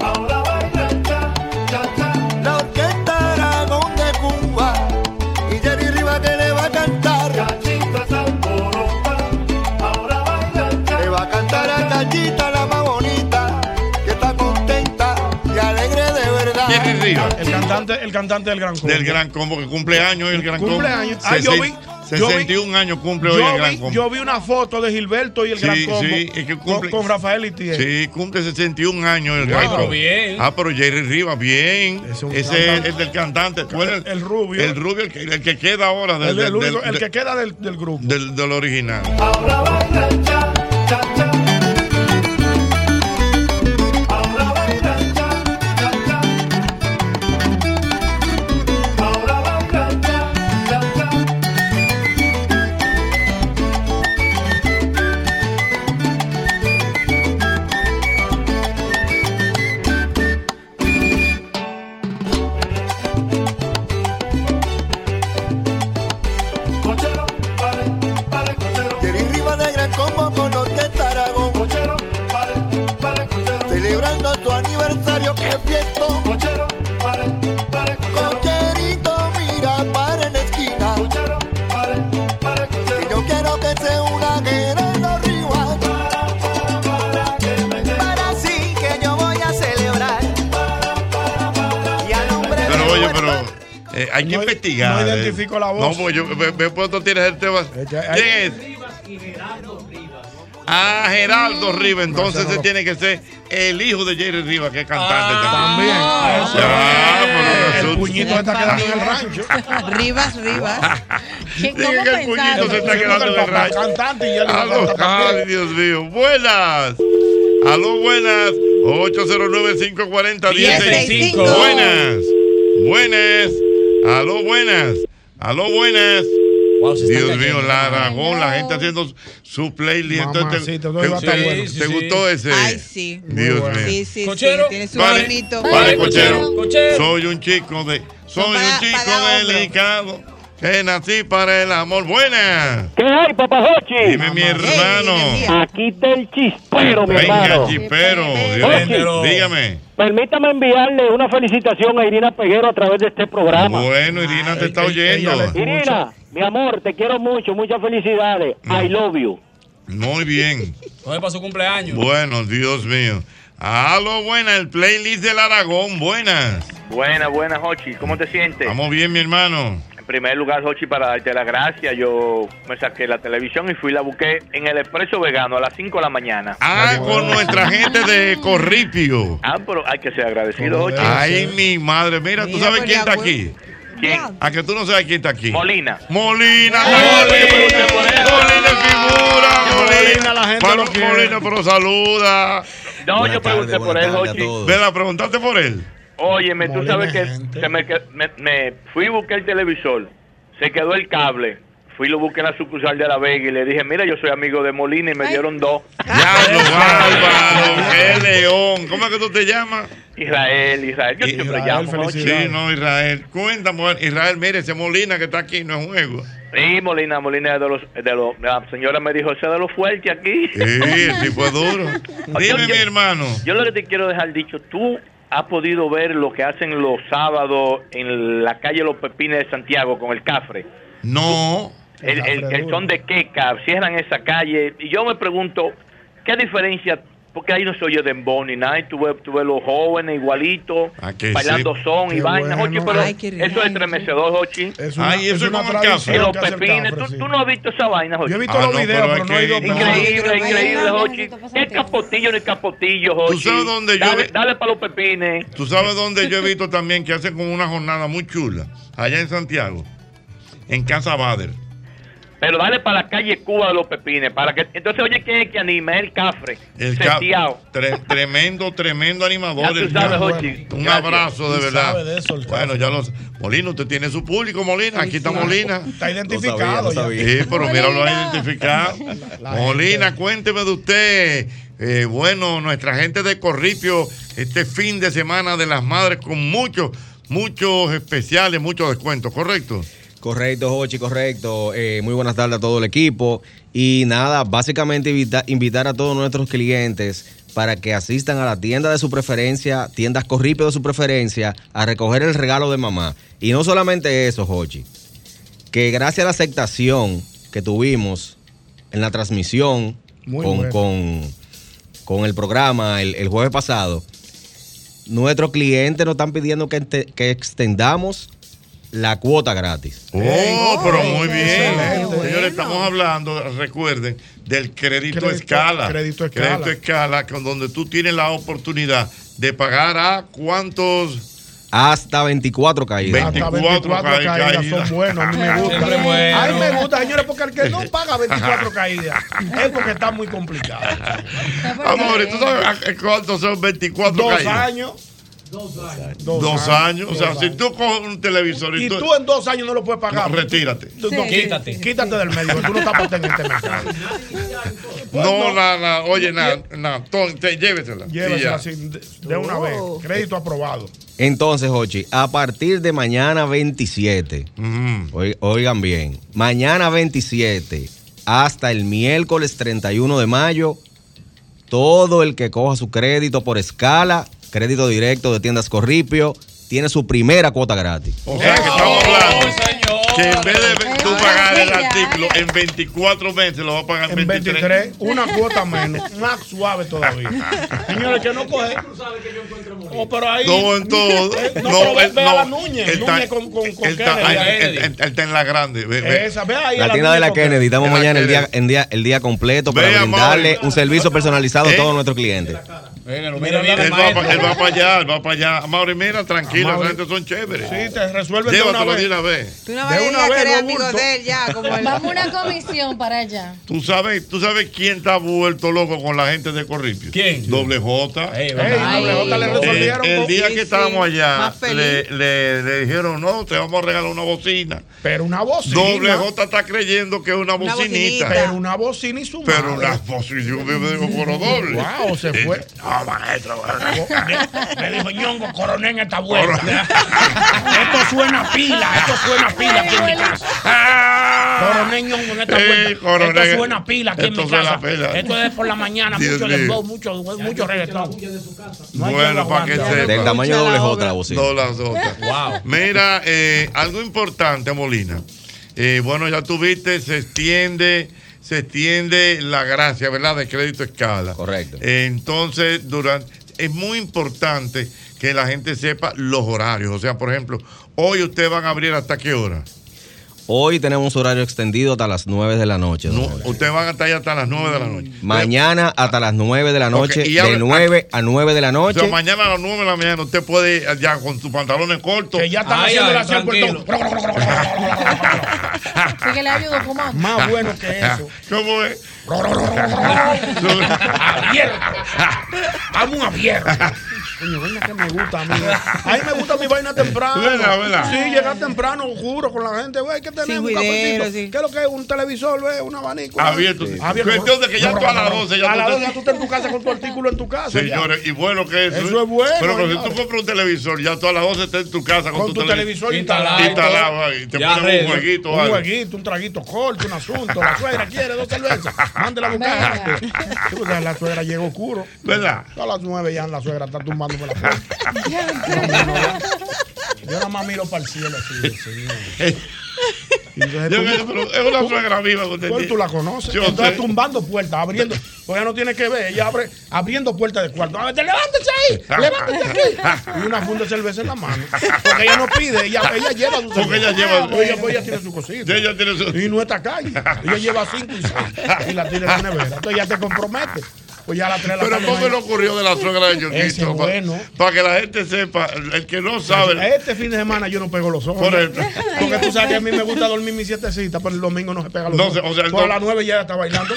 ahora baila el cha, cha, cha. La orquesta Aragón de Cuba y Jerry Rivas que le va a cantar. Cachita está alborotada, ahora baila el cha. Le va a cantar a Cachita la más bonita, que está contenta y alegre de verdad. El cantante, el cantante del Gran Combo. Del Gran Combo, que cumple años hoy el Gran Combo. Cumpleaños. Ah, yo vi- yo vi- 61 años cumple Yo hoy el vi, Gran Combo. yo vi una foto de Gilberto y el Sí, Gran Combo sí, es que cumple- con, con Rafael Itier. Sí, cumple 61 años el Wow. Gran Combo. Pero bien. Ah, pero Jerry Rivas, bien. Ese es cantante. el del cantante. ¿Cuál es? El rubio. El rubio, el que, el que queda ahora del, El, el del- único- del- el que queda del, del grupo. del- del original. Ahora baila el cha, cha, cha. Ahora baila el cha, cha, cha. Ahora baila el cha, cha, cha. Cochero, pare, pare, cochero. Jerry Rivas de Gran Combo con Orquesta Aragón. Cochero, pare, pare, cochero. Celebrando tu aniversario, que fiesta. Cochero, pare, pare, cochero. Cocherito, mira, para en la esquina. Cochero, pare, pare, cochero. Y yo quiero que se una Gerardo Rivas. Para, para, para, que me dé. Para así que yo voy a celebrar. Y a nombre Pero oye, pero eh, hay que no investigar. eh. identifico la voz. No, pues yo me, me puedo tirar el tema. ¿Quién es? Ah, Mm, Geraldo Rivas. Entonces ese tiene que ser el hijo de Jerry Rivas, que es cantante Ah, también. Ah, el puñito este está quedando en el rancho. Rivas, Rivas. Dije que el puñito se está quedando en el rancho. Cantante y ya no Aló, canta también. ay, Dios mío. Buenas. Aló, buenas. 809-540-1065. 1065. Buenas. Buenas. Aló, buenas. Aló, buenas. Dios mío, la Aragón, la gente haciendo su- su playlist. Entonces, te, todo iba a te- estar bueno. te Sí, sí. gustó ese? Ay, sí. Dios mío. Sí, sí, Cochero, sí. Tiene su Vale, bonito. vale, cochero. Soy un chico de. Soy un chico delicado. Que nací para el amor. Buenas. ¿Qué hay, papajochi? Dime, mi hermano. Aquí está el chispero, mi Venga, hermano. chipero. Oye, Dios- Dígame. Permítame enviarle una felicitación a Irina Peguero a través de este programa. Bueno, Irina te está oyendo. Irina, mi amor, te quiero mucho, muchas felicidades. I love you. Muy bien. No es para su cumpleaños. Bueno, Dios mío. Aló, buena, el playlist del Aragón, buenas. Buenas, buenas, Hochi. ¿Cómo te sientes? Vamos bien, mi hermano. En primer lugar, Hochi, para darte la gracia, yo me saqué la televisión y fui y la busqué en el Expreso Vegano a las 5 de la mañana. Ah, con nuestra gente de Corripio. Ah, pero hay que ser agradecido, Hochi. Ay, mi madre, mira, ¿tú Mira, sabes quién está pues, ya, aquí? ¿Quién? A que tú no sabes quién está aquí. Molina. Molina, Molina, Molina, figura, Molina. la gente Pablo lo quiere. Molina, pero saluda. No, yo pregunté por él, Hochi. ¿Verdad? Preguntaste por él. Óyeme, tú sabes que se me, que- me- me fui y busqué el televisor, se quedó el cable. Fui y lo busqué en la sucursal de La Vega y le dije, mira, yo soy amigo de Molina y me dieron dos. El león. ¿Cómo es que tú te llamas? Israel, Israel. Yo siempre llamo, Jochi. Sí, no, Israel. Cuéntame, Israel, mire, ese Molina que está aquí no es un ego. Sí, Molina, Molina es de los, de los, la señora me dijo, ese es de los fuertes aquí. Sí, sí fue duro. Dime, mi hermano. Yo lo que te quiero dejar dicho, tú has podido ver lo que hacen los sábados en la calle Los Pepines de Santiago con el cafre. No. El, el- el son de queca, cierran esa calle. Y yo me pregunto, ¿qué diferencia? Porque ahí no se oye dembow ni nada. y Tú ves, tú ves los jóvenes igualitos, Ah, que bailando sí. son y Qué vainas, bueno. Jochi, pero Ay, qué eso es estremecedor, Jochi. una- Ay, eso es es una con el tradición cafre. En los que hace el pepines, cafre, tú, sí. tú no has visto esa vaina, Jochi. Yo he visto Ah, los no, videos, pero pero no he es que- ido a probar. Increíble, Pero increíble, bailando, Jochi. Qué capotillo ni capotillo, Jochi. sabes dónde yo Dale, vi- dale para los pepines. Tú sabes dónde yo he visto también que hacen como una jornada muy chula, allá en Santiago. en Casa Bader. Pero dale para la calle Cuba de los Pepines. para que Entonces, oye, ¿quién es que anima? Es el Cafre. El ca- Setiao. tre- tremendo, tremendo animador. Ya tú el sabes, Cafre. Jochi. Un Gracias. abrazo, de Tú verdad. sabes de eso, el bueno, ya los. Molina, usted tiene su público, Molina. Aquí está Molina. Está identificado. ya. Sí, pero mira, lo ha identificado. Molina, cuénteme de usted. Eh, bueno, nuestra gente de Corripio, este fin de semana de las madres con muchos, muchos especiales, muchos descuentos, ¿correcto? Correcto, Jochi, correcto. Eh, muy buenas tardes a todo el equipo. Y nada, básicamente invita- invitar a todos nuestros clientes para que asistan a la tienda de su preferencia, tiendas Corripio de su preferencia, a recoger el regalo de mamá. Y no solamente eso, Jochi, que gracias a la aceptación que tuvimos en la transmisión Muy con, bueno. con- con el programa el, el jueves pasado, nuestros clientes nos están pidiendo que, ente- que extendamos la cuota gratis. Oh, pero muy bien. Señores, estamos hablando, recuerden, del crédito, Crédito- escala. crédito escala. Crédito escala, con donde tú tienes la oportunidad de pagar a cuántos. Hasta 24 caídas. Hasta 24 24 caídas, caídas. caídas son buenas, a mí me gusta. Siempre bueno. A mí me gusta, señores, porque el que no paga 24 caídas es porque está muy complicado. Amores, ¿tú sabes a- cuántos son 24 Dos caídas? años. Dos, años. O sea, si tú coges un televisor y, Y tú en dos años no lo puedes pagar. No, retírate. Tú- no, Sí. quítate. Quítate del medio. Tú no estás patente en este mercado. Pues no, no. nada, nada. Oye, nada, nada. Tom, te- Llévesela. Llévesela Sí, ya. sin- de, de una vez. Crédito aprobado. Entonces, Jochi, a partir de mañana 27, oi- oigan bien, mañana 27 hasta el miércoles 31 de mayo, todo el que coja su crédito por escala, crédito directo de tiendas Corripio, tiene su primera cuota gratis. O sea, que estamos hablando que en vez de ve- tú pagar el artículo en 24 meses, lo vas a pagar en 23. 23, una cuota menos. Más suave todavía. Señores, que no coge. Oh, pero ahí. No, en todo. Eh, No, No, pero ve, él- ve a la no. Núñez. Él Núñez está- con, con, con Él está, Kennedy, ahí, ahí. él- él- él está en la grande. Ve, ve. Esa, ve ahí a La tienda de la Kennedy, estamos mañana el día, el día, el día completo para Vea, brindarle un servicio personalizado a todos nuestros clientes. Mira, mira, él, va, pa- él va para allá, él va para allá. Mauri, mira, tranquilo, Amaury. las gente son chéveres. Sí, te resuelven de una Llévatelo vez. de una vez. Tú no vas a decir que eres amigo de él ya, como el... Vamos a una comisión para allá. ¿Tú sabes, tú sabes quién está vuelto loco con la gente de Corripio. ¿Quién? Doble J. verdad. Ey, Doble J le El- resolvieron El, con- día Sí, que sí. estábamos allá, Más le, feliz. le- le dijeron, no, te vamos a regalar una bocina. Pero una bocina. Doble J está creyendo que es una Una bocinita. Pero una bocina y su Pero madre. una bocina, yo me digo, pero doble. Guau, se fue. No, maestro, bueno, Me dijo Ñongo, coroné en esta vuelta. esto suena a pila, esto suena a pila aquí en mi casa. Coroné Ñongo en esta Eh, vuelta. coroné. esto suena a pila aquí en Esto mi suena casa. a pila. Esto es por la mañana, Dios mucho mío. dembow, mucho, mucho reggaetón. Bueno, para que sepa. Del tamaño doble J la bocina. No, las otras. Mira, eh, algo importante, Molina. Eh, bueno, ya tuviste, se extiende, se extiende la gracia, ¿verdad? De crédito escala. Correcto. entonces, durante, es muy importante que la gente sepa los horarios. O sea, por ejemplo, hoy ustedes van a abrir hasta qué hora. Hoy tenemos horario extendido hasta las 9 de la noche. don Jorge. Ustedes van a estar ahí hasta las 9 de la noche. Mm. Mañana hasta las 9 de la noche, Ok, y de abre- 9 a 9 de la O sea, noche. mañana a las 9 de la mañana usted puede ir ya con sus pantalones cortos. Que ya están Ay, haciendo ay, la acción tranquilo. Así que le ayudo, ¿cómo? Más bueno que eso. Ah, ¿Cómo es? abierto. Vamos abierto. Coño, venga que me gusta a mí. A mí me gusta mi vaina temprano. Verdad, verdad. Sí, llegar temprano, juro, con la gente. Güey, ¿qué tenemos? Sin un juidero, cafecito. ¿Qué es lo que es? Un televisor, güey, un abanico. Abierto. Sí. Cuestión de que ya tú a las 12 ya A tú las te- 12 ya tú estás en tu casa con tu artículo en tu casa. ya. Señores, y bueno que eso. Eso es bueno, Pero que si señores. tú compras un televisor, ya tú a las 12 estás en tu casa con, Con tu tele- televisor instalado. Instalado ahí. Te Ya pones redes. un jueguito. Un algo. jueguito, un traguito corto, un asunto. La suegra quiere dos cervezas. Mándela a buscar. Sí, porque La suegra llega oscuro. ¿Verdad? A las nueve ya la suegra está tumbándome la puerta. Yo nada más miro para el cielo así. señor. Y entonces Yo tú- creo, pero es una tú- suegra viva que usted Pues tiene. tú la conoces. Yo entonces sé. tumbando puertas, abriendo. Pues ella no tiene que ver. Ella abre abriendo puertas de cuarto. A ver, te levántese Ah. ahí. Levántese aquí. Y una funda de cerveza en la mano. Porque ella no pide. Ella, ella lleva su Porque ella cerveza. lleva- Pues ella, pues ella tiene su cosita. Ella tiene su- Y no está calle. Ella lleva cinco y seis. Y la tiene en la nevera. Entonces ya te compromete. Pues ya a las 3 de la Pero tarde. ¿cómo no le hay- ocurrió de la suegra de Ese es Yoquito? bueno. Para que la gente sepa, el que no sabe. Este fin de semana yo no pego los ojos. Por ejemplo. Porque tú sabes que a mí me gusta dormir mis sietecitas, pero el domingo no se pega los No, ojos. o sea, el Tú pues a dom- las 9 ya está bailando.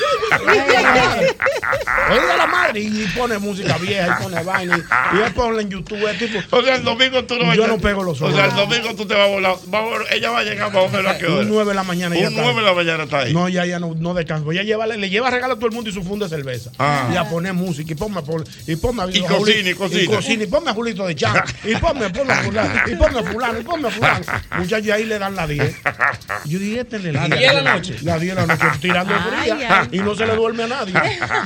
Oiga la madre y pone música vieja y pone vaina. Y él pone en YouTube es tipo. O sea, el domingo tú no vas Yo a- no pego los ojos. O sea, el domingo tú te vas a volar. Va a volar- ella va a llegar más o menos a qué hora. Un 9 de la mañana ya Un está 9 de la mañana está ahí. No, ya, ya no, no descanso. Ya lleva, le lleva regalo a todo el mundo y su funda de cerveza. Ah. Y a poner música. Y ponme, a Paul- y ponme a Y a cocina, Juli- y cocina. Y ponme a Julito de Chan. Y ponme, ponme a fulano. Y ponme a fulano. Y ponme a fulano. Muchachos, y ahí le dan la 10. Yo dije, este le dan ¿La 10 de la noche? La 10 de la noche. Tirando Ay, fría. ay. Y no se le duerme a nadie.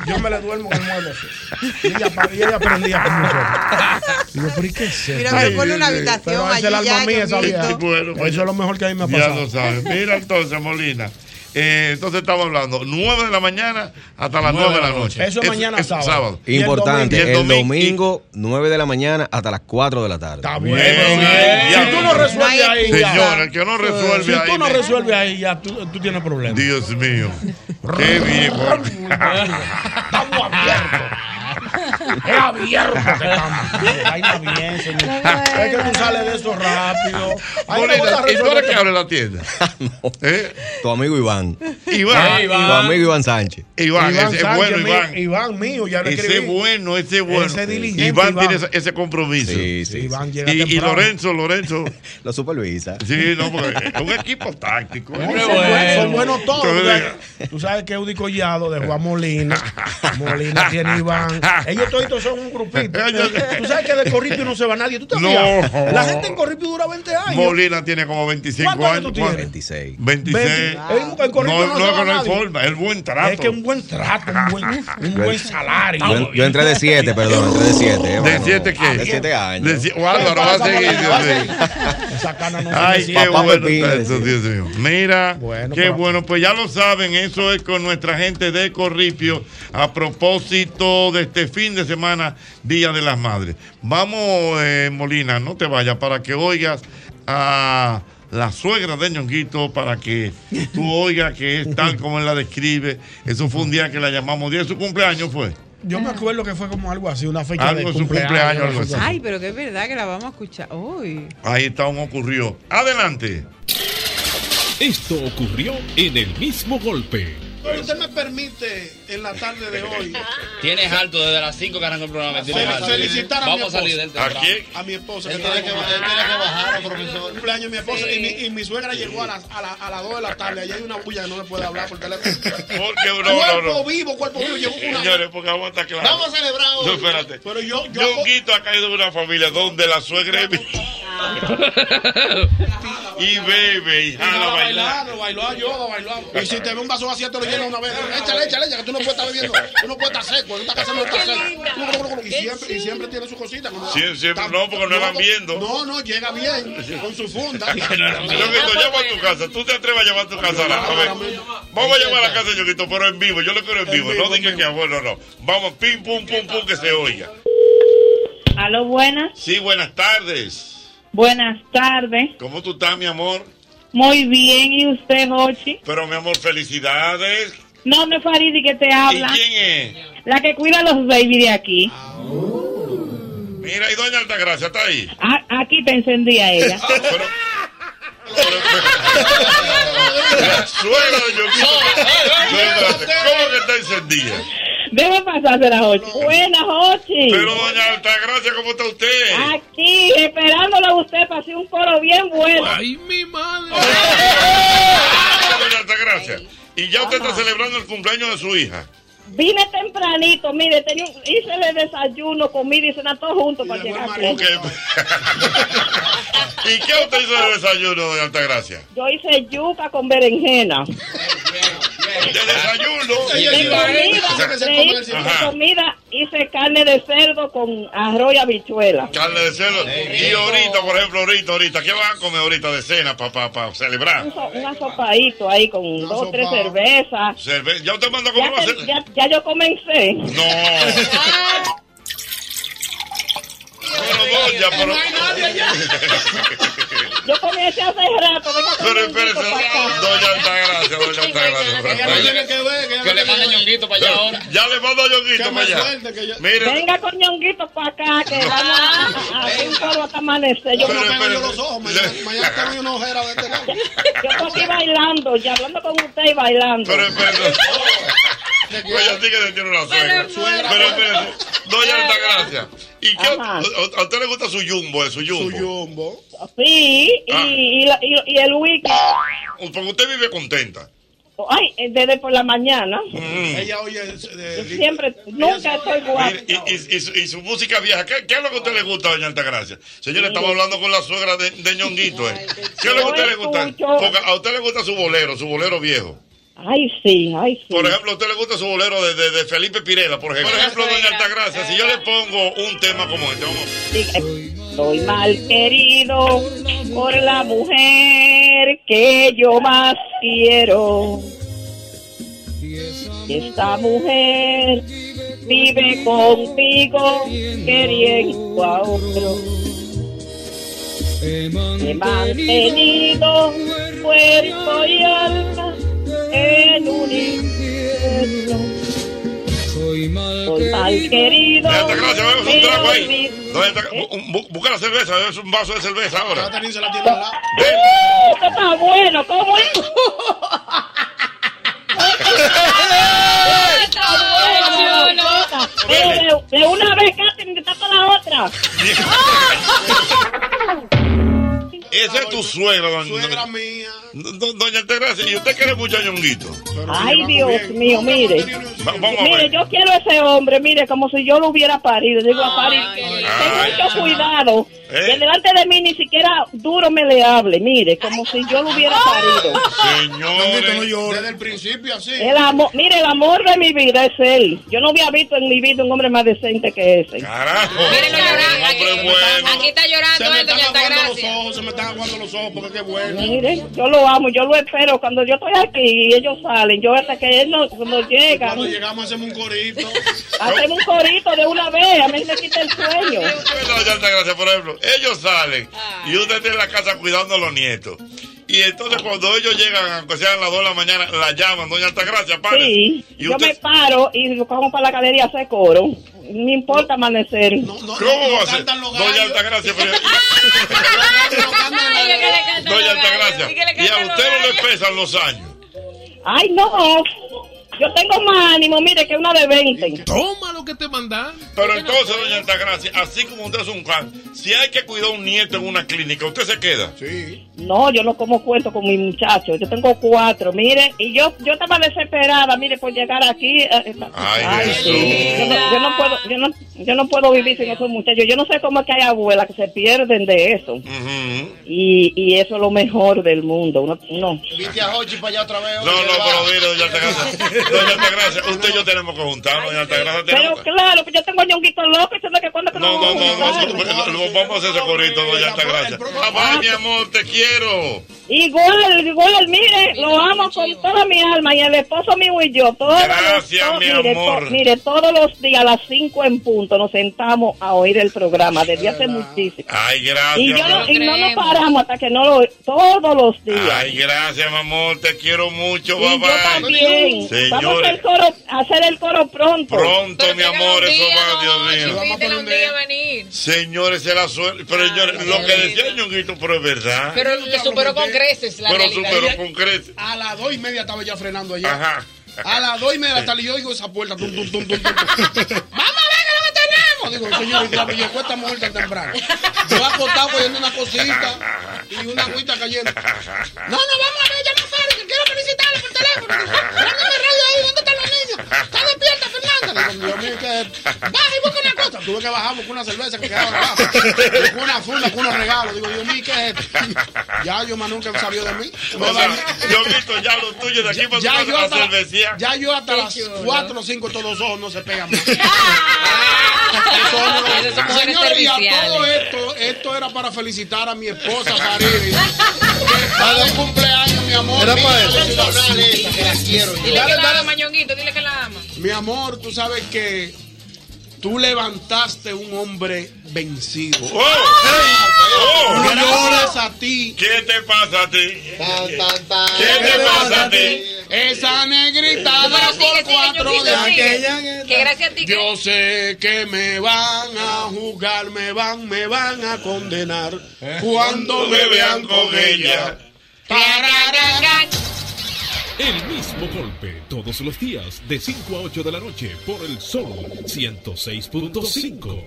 Yo me le duermo en el mueble. así. Y ella, pa- y ella aprendía con nosotros. Y yo, pero ¿y qué es eso? Mira, pero ponle una habitación Pero esa es el allí ya, alma mía, esa Ñonguito. vieja. Bueno, pues Eso es lo mejor que a mí me ha Ya pasado. lo sabes. Mira entonces, Molina. eh, entonces estamos hablando 9 de la mañana hasta las 9 de la noche. Eso es mañana sábado. Y Importante, el el domingo, domingo- 9 de la mañana hasta las 4 de la tarde. Está bueno. Si tú no resuelves ahí. ya. Señor, el que no resuelve si ahí, tú no me- resuelves ahí, ya tú, tú tienes problemas. Dios mío. Qué bien. Es abierto que estamos. Vaina bien, señor. Es que tú sales de eso rápido. Ahí no vas a Molina, ¿y tú resolver. eres que abre la tienda? ¿Eh? Ah, Tu amigo Iván. Iván. Ah, Tu amigo Iván Sánchez. Iván, ese es Sánchez, bueno, mío, Iván. Iván mío, ya lo Ese es escribí. bueno, ese es bueno. Ese es diligente, Iván, Iván. tiene ese, ese compromiso. Sí, sí, Iván Y, llega y temprano. Lorenzo, Lorenzo. Lo supervisa. Sí, no, porque es un equipo táctico. No, son, buenos, son buenos todos. Tú sabes- Tú sabes que Eudy Collado de Juan Molina. Molina tiene Iván. Ellos todos son un grupito. Tú sabes que de Corripio no se va nadie. ¿Tú te No. fijas? La gente en Corripio dura 20 años. Molina tiene como 25 ¿Cuántos años años. tú tienes? 26. 26. Ah. En- en Corripio no, no se va no, no hay nadie. forma. Es buen trato. Es que un buen trato, un buen, un Yo- buen salario. Yo, yo entré de 7, perdón, entré de 7. ¿De 7 qué? De 7 años. De si- o Álvaro va a seguir. Dios mío. Ay, se qué decía. Papá bueno Pepín, está le eso, Dios mío. Mira, qué bueno. Pues ya lo saben, eso es con nuestra gente de Corripio a propósito de este fin de semana, Día de las Madres. Vamos, eh, Molina, no te vayas para que oigas a la suegra de Ñonguito para que tú oigas que es tal como él la describe. Eso fue un día que la llamamos, día de su cumpleaños fue. Yo me acuerdo que fue como algo así, una fecha Algo de de su cumpleaños. cumpleaños, algo así. Ay, pero que es verdad que la vamos a escuchar. Uy. Ahí está, un ocurrió. Adelante. Esto ocurrió en el mismo golpe. Pero usted me permite en la tarde de hoy Tienes alto desde las 5 que arrancó el programa. Tienes fel- alto. felicitar a mi Vamos a esposa. salir del ¿A temprano. A mi esposa. Él que tiene está que- de él tiene que bajar, profesor. Cumpleaños de mi esposa y, mi, y mi suegra llegó a las, a, la- a las 2 de la tarde. Allá hay una bulla que no se puede hablar por teléfono. Porque, no, no, cuerpo no. vivo, cuerpo vivo. Llegó con una... Señores, porque vamos a estar claros. Vamos a celebrar hoy. No, espérate. Pero yo... yo Yonguito ha caído de una familia donde la suegra es mi- y bebe Ah. y jala a bailar. bailando, bailó a yoga, bailó a... Y si te ve un vaso vacío, te lo llenas una vez. Échale, échale, échale, que tú no puedes estar bebiendo. Tú no puedes estar seco. En esta casa no está seco. Y siempre, y siempre tiene su cosita. como- Sie- siempre no, porque no van viendo. No, no, llega bien, con su funda. Yonguito, llama a tu casa. Tú te atreves a llamar a tu casa. ahora? A ver. Vamos a llamar a la casa de Yonguito, pero en vivo. Yo lo quiero Ah, en vivo. No diga que abuelo, no. Vamos, pim, pum, pum, pum, que se oiga. Aló, buenas. Sí, buenas tardes. Buenas tardes. ¿Cómo tú estás, mi amor? Muy bien, ¿y usted, Jochi? Pero, mi amor, felicidades. No, no es Faridi que te habla. ¿Y quién Ah. es? La que cuida a los baby de aquí. Uh. Mira, y doña Altagracia está ahí. A- Ah, aquí te encendía ella. Suelo, Yonguito. No, espérate. ¿Cómo que está encendida? Deja pasársela, Jochi. Buenas, Jochi. Pero doña Altagracia, ¿cómo está usted? Aquí, esperándolo a usted para hacer un coro bien bueno. Ay, mi madre. doña Altagracia. Y ya usted está celebrando el cumpleaños de su hija. Vine tempranito, mire, tenía un- hice el desayuno, comida y cena todo junto para llegar aquí. Ok. ¿Y qué usted hizo de desayuno, doña Altagracia? Yo hice yuca con berenjena. De desayuno. De comida, de- de Ajá. comida hice carne de cerdo con arroz y habichuela. Carne de cerdo. Y ahorita, por ejemplo, ahorita, ahorita, ¿qué van a comer ahorita de cena para celebrar? Un, so- un asopadito ahí con dos, tres cervezas. Cerve- ¿Ya usted manda a comer Ya, una te- cerveza? ya, ya yo comencé. No. Pero doña, pero... Yo comencé hace rato. Venga, Pero espérese, doña Altagracia, doña Altagracia. Ella no tiene que ver, que ella no tiene que ver. Ñonguito para allá ahora. Ya le mando a Ñonguito Que me para allá. suelte, que yo- Mira. Ah. Venga con ñonguito para acá, que vamos a- a hacer un solo hasta amanecer. Yo, Yo no me- pego yo los ojos. Mañana, mañana tengo una ojera de este lado. yo estoy aquí bailando, ya hablando con usted y bailando. Pues ya sí que le tiene una suegra. Pero suegra. Pero espérate. No, ya está gracia. ¿Y qué? a- ¿A a usted le gusta su jumbo, eh, su jumbo? Su jumbo. Sí, y, y la- y- y el wiki. Porque usted vive contenta. Ay, desde por la mañana. Ella oye. siempre, nunca estoy guapa. Y, y- y su, y su música vieja, ¿qué, qué es lo que a usted le gusta, doña Altagracia? Señores, estamos hablando con la suegra de, de Ñonguito. eh. ¿Qué es lo que a usted le gusta? Porque a usted le gusta su bolero, su bolero viejo. Ay, sí, ay, sí. Por ejemplo, a usted le gusta su bolero de, de- de Felipe Pirela, por ejemplo. Por ejemplo, doña Altagracia, si yo le pongo un tema como este, vamos. Soy mal querido por la mujer que yo más quiero. Y Esta mujer vive conmigo queriendo a otro. He mantenido cuerpo y alma en un infierno. Soy Soy mal querido. Altagracia, bebes un pero trago ahí. mi- ¿Eh? Doña Altagra- bu- un- bu- busca la cerveza, bebes un vaso de cerveza ahora. ¡Uh! Esto está bueno, ¿cómo es? Está bueno, Eh, de, de una vez, Catherine, está para la otra. Esa es tu suegra, doña. Suegra mía. Doña Altagracia, ¿y usted quiere mucho a Ñonguito? Ay, Dios mío, mire. Va- vamos a Mire, ver. yo quiero a ese hombre, mire, como si yo lo hubiera parido. Digo, a parir. Tengo mucho cuidado. ¿Eh? Que delante de mí ni siquiera duro me le hable, mire, como si yo lo hubiera ¡Oh! parido. Señores, desde el principio así. El amor, mire, el amor de mi vida es él. Yo no había visto en mi vida un hombre más decente que ese. Aquí está llorando Se me el están aguando doña los Altagracia. ojos, se me están aguando los ojos porque qué bueno. Mire, yo lo amo, yo lo espero. Cuando yo estoy aquí y ellos salen, yo hasta que él no, cuando llegan, Cuando llegamos hacemos un corito. hacemos un corito de una vez, a mí me quita el sueño. Doña Altagracia, por ejemplo, ellos salen y usted está en la casa cuidando a los nietos. Y entonces cuando ellos llegan, aunque sean las 2 de la mañana, la llaman, Doña Altagracia, para. Sí, Y yo usted- me paro y lo cojo para la galería a hacer coro. No importa amanecer. ¿Cómo va a ser? Doña Altagracia, pero... Doña Altagracia, y a usted no le pesan los años. Ay, no. Yo tengo más ánimo, mire, que una de 20. Toma lo que te mandan. Pero entonces, doña Altagracia, así como usted es un fan, si hay que cuidar a un nieto en una clínica, ¿usted se queda? Sí. No, yo no como cuento con mis muchachos. Yo tengo cuatro, mire. Y yo yo estaba desesperada, mire, por llegar aquí. eh, eh, Ay, yo, no, yo no puedo, yo, no, yo no puedo vivir sin esos muchachos. Yo no sé cómo es que hay abuelas que se pierden de eso. y, y eso es lo mejor del mundo. Uno, uno- Viste a Hochi para allá otra vez. No, no, pero mire, doña Altagracia, doña Altagracia, usted y yo tenemos que juntarnos, doña Altagracia, Pero tenemos que... claro, pues yo tengo a Ñonguito loco, eso es lo que cuando que No, no, vamos a no, no, juntar. no, no, vamos a hacer ese corito, doña Altagracia. Bye, bye, mi amor, te quiero. Igual, igual, mire, lo amo con toda mi alma y el esposo mío y yo. Todos Gracias, los- mi mire, amor. to- mire, todos los días a las 5 en punto nos sentamos a oír el programa desde hace muchísimo. Ay, gracias. Y, yo, mi no- amor. y no nos paramos hasta que no lo todos los días. Ay, gracias, mi amor, te quiero mucho, Y bye, yo también. Vamos bye. a hacer el Señores, coro, a hacer el coro pronto. pronto, mi amor, eso va, Dios mío. Invítela un día a venir. Señores, se la suerte. Pero señores, lo que decía Ñonguito, pero es verdad. Pero que superó con creces la Pero realidad. superó con creces. A las dos y media estaba ya frenando allá. Ajá. A las dos y media hasta yo oigo esa puerta. Tum, tum, tum, tum, tum. ¡Vamos a ver qué es lo que tenemos! Digo, señor, y la viejo está muerta temprano. Yo acostado cogiendo una cosita y una agüita cayendo. No, no, vamos a ver, ya más tarde, que quiero felicitarlo por teléfono. Mándame radio ahí, ¿dónde están los niños? ¿Está despierta, Fernanda? Digo, Dios mío, que... Baja y busca una cosa. Tuve que bajar, buscar una cerveza que quedaba abajo. Busqué una funda, con unos regalos. Digo, Dios mío, ¿qué es esto? Ya yo más nunca sabía de mí. O sea, Ñonguito, ya lo tuyo de aquí para Ya tu yo, casa, hasta, la la- cervecía. ya yo hasta Qué las chulo. 4 o 5 estos dos ojos no se pegan más. Esas son mujeres Señores, y a todo serviciales. esto, esto era para felicitar a mi esposa Faridi. Para el cumpleaños, mi amor. Era para Mira, eso. felicidades, esa, que la quiero. Dile Dale, que la dale. ama, Ñonguito, dile que la ama. Mi amor, tú sabes que tú levantaste un hombre vencido. ¡Oh! ¡Oh! Gracias a ti. ¿Qué te pasa a ti? Tan, tan, tan. ¿Qué te pasa a ti? Esa negrita da por cuatro Que gracias a ti que- Yo sé que me van a juzgar, me van, me van a condenar Eh. cuando me vean con ella. El mismo golpe todos los días de 5 a 8 de la noche por el Sol 106.5.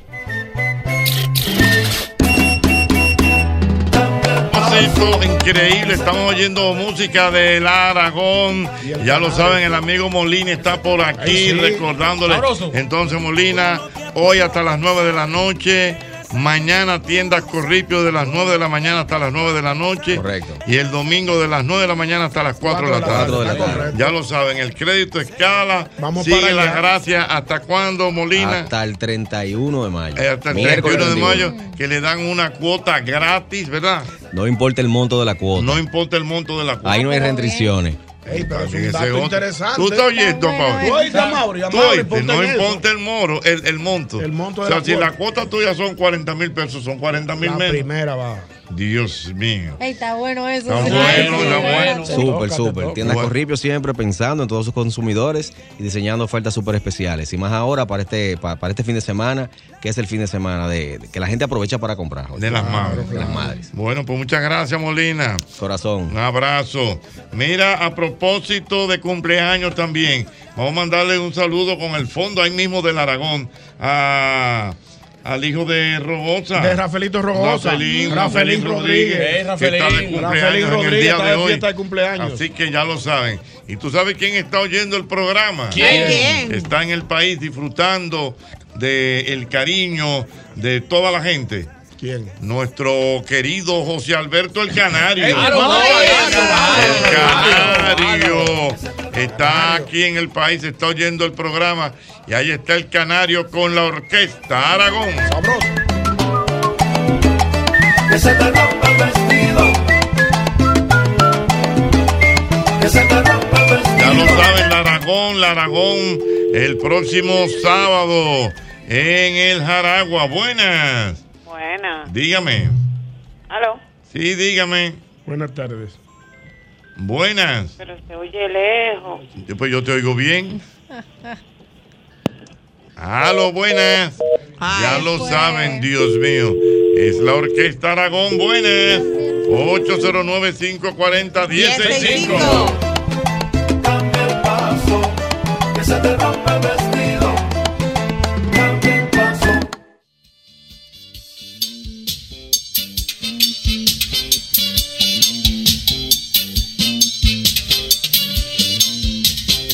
Concepto increíble, estamos oyendo música del Aragón. Ya lo saben, el amigo Molina está por aquí Ay, sí. recordándole. Sabroso. Entonces, Molina, hoy hasta las 9 de la noche. Mañana tiendas Corripio de las 9 de la mañana hasta las 9 de la noche. Correcto. Y el domingo de las 9 de la mañana hasta las 4 de la tarde. Ya lo saben, el crédito escala. Vamos sigue para la allá. gracia. ¿Hasta cuándo, Molina? Hasta el 31 de mayo. Eh, hasta el Miércoles 31 de 21. mayo, que le dan una cuota gratis, ¿verdad? No importa el monto de la cuota. No importa el monto de la cuota. Ahí no hay restricciones. Ey, pero es Ese un dato otro. interesante. Tú estás oyendo, Mauri. Tú oíste, Mauri, a Tú Mauri, oíste, ponte no en eso. importa el moro, el, el monto. El monto de o sea, la si cuota. la cuota tuya son 40 mil pesos, son 40 mil La menos. primera va. Dios mío. Ey, está bueno eso. Está sí. bueno, está bueno. Súper, súper. Tiendas Corripio siempre pensando en todos sus consumidores y diseñando ofertas súper especiales. Y más ahora para este, pa- para, este fin de semana, que es el fin de semana de, de- que la gente aprovecha para comprar. Oh, De las madres. De las madres. Bueno, pues muchas gracias, Molina. Corazón. Un abrazo. Mira, a propósito de cumpleaños también, vamos a mandarle un saludo con el fondo ahí mismo del Aragón a- al hijo de Robosa. De Rafaelito Rogosa. Rafaelín, Rafaelín Rodríguez. que Ey, Rafaelín. está de cumpleaños Rafaelín en el Rodríguez día está de de hoy. fiesta de cumpleaños. Así que ya lo saben. ¿Y tú sabes quién está oyendo el programa? ¿Quién? Ay, ¿quién? Está en el país disfrutando del cariño de toda la gente. ¿Quién? Nuestro querido José Alberto el Canario. Ey, Eh, claro, el no, Canario está aquí en el país, está oyendo el programa y ahí está el Canario con la orquesta Aragón. Que se te rompa el vestido. Que se te rompa el vestido. Ya lo saben, la Aragón, la Aragón, el próximo sábado en el Jaragua. Buenas, Buena. dígame. Aló. Sí, dígame. Buenas tardes. Buenas. Pero se oye lejos. Pues yo te oigo bien. Aló, Ah, buenas. ya lo saben, Dios mío. Es la Orquesta Aragón, buenas. 809-540-165. Cambia el paso. Que se te rompa el vestido. Cambia el paso.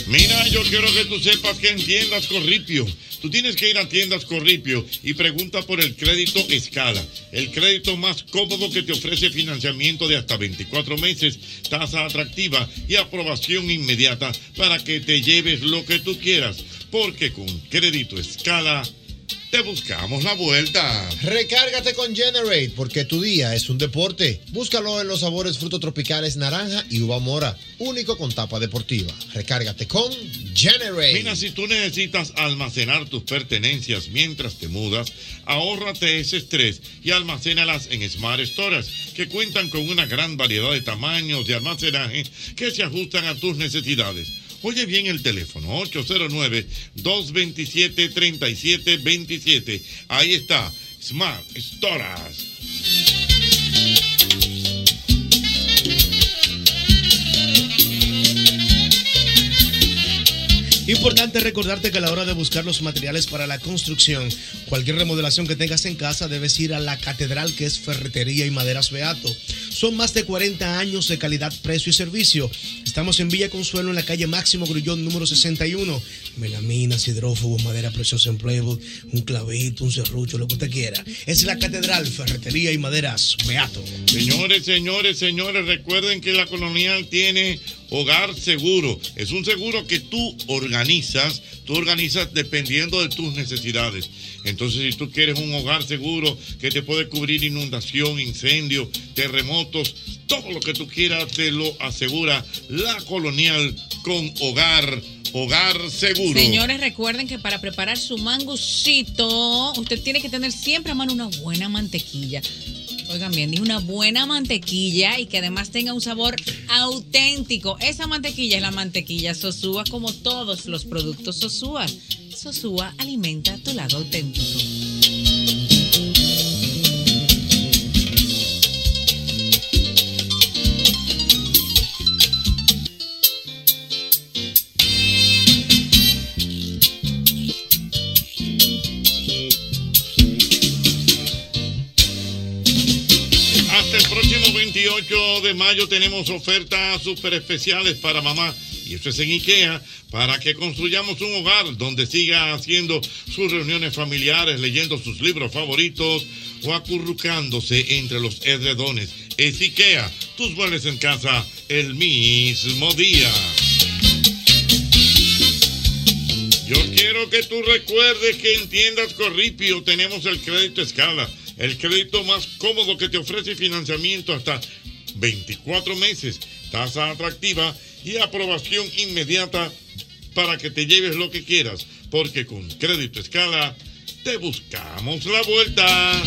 Mira, yo quiero que tú sepas que en Tiendas Corripio, tú tienes que ir a Tiendas Corripio y pregunta por el crédito Escala, el crédito más cómodo que te ofrece financiamiento de hasta 24 meses, tasa atractiva y aprobación inmediata para que te lleves lo que tú quieras, porque con crédito Escala te buscamos la vuelta. Recárgate con Generate porque tu día es un deporte. Búscalo en los sabores frutos tropicales naranja y uva mora, único con tapa deportiva. Recárgate con Generate. Mira, si tú necesitas almacenar tus pertenencias mientras te mudas, ahórrate ese estrés y almacénalas en Smart Storage, que cuentan con una gran variedad de tamaños de almacenaje que se ajustan a tus necesidades. Oye bien el teléfono 809-227-3727. Ahí está, Smart Storage. Importante recordarte que a la hora de buscar los materiales para la construcción, cualquier remodelación que tengas en casa debes ir a la catedral que es Ferretería y Maderas Beato. Son más de 40 años de calidad, precio y servicio. Estamos en Villa Consuelo en la calle Máximo Grullón número 61. Melaminas, hidrófobos, madera preciosa en playbook, un clavito, un serrucho, lo que usted quiera. Es la catedral Ferretería y Maderas Beato. Señores, señores, señores, recuerden que la colonial tiene hogar seguro. Es un seguro que tú organizas, tú organizas dependiendo de tus necesidades. Entonces, si tú quieres un hogar seguro que te puede cubrir inundación, incendio, terremotos, todo lo que tú quieras te lo asegura la colonial con hogar, hogar seguro. Señores, recuerden que para preparar su mangucito, usted tiene que tener siempre a mano una buena mantequilla. Oigan bien, dije una buena mantequilla y que además tenga un sabor auténtico. Esa mantequilla es la mantequilla Sosúa, como todos los productos Sosúa. Sosúa alimenta tu lado auténtico. Hasta el próximo 28 de mayo tenemos ofertas super especiales para mamá. Y eso es en IKEA, para que construyamos un hogar donde siga haciendo sus reuniones familiares, leyendo sus libros favoritos o acurrucándose entre los edredones. Es IKEA, tus muebles en casa el mismo día. Yo quiero que tú recuerdes que en Tiendas Corripio tenemos el crédito escala, el crédito más cómodo que te ofrece financiamiento hasta 24 meses, tasa atractiva y aprobación inmediata para que te lleves lo que quieras, porque con crédito escala te buscamos la vuelta.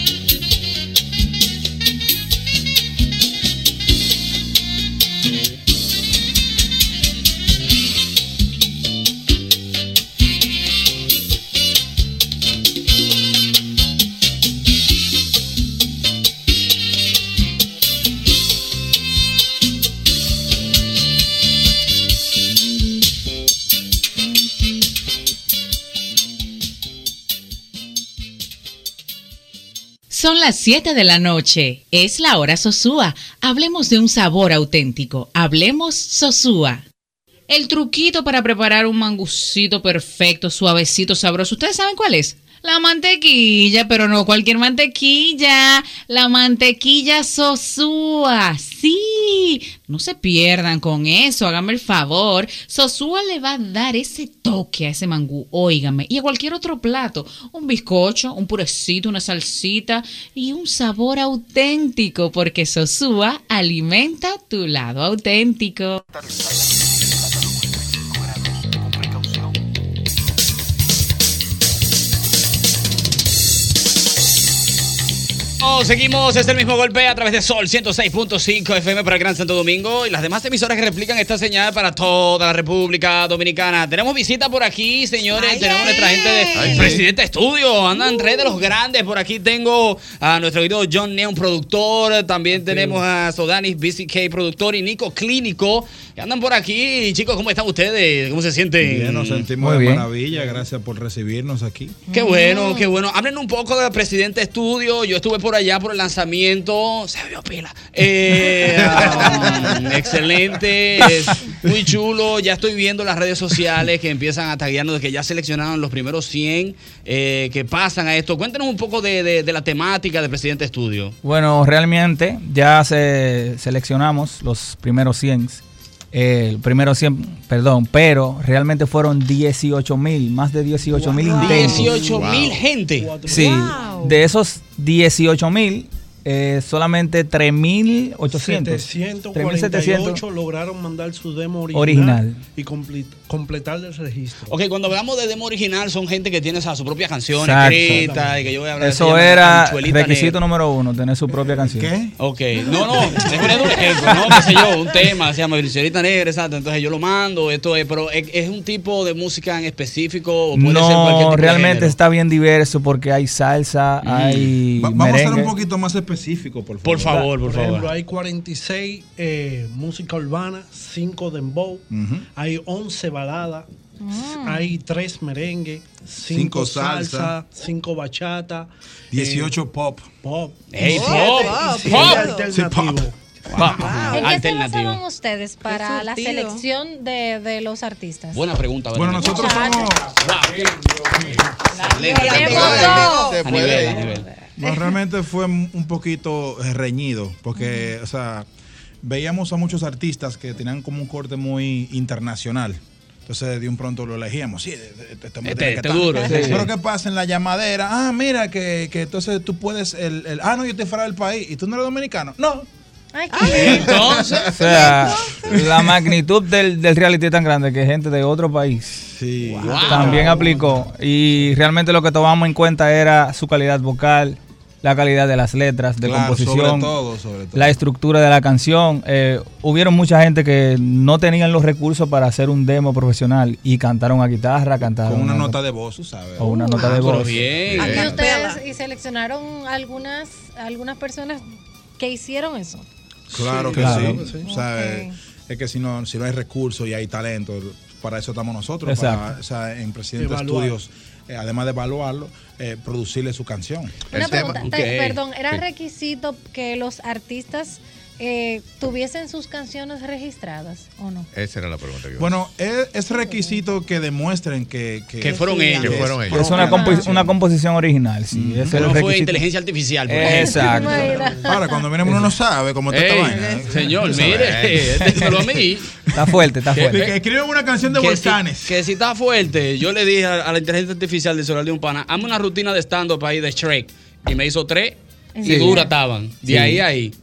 Son las 7 de la noche. Es la hora Sosúa. Hablemos de un sabor auténtico. Hablemos Sosúa. El truquito para preparar un mangucito perfecto, suavecito, sabroso. ¿Ustedes saben cuál es? La mantequilla, pero no cualquier mantequilla. La mantequilla Sosúa. Sí, no se pierdan con eso. Háganme el favor. Sosúa le va a dar ese toque a ese mangú. Óigame. Y a cualquier otro plato. Un bizcocho, un purecito, una salsita y un sabor auténtico. Porque Sosúa alimenta tu lado auténtico. Oh, seguimos, es el mismo golpe a través de Sol 106.5 FM para el Gran Santo Domingo y las demás emisoras que replican esta señal para toda la República Dominicana. Tenemos visita por aquí, señores. Tenemos nuestra gente de Ay, Presidente Estudio. Andan tres de los grandes. Por aquí tengo a nuestro querido John Neon, productor. También tenemos a Sodanis BCK, productor, y Nico Clínico. que Andan por aquí. Chicos, ¿cómo están ustedes? ¿Cómo se sienten? Bien, nos sentimos Muy de bien. maravilla. Gracias por recibirnos aquí. Mm. Qué bueno, qué bueno. Hablen un poco de Presidente Estudio. Yo estuve por allá por el lanzamiento. Se vio pila. Eh, um, excelente. es muy chulo. Ya estoy viendo las redes sociales que empiezan a taguearnos de que ya seleccionaron los primeros 100 eh, que pasan a esto. Cuéntenos un poco de, de- de la temática de Presidente Estudio. Bueno, realmente ya se seleccionamos los primeros 100, eh, el primero 100, perdón, pero realmente fueron 18 mil, más de 18 mil intentos. 18 mil gente. Sí, de esos 18 mil, eh, solamente 3.800. 748 lograron mandar su demo original, Original. y compli- completar el registro. Ok, cuando hablamos de demo original, son gente que tiene o sea, sus propias canciones Exacto. escritas y que yo voy a hablar de Eso ella, era Habichuelita Negra. requisito número uno, tener su propia canción. ¿Qué? Ok, no, no, estoy poniendo un ejemplo, ¿no? Qué sé yo, un tema, se llama Bricerita Negra, exacto. Entonces yo lo mando, esto es, pero ¿es, es un tipo de música en específico o puede ser cualquier No, tipo de realmente género? está bien diverso porque hay salsa, hay Va- vamos a ser merengue. un poquito más específico, por favor. por ejemplo, hay 46 eh, música urbana, 5 dembow, Ujú. hay 11 baladas, Ah. hay 3 merengue, 5 Cinco salsa. salsa, 5 bachata, eh, 18 pop. Pop. Ey, Siete pop, y siete pop. alternativo. Sí, ¿En qué se Alternativo. basaban ustedes para la selección de, de los artistas? Buena pregunta, Bueno, nosotros somos. este Tenemos A dos. nivel, Se a nivel. No, realmente fue un poquito reñido, porque, o sea, veíamos a muchos artistas que tenían como un corte muy internacional. Entonces, de un pronto lo elegíamos. Sí, este, Este- tiene que este estar. duro, sí. Pero ¿qué pasa en la llamadera? Ah, mira, que, que entonces tú puedes. El, el- ah, no, yo estoy fuera del país. ¿Y tú no eres dominicano? No. Entonces. O sea, la magnitud del, del reality es tan grande que gente de otro país también aplicó. Y realmente lo que tomamos en cuenta era su calidad vocal, la calidad de las letras, de Claro, sobre composición, todo, sobre todo. la estructura de la canción. Eh, hubieron mucha gente que no tenían los recursos para hacer un demo profesional y cantaron a guitarra, cantaron Con una a- nota de voz, tú sabes. Ah, O una nota de voz. Bien. Y ustedes y seleccionaron algunas, algunas personas que hicieron eso. Claro Sí, que claro. sí. o sea, eh, Es que si no, si no hay recursos y hay talento, para eso estamos nosotros, para, Exacto. o sea, en Presidente Evaluar. Estudios, eh, además de evaluarlo, eh, producirle su canción. Una pregunta, te- perdón, ¿era requisito que los artistas eh, tuviesen sus canciones registradas o no? Esa era la pregunta que iba a Bueno, es, es requisito que demuestren que... Que fueron Que ellos. fueron ellos. Es una, compo- una composición original, sí. ese es el No fue requisito. inteligencia artificial. por ejemplo. Exacto. Ahora, cuando viene uno no sabe cómo está Ey, esta vaina. Señor, Tú sabes. mire, déjelo a mí. Está fuerte, está Que- fuerte. Escribe una canción de que volcanes. Si, que si está fuerte, yo le dije a, a la inteligencia artificial de celular de un pana, hazme una rutina de stand-up ahí de Shrek. Y me hizo tres y Sí. dura estaban. De Sí. ahí a ahí.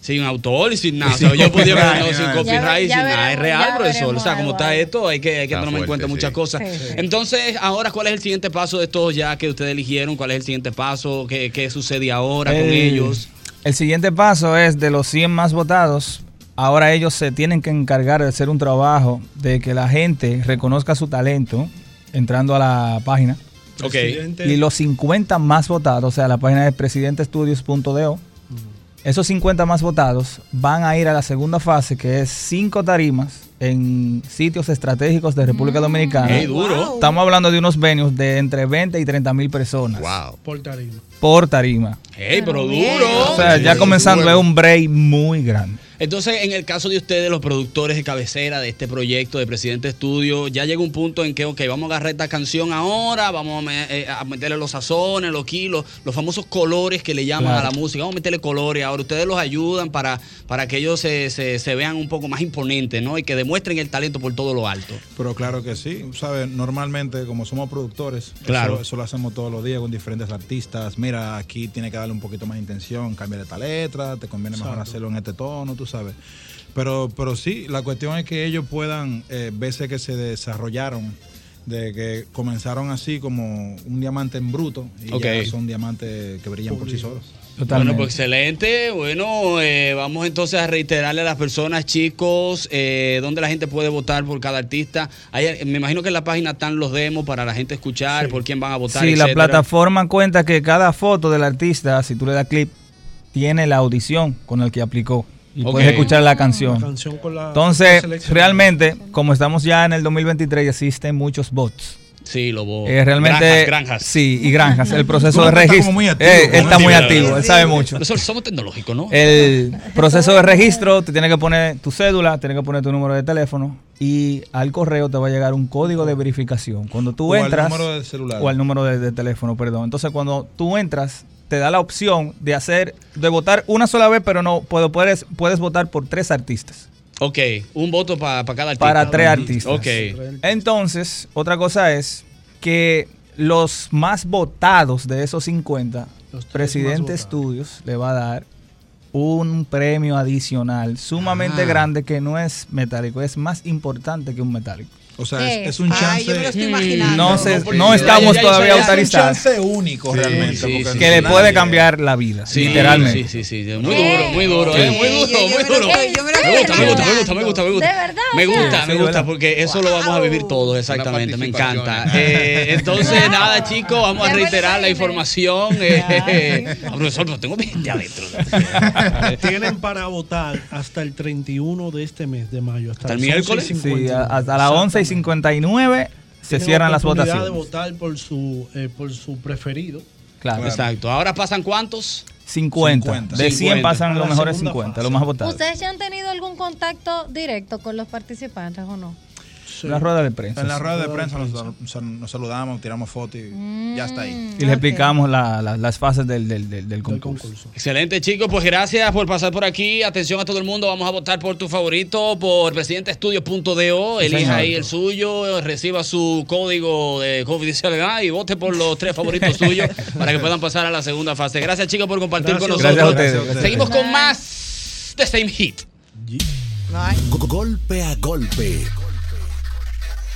Sin autor y sin nada. Y sin O sea, yo podía copyright, haber ganado ni sin nada. copyright, Ya ve- sin ya nada. Es veremos, real, ya profesor. O sea, veremos como está esto, hay que, hay que Está tomarme en fuerte, cuenta muchas sí. cosas. Sí, sí. Entonces, ahora, ¿cuál es el siguiente paso de todos ya que ustedes eligieron? ¿Cuál es el siguiente paso? ¿Qué, qué sucede ahora con El- ellos? El siguiente paso es de los 100 más votados. Ahora ellos se tienen que encargar de hacer un trabajo de que la gente reconozca su talento entrando a la página. Ok. Y los 50 más votados, o sea, la página de presidentestudios.do, esos 50 más votados van a ir a la segunda fase, que es cinco tarimas en sitios estratégicos de República Mm. Dominicana. Ey, duro. Wow. Estamos hablando de unos venues de entre 20 y 30 mil personas Por tarima. por tarima. ¡Ey, pero bien. duro! O sea, ya Sí, comenzando duro. es un break muy grande. Entonces, en el caso de ustedes, los productores de cabecera de este proyecto de Presidente Estudio, ya llega un punto en que, ok, vamos a agarrar esta canción ahora, vamos a, me- eh, a meterle los sazones, los kilos, los famosos colores que le llaman Claro. a la música, vamos a meterle colores. Ahora ustedes los ayudan para, para que ellos se, se- se vean un poco más imponentes, ¿no? Y que demuestren el talento por todo lo alto. Pero claro que sí, ¿sabes? Normalmente, como somos productores, Claro. eso, eso lo hacemos todos los días con diferentes artistas. Mira, aquí tiene que darle un poquito más de intención, cambiar esta letra, te conviene mejor Exacto. hacerlo en este tono, tú sabes. Pero, pero sí, la cuestión es que ellos puedan, eh, verse que se desarrollaron, de que comenzaron así como un diamante en bruto y Ok. ya son diamantes que brillan por sí solos. Bueno, pues excelente. Bueno, eh, vamos entonces a reiterarle a las personas, chicos, eh, dónde la gente puede votar por cada artista. Hay- me imagino que en la página están los demos para la gente escuchar, por quién van a votar. Sí, la etcétera. plataforma cuenta que cada foto del artista, si tú le das clip, tiene la audición con el que aplicó y Ok. puedes escuchar la canción. La canción con la- Entonces, con la selección. realmente, como estamos ya en el 2023, existen muchos bots. Sí, lo voy. Eh, realmente, Granjas, granjas. Sí, y granjas. El proceso Tú de estás registro. como muy activo, Eh, él ¿no? está muy Sí, activo, él sí, sabe sí. mucho. Nosotros somos tecnológicos, ¿no? El proceso de registro, te tiene que poner tu cédula, tiene que poner tu número de teléfono y al correo te va a llegar un código de verificación. Cuando tú O al entras... número de celular. O al número de, de teléfono, perdón. Entonces cuando tú entras, te da la opción de hacer, de votar una sola vez, pero no, puedo- puedes, puedes votar por tres artistas. Ok, un voto para cada artista. Para tres artistas. Ok. Entonces, otra cosa es que los más votados de esos 50, Presidente Estudios le va a dar un premio adicional sumamente Ah. grande que no es metálico, es más importante que un metálico. O sea, es- ¿Qué? es Ah, un Ay, chance- yo me lo estoy imaginando. No, se- No, porque no ya- estamos ya- ya- todavía ya es un autorizados. chance único, realmente, porque que le nadie- puede cambiar la vida, Sí, literalmente. Sí, sí, sí. Muy duro, muy duro, Sí. eh, muy duro, Ey, yo muy me lo duro. estoy- yo me lo Me gusta, estoy me gusta, me gusta, me gusta, me gusta. ¿De verdad? Me O sea. gusta, me Sí, gusta, ¿verdad? porque eso lo vamos a vivir todos, exactamente. Me encanta. Eh, entonces, nada, chicos, vamos a reiterar la información. eh, eh, ah, profesor, pero tengo 20 adentro. Tienen para votar hasta el 31 de este mes de mayo. Hasta, Hasta el las miércoles. 11:59. Sí, a- hasta las 11 y 59 se Tienen cierran las oportunidad votaciones. de votar por su, eh, por su preferido. Claro. Exacto. Ahora pasan cuántos? 50. De 100 pasan los mejores 50, los más votados. ¿Ustedes ya han tenido algún contacto directo con los participantes o no? La rueda de prensa. En la sí. rueda de prensa Mm. nos, nos- nos saludamos, tiramos fotos y ya está ahí. Y les explicamos la- la- las fases del, del- del- del concurso. Excelente, chicos. Pues gracias por pasar por aquí. Atención a todo el mundo. Vamos a votar por tu favorito, por presidentestudio.do. Sí, Elija señor. ahí el suyo, reciba su código de confidencialidad y vote por los tres favoritos suyos para que puedan pasar a la segunda fase. Gracias, chicos, por compartir con Gracias nosotros. a ustedes. Gracias a ustedes. Seguimos con más The Same Hit. Go- Golpe a golpe.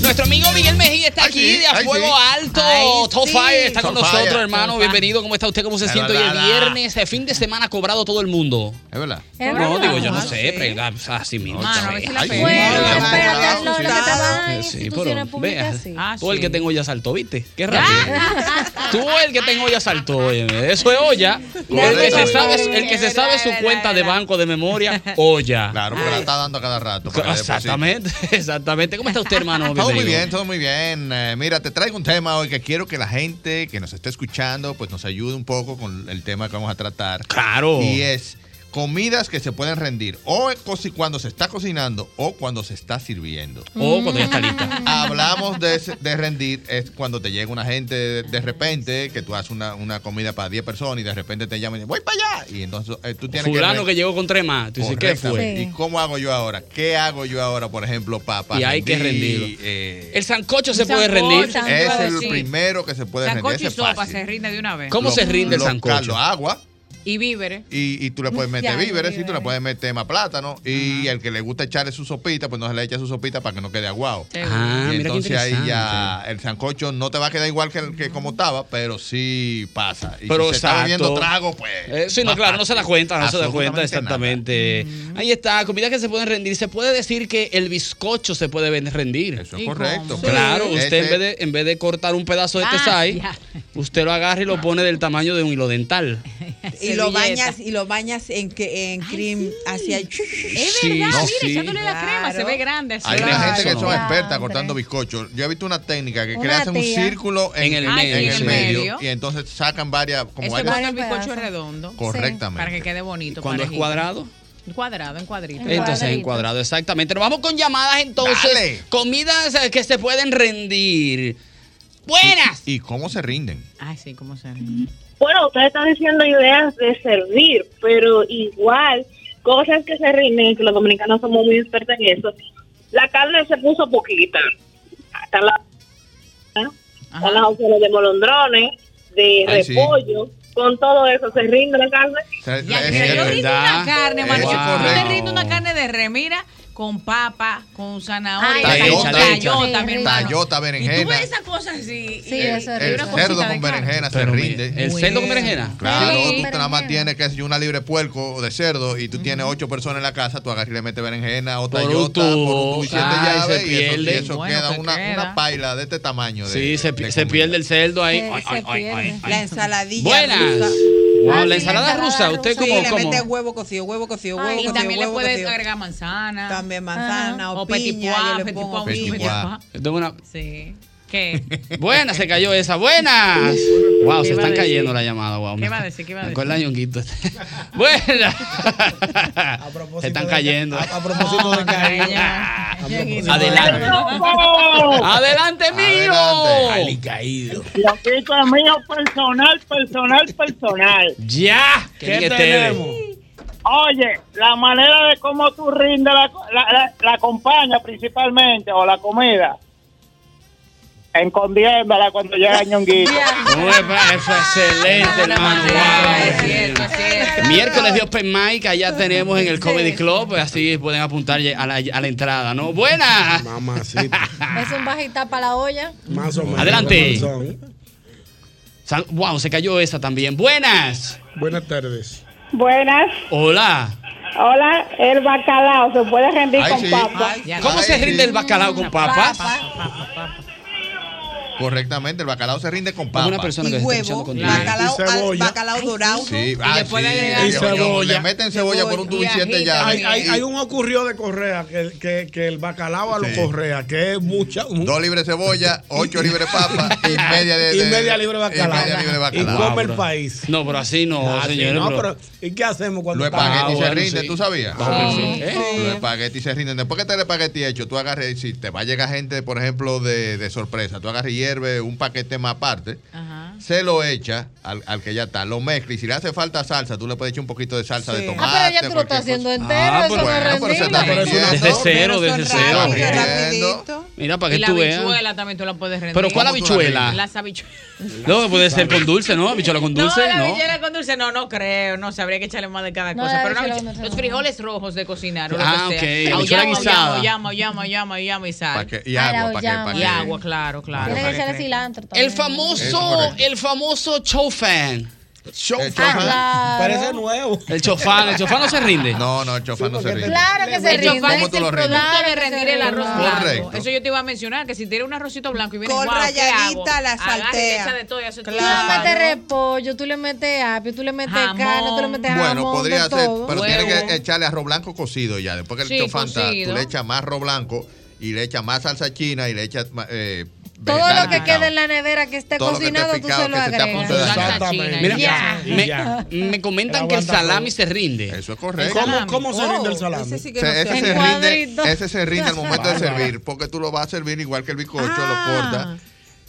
Nuestro amigo Miguel Mejía está aquí de a ay, fuego sí. alto. Ay, Top sí. Fire está con Top nosotros, Fire, hermano. Top Fire. Bienvenido. ¿Cómo está usted? ¿Cómo se Es siente hoy? El verdad. viernes, el fin de semana ha cobrado todo el mundo. Es verdad. Es No, verdad. digo, yo no Sí. sé, pero ah, así mismo. Mano, a ver si la Ay, pega. Bueno, Dios mío. pero que lo- lo que te van en Sí, pero instituciones ve, ah, públicas, sí. Tú el que tengo ya saltó, ¿viste? Qué rápido. Tú el que tengo ya saltó, óyeme. Eso es olla. El que se sabe, el que se sabe su cuenta de banco de memoria, olla. Claro, porque la está dando a cada rato. porque después sí. Exactamente, exactamente. ¿Cómo está usted, hermano? Todo muy Bienvenido. bien, todo muy bien. Eh, mira, te traigo un tema hoy que quiero que la gente que nos está escuchando pues nos ayude un poco con el tema que vamos a tratar. Claro. Y es comidas que se pueden rendir o cosi- cuando se está cocinando o cuando se está sirviendo. O cuando ya está lista. Hablamos de, s- de rendir, es cuando te llega una gente de, de repente, que tú haces una, una comida para 10 personas y de repente te llaman y dicen, voy para allá. Y entonces eh, tú tienes Fulano re- que llegó con tres más. Ah, Tú dices, ¿qué fue? Correctamente. ¿Y cómo hago yo ahora? ¿Qué hago yo ahora, por ejemplo, para Y hay que rendirlo. El sancocho se El puede sancocho, rendir. sancocho, eh, Es el sí. primero que se puede Sancocho rendir, y ese es sopa fácil. se rinde de una vez. ¿Cómo se rinde el sancocho? Lo agua Y víveres. y, y tú le puedes meter Ya, víveres y tú le víveres. puedes meter más plátano. Y el que le gusta echarle su sopita, pues no se le echa su sopita para que no quede aguado. Seguro. Ah, y mira qué entonces ahí interesante. ya el sancocho no te va a quedar igual que, el- que como estaba, pero sí pasa. Y Pero si se está exacto. bebiendo trago, pues. Eh, sí, no, claro, no se da cuenta, no se da cuenta, exactamente. Ahí está, comidas que se pueden rendir. Se puede decir que el bizcocho se puede ven- rendir. Eso es ¿Y correcto. cómo? Claro, Sí. usted en, Ese- vez de, en vez de cortar un pedazo de Este Ah, tesai, usted lo agarra y lo pone del tamaño de un hilo dental. Y lo Servilleta. bañas, y lo bañas en, que- en cream hacia el. Es Sí, verdad, no, mira, sí. echándole la crema, se ve grande. Hay sí. una gente que son Claro. expertas cortando bizcochos. Yo he visto una técnica que, Una que le hacen un tía. círculo en, En el Ah, sí, medio. en el en el medio, medio. y entonces sacan varias como Eso varias- cuando el bizcocho es redondo. Correctamente. Para que quede bonito. ¿Cuando es parejito. cuadrado? Cuadrado, en cuadrito. Entonces, en cuadrado, exactamente. Nos vamos con llamadas entonces. Dale. Comidas eh, que se pueden rendir. Buenas. ¿Y cómo se rinden? Ay, sí, cómo se Bueno, ustedes están diciendo ideas de servir, pero igual, cosas que se rinden, que los dominicanos somos muy expertos en eso. La carne se puso poquita. Están las están las opciones de molondrones, de Ay, sí. repollo. Con todo eso, ¿se rinde la carne? Se- Ya, mira, es- es yo rindo una verdad. carne, Es mano. Yo te correcto. rindo una carne de re, mira, con papa, con zanahoria, Ay, tallota, tallota, tallota, mi hermano. Tallota, Y tú berenjena. ves esas cosas así. eh, El- el cerdo con berenjena se Pero mira, rinde. ¿el cerdo con berenjena? Claro, Sí. tú nada más tienes que hacer una libre puerco o de cerdo y tú tienes ocho personas en la casa, tú agarras y le metes berenjena o Por un tallota, tubo. por un tubo y siete Ay, llaves se y eso, y pierde. eso Bueno, queda, que una, queda. una paila de este tamaño. De, Sí, se, pi- se pierde el cerdo ahí. Ay, ay, ay, ay, ay. La ensaladilla. Buenas. rusa. Wow, Ah, sí, la ensalada rusa, usted Sí, como, le como. mete huevo cocido, huevo cocido, huevo Ay, y cocido. también le huevo puedes cocido. agregar manzana. Ah, También manzana o, o piña. petit pois, yo le petit pongo pois, Pues piña. petit pois. Yo tengo una- Sí. ¿Qué? Buena, se cayó esa. Buenas. Wow, ¿Qué se iba están a decir? cayendo la llamada. Wow. ¿Qué va a decir? ¿Qué va a Me decir? acuerdo el ñonguito este. Buena. Se están cayendo. propósito de Adelante. Adelante, mío. caído. La pizza es mío personal, personal, personal. Ya. ¿Qué ¿Qué diga tenemos? Oye, la manera de cómo tú rindes la, la, la- la compañía principalmente, o la comida, encomiéndala cuando llega el ñonguito. Uepa, Eso es excelente, hermano. Wow. Miércoles de Open Mic, allá tenemos en el Comedy Club, pues así pueden apuntar a la, a la entrada, ¿no? Buenas. Es un bajita para la olla. Más o menos. Adelante. San- wow, se cayó esa también. Buenas. Buenas tardes. Buenas. Hola. Hola, el bacalao se puede rendir Ay, con sí. papa. ¿Cómo se rinde el bacalao con papas? Correctamente, el bacalao se rinde con papa. una persona Y que se está huevo, luchando contigo. Bacalao, Y al- cebolla. bacalao dorado. Sí, ah, sí, le- Le meten cebolla por un tubicete ya. Hay, hay- hay un ocurrió de Correa que, que, que el bacalao a los Sí. Correa, que es mucha. Dos libres de cebolla, ocho libres de papa y media de, Y de- media libre de bacalao. Y media libre de bacalao. Y come el país. Ah, No, pero así no, Ah, sí, señores. no, pero- pero ¿y qué hacemos cuando Los estamos- espaguetis Ah, se bueno, rinden, sí. ¿tú sabías? Ah, Sí. sí. Los espaguetis se rinden. Después que te el espagueti hecho, tú agarras, y si te va a llegar gente, por ejemplo, de, de sorpresa, tú agarras y hierves un paquete más aparte, se lo echa al, al que ya está, lo mezcla y si le hace falta salsa, tú le puedes echar un poquito de salsa de tomate. Ah, pero ya tú lo estás haciendo entero, eso no es pero se rendible. está rindiendo. Desde cero, desde cero. Mira, para Y que la tú veas. habichuela también tú la puedes rendir. ¿Pero cuál habichuela? Las habichuelas. No, puede ser con dulce, ¿no? Habichuela con dulce, no, la ¿no? habichuela con dulce, no, no creo. No, sabría que echarle más de cada No, cosa. la Pero una habichuela habichu- con dulce los no. frijoles rojos de cocinar o lo Ah, que sea. ok, habichuela Auyama, guisada. auyama, auyama, auyama, auyama y sal. Pa' que- y agua, pa' que- pa' Y que- agua, claro, claro. Tiene que echarle cilantro El Es famoso, correcto. el famoso chofan. El chofán. claro. Parece nuevo. El chofán, el chofán no se rinde. No, no, el chofán no se rinde. Claro que se El chofán rinde. ¿Cómo es tú el lo producto rindes? de rendir el arroz Correcto. blanco. Eso yo te iba a mencionar, que si tiene un arrocito blanco y viene Con guau, ¿qué rayadita hago? la Agarra y le saltea. echa de todo y hace todo. Tú le metes repollo, tú le metes apio, tú le metes carne, tú le metes jamón, Bueno, podría de ser, todo. pero tiene que echarle arroz blanco cocido ya. Después que el Sí, chofán está, tú cocido. le echas más arroz blanco y le echas más salsa china y le echas ma- eh, Todo vegetales lo que picados. quede en la nevera que esté Todo lo que esté cocinado, tú picado, se lo que se te agregas. apunte de allá. Mira, Ya. me- Ya. me, comentan que el salami se rinde. Eso es correcto. ¿Cómo, cómo Oh, se rinde el salami? Se- Oh, ese, se rinde, ese se rinde al momento de Bárbaro. servir, porque tú lo vas a servir igual que el bizcocho, Ah. lo cortas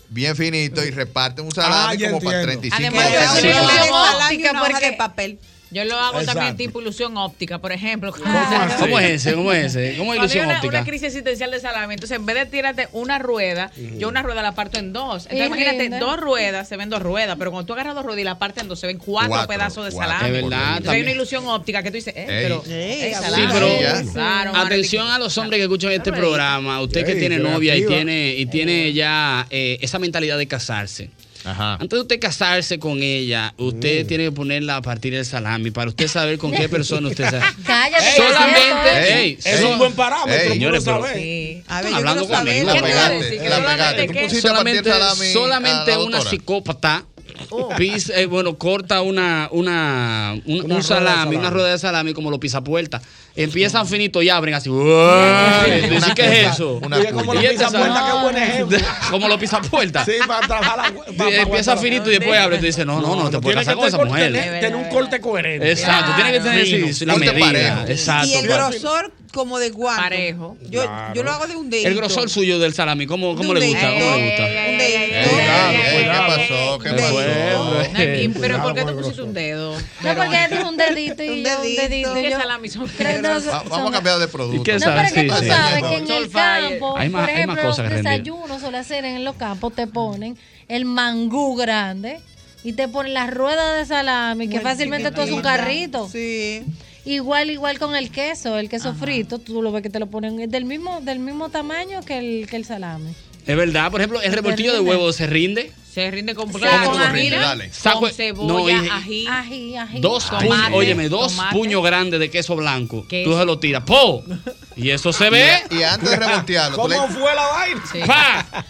bien finito y repartes un Ah, salami ya como para entiendo. 35 Además, personas. yo soy una Salami, óptica, una hoja porque- de papel. Yo lo hago también Exacto. tipo ilusión óptica, por ejemplo. ¿Cómo es ese? ¿Cómo es ese? ¿Cómo es Cuando hay ilusión una, óptica? una crisis existencial de salami, entonces en vez de tirarte una rueda, yo una rueda la parto en dos. Y Entonces imagínate, rinde. dos ruedas, se ven dos ruedas, pero cuando tú agarras dos ruedas y la partes en dos, se ven cuatro, Cuatro, pedazos de cuatro, salami. es verdad, Entonces hay también. una ilusión óptica que tú dices, eh, Ey. pero... Ey, Sí, eh, salami, pero claro, atención a los hombres que escuchan este Alright. programa. Usted que Ey, tiene novia y creativa. tiene, y tiene ya eh, esa mentalidad de casarse. Antes de usted casarse con ella, usted Mm. tiene que ponerla a partir del salami para usted saber con qué persona usted se Cállate. Ey, solamente. Ey, ey, es so- un buen parámetro, ey, tú señores, lo pero- sabes. A ver, Están yo hablando quiero saber conmigo. la ¿Qué te iba a pegaste, decir? la Solamente que- pegaste. Tú pusiste a Solamente, partir salami solamente a la una doctora. psicópata pisa- eh, bueno, corta una, una, un, un rueda de salami, salami. una rueda de salami como lo pisa puerta. Empiezan finito y abren así. ¡Uey! Una ¿Sí ¿Qué es cosa, eso? una Oye, como lo Y este pisa puerta, salami- qué buen ejemplo. Como lo pisa puerta. Sí, para trabajar la- para- para Empieza aguantar la- finito y después abre y te dice, no, no, no, te puedes Tiene que casar con esa tener- mujer. tener- tener un corte coherente. Exacto, tiene que tener Fino. sí, sí, la Corte medida. parejo. Exacto. Y el claro. grosor como de guante. Parejo. Yo, yo lo hago de un dedito. El grosor suyo del salami, ¿cómo, cómo le De un gusta? ¿Cómo le gusta? Un dedito. pasó? ¿Qué pasó? Pero ¿por qué tú pusiste un dedo? No, porque ella dijo un dedito y Un yo un dedito. dedito. ¿Qué yo- salami son? Tres, dos, Va- son- Vamos a cambiar de producto. ¿Y qué No, pero sabes? que Sí, tú sí. sabes que en el Solfire. Hay más- campo, por hay más ejemplo, cosas que los rendir. desayunos o la cena en los campos te ponen el mangú grande y te ponen las ruedas de salami, que fácilmente tú haces un chiquitita. carrito. Sí. Igual, igual con el queso, el queso frito, tú lo ves que te lo ponen es del mismo, del mismo tamaño que el, que el salami. Es verdad, por ejemplo, el revoltillo de huevo se rinde. Se rinde con ¿Cómo plátano, tú lo rindes? mira, Dale. Saco- Con cebolla, no, y- ají. Ají, ají. Dos Tomate, puños, óyeme, dos tomate. puños grandes de queso blanco. Queso. Tú se lo tiras. ¡Po! Y eso se ve. Y antes de revoltearlo, tú le- fue la vaina? ¡Pa!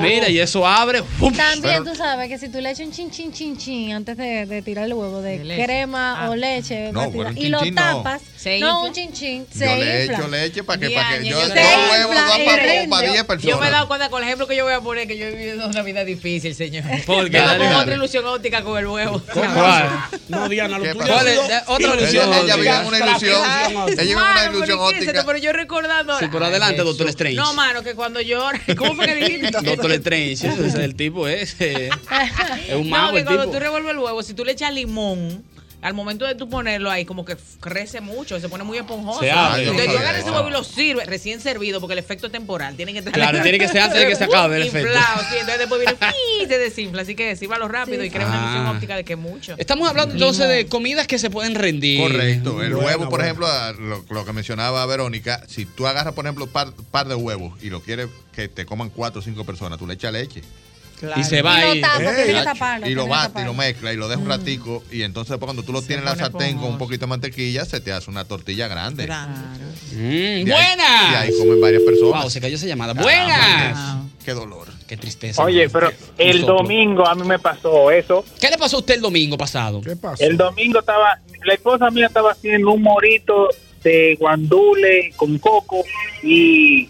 Mira, y eso abre. ¡pum! También Pero- tú sabes que si tú le echas un chin chin chin chin antes de, de tirar el huevo de, leche. crema Ah. o leche No, batida, bueno, un y lo chin-chin no. tapas, Se no, infla. un chin chin, se Yo le infla. echo leche para que, para que yo Diañe, dos yo le- huevos da Se para rinde. como para 10 Yo me he personas. dado cuenta con el ejemplo que yo voy a poner que yo he vivido una vida difícil, señor. ¿Por qué? Yo Dale, no pongo dale. otra ilusión óptica con el huevo. ¿Cuál? No, Diana, lo ¿Qué tuyo pasó? ha ¿Cuál es? sido- Da- otra ilusión Ella- ella vive óptica. en una ilusión. Ella vive en una Mano, ilusión Ah, pero ¿y qué es esto? óptica. Pero yo recordando. ahora- Sí, por adelante, Ay, doctor Jesús. Strange. No, mano, que cuando yo. ¿Cómo fue que dijiste? Doctor Strange, ese es el tipo ese. Es un No, mago que el cuando tipo. tú revuelves el huevo, si tú le echas limón, al momento de tú ponerlo ahí, como que crece mucho, se pone muy esponjoso. Se abre. Entonces Ah, yo yo no agarro ese sabía huevo y lo sirve, recién servido, porque el efecto es temporal. Tiene que estar- Claro, tiene que ser antes de que se acabe el efecto. Inflado, sí, entonces después viene y se desinfla. Así que sírvalo rápido y crea una Ah. ilusión óptica de que mucho. Estamos hablando entonces de comidas que se pueden rendir. Correcto. El huevo, por ejemplo, a- lo, lo que mencionaba Verónica, si tú agarras, por ejemplo, un par, par de huevos y lo quieres que te coman cuatro o cinco personas, tú le echas leche. y se va Y lo ahí. tapa, tiene que Ey. taparlo, y tiene lo que bate y taparlo. lo mezcla y lo Mm. deja un ratico. Y entonces después cuando tú lo tienes en la pone sartén con un poquito de mantequilla, se te hace una tortilla grande. Mm, De ahí- buenas. de ahí comen varias personas. Wow, se cayó esa llamada. Caramba, Buenas. Qué dolor. Qué tristeza. Oye, pero el domingo a mí me pasó eso. ¿Qué le pasó a usted el domingo pasado? ¿Qué pasó? El domingo estaba, la esposa mía estaba haciendo un morito de guandule con coco y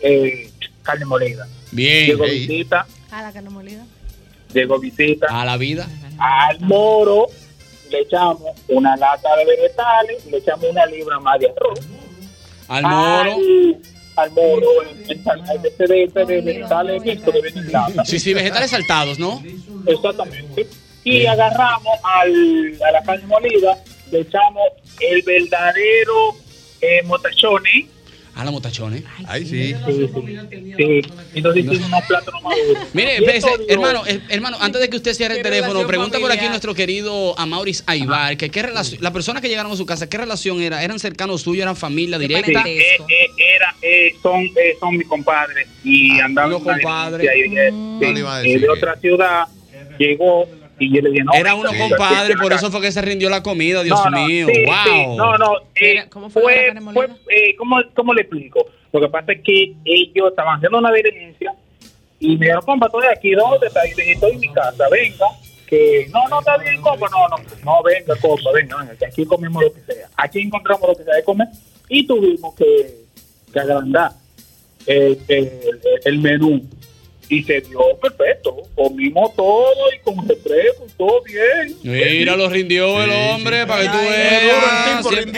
eh, carne molida. Bien. Llegó Ey. visita, A Ah, la carne molida. llegó visita. A la vida. Ah. Al moro le echamos una lata de vegetales, le echamos una libra más de arroz. Al moro. Ay, Al moro, el este de, este de vegetales mixto que viene en lata. Sí, sí, vegetales saltados, ¿no? Exactamente. Y agarramos al, a la carne molida, le echamos el verdadero eh, motachone. A la motachones. Ay, sí. Sí. Entonces hicimos unos plátanos maduros. Mire, Y espérese, eso dio- hermano, eh, hermano, antes de que usted cierre el Qué teléfono, relación pregunta por aquí familiar. nuestro querido Amauris Aibar, que qué relación, la persona que llegaron a su casa, ¿qué relación era? ¿Eran cercanos suyos, eran familia directa? Sí, eh, eh, era, eh, son, eh, son mis compadres y andando Ah, los compadres. Mm. de otra ciudad llegó y yo le dije no, Era uno sí, compadre, sí, por acá. eso fue que se rindió la comida, Dios No, no, mío. sí, sí, wow. no, no, eh, fue, fue, eh, ¿cómo, cómo le explico? Lo que pasa es que ellos estaban haciendo una diligencia y me dijeron, compa, estoy aquí, ¿dónde estás? Y dije, estoy en mi casa, venga. Que no, no está bien, compa, no, no, no, venga, compa, venga, venga, que aquí comemos lo que sea. Aquí encontramos lo que sea de comer y tuvimos que, que agrandar eh, eh, el, el menú. Y se dio perfecto, comimos todo y con refresco, todo bien. Mira, lo rindió el hombre para que tú veas. Sí,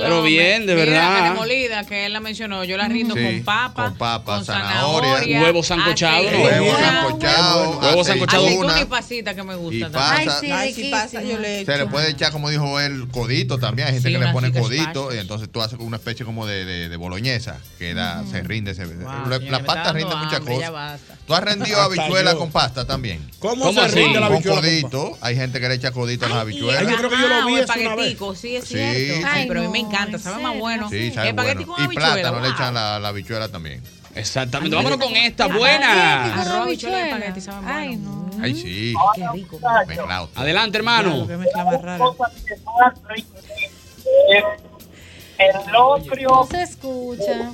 Pero bien, de La carne verdad. molida que él la mencionó, yo la rindo con papa, con, papa, zanahoria, Huevo sancochado. ¿no? aceituna, Huevo sancochado, Huevo sancochado. aceituna y pasita que me gusta. Y también. pasa- Ay, sí, pasa, yo le Se le puede echar, como dijo él, codito también. Hay gente Sí, que le unas pone ricas codito pastas. y entonces tú haces una especie como de, de, de boloñesa que da, se rinde. Se, Wow, la- señor, la me pasta está rinde dando muchas hambre, ya cosas. basta. Tú has rendido Hasta habichuela yo. con pasta también. ¿Cómo se rinde la Con habichuela con codito. Hay gente que le echa codito a las habichuelas. Ay, ah, o espaguetico, sí, es Sí. cierto. Ay, Ay, pero a mí me encanta, sabe más bueno. Sí, sabe Espagueti bueno. con Y habichuela. plátano le wow. echan la, la habichuela también. Exactamente. Vámonos con esta, buena. buena. Arroz, habichuela y espagueti, sabe bueno. Ay, sí. Qué rico. Mezclado. Adelante, hermano. El locrio. No se escucha.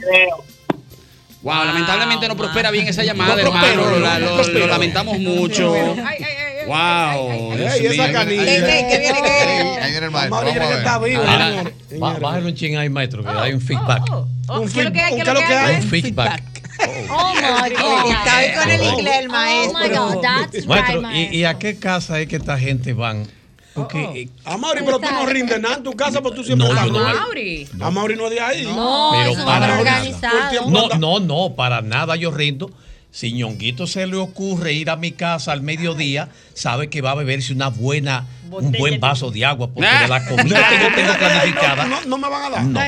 Wow, lamentablemente no prospera bien esa llamada, No hermano. prosperó, Lo- no lo- lo, prosperó. lamentamos mucho. Wow. Dios Ey, esa mío. canilla. Ey, ey, que viene, que viene. Ahí viene el Vamos maestro. a ver, vamos a que ver. está vivo. Adelante. Ba- Bájale un ching ahí, maestro, que hay un feedback. Oh, ¿qué es lo que hay? ¿Qué es lo lo que hay? Un feedback. Oh, my God. Está ahí con el inglés el Oh, my maestro. God, that's Maestro, ¿y, y a qué casa es que esta gente van? Oh, Porque, eh, Amaury, pero tú no rindes nada en tu casa, porque tú siempre No, estás yo no. mal. Amaury. Amaury no es de ahí. pero para Todo el tiempo No, anda- no, no, para nada yo rindo. Si Ñonguito se le ocurre ir a mi casa al mediodía, sabe que va a beberse una buena, un buen vaso de Ah. agua, porque de la comida que yo tengo planificada. No, no me van a dar. No.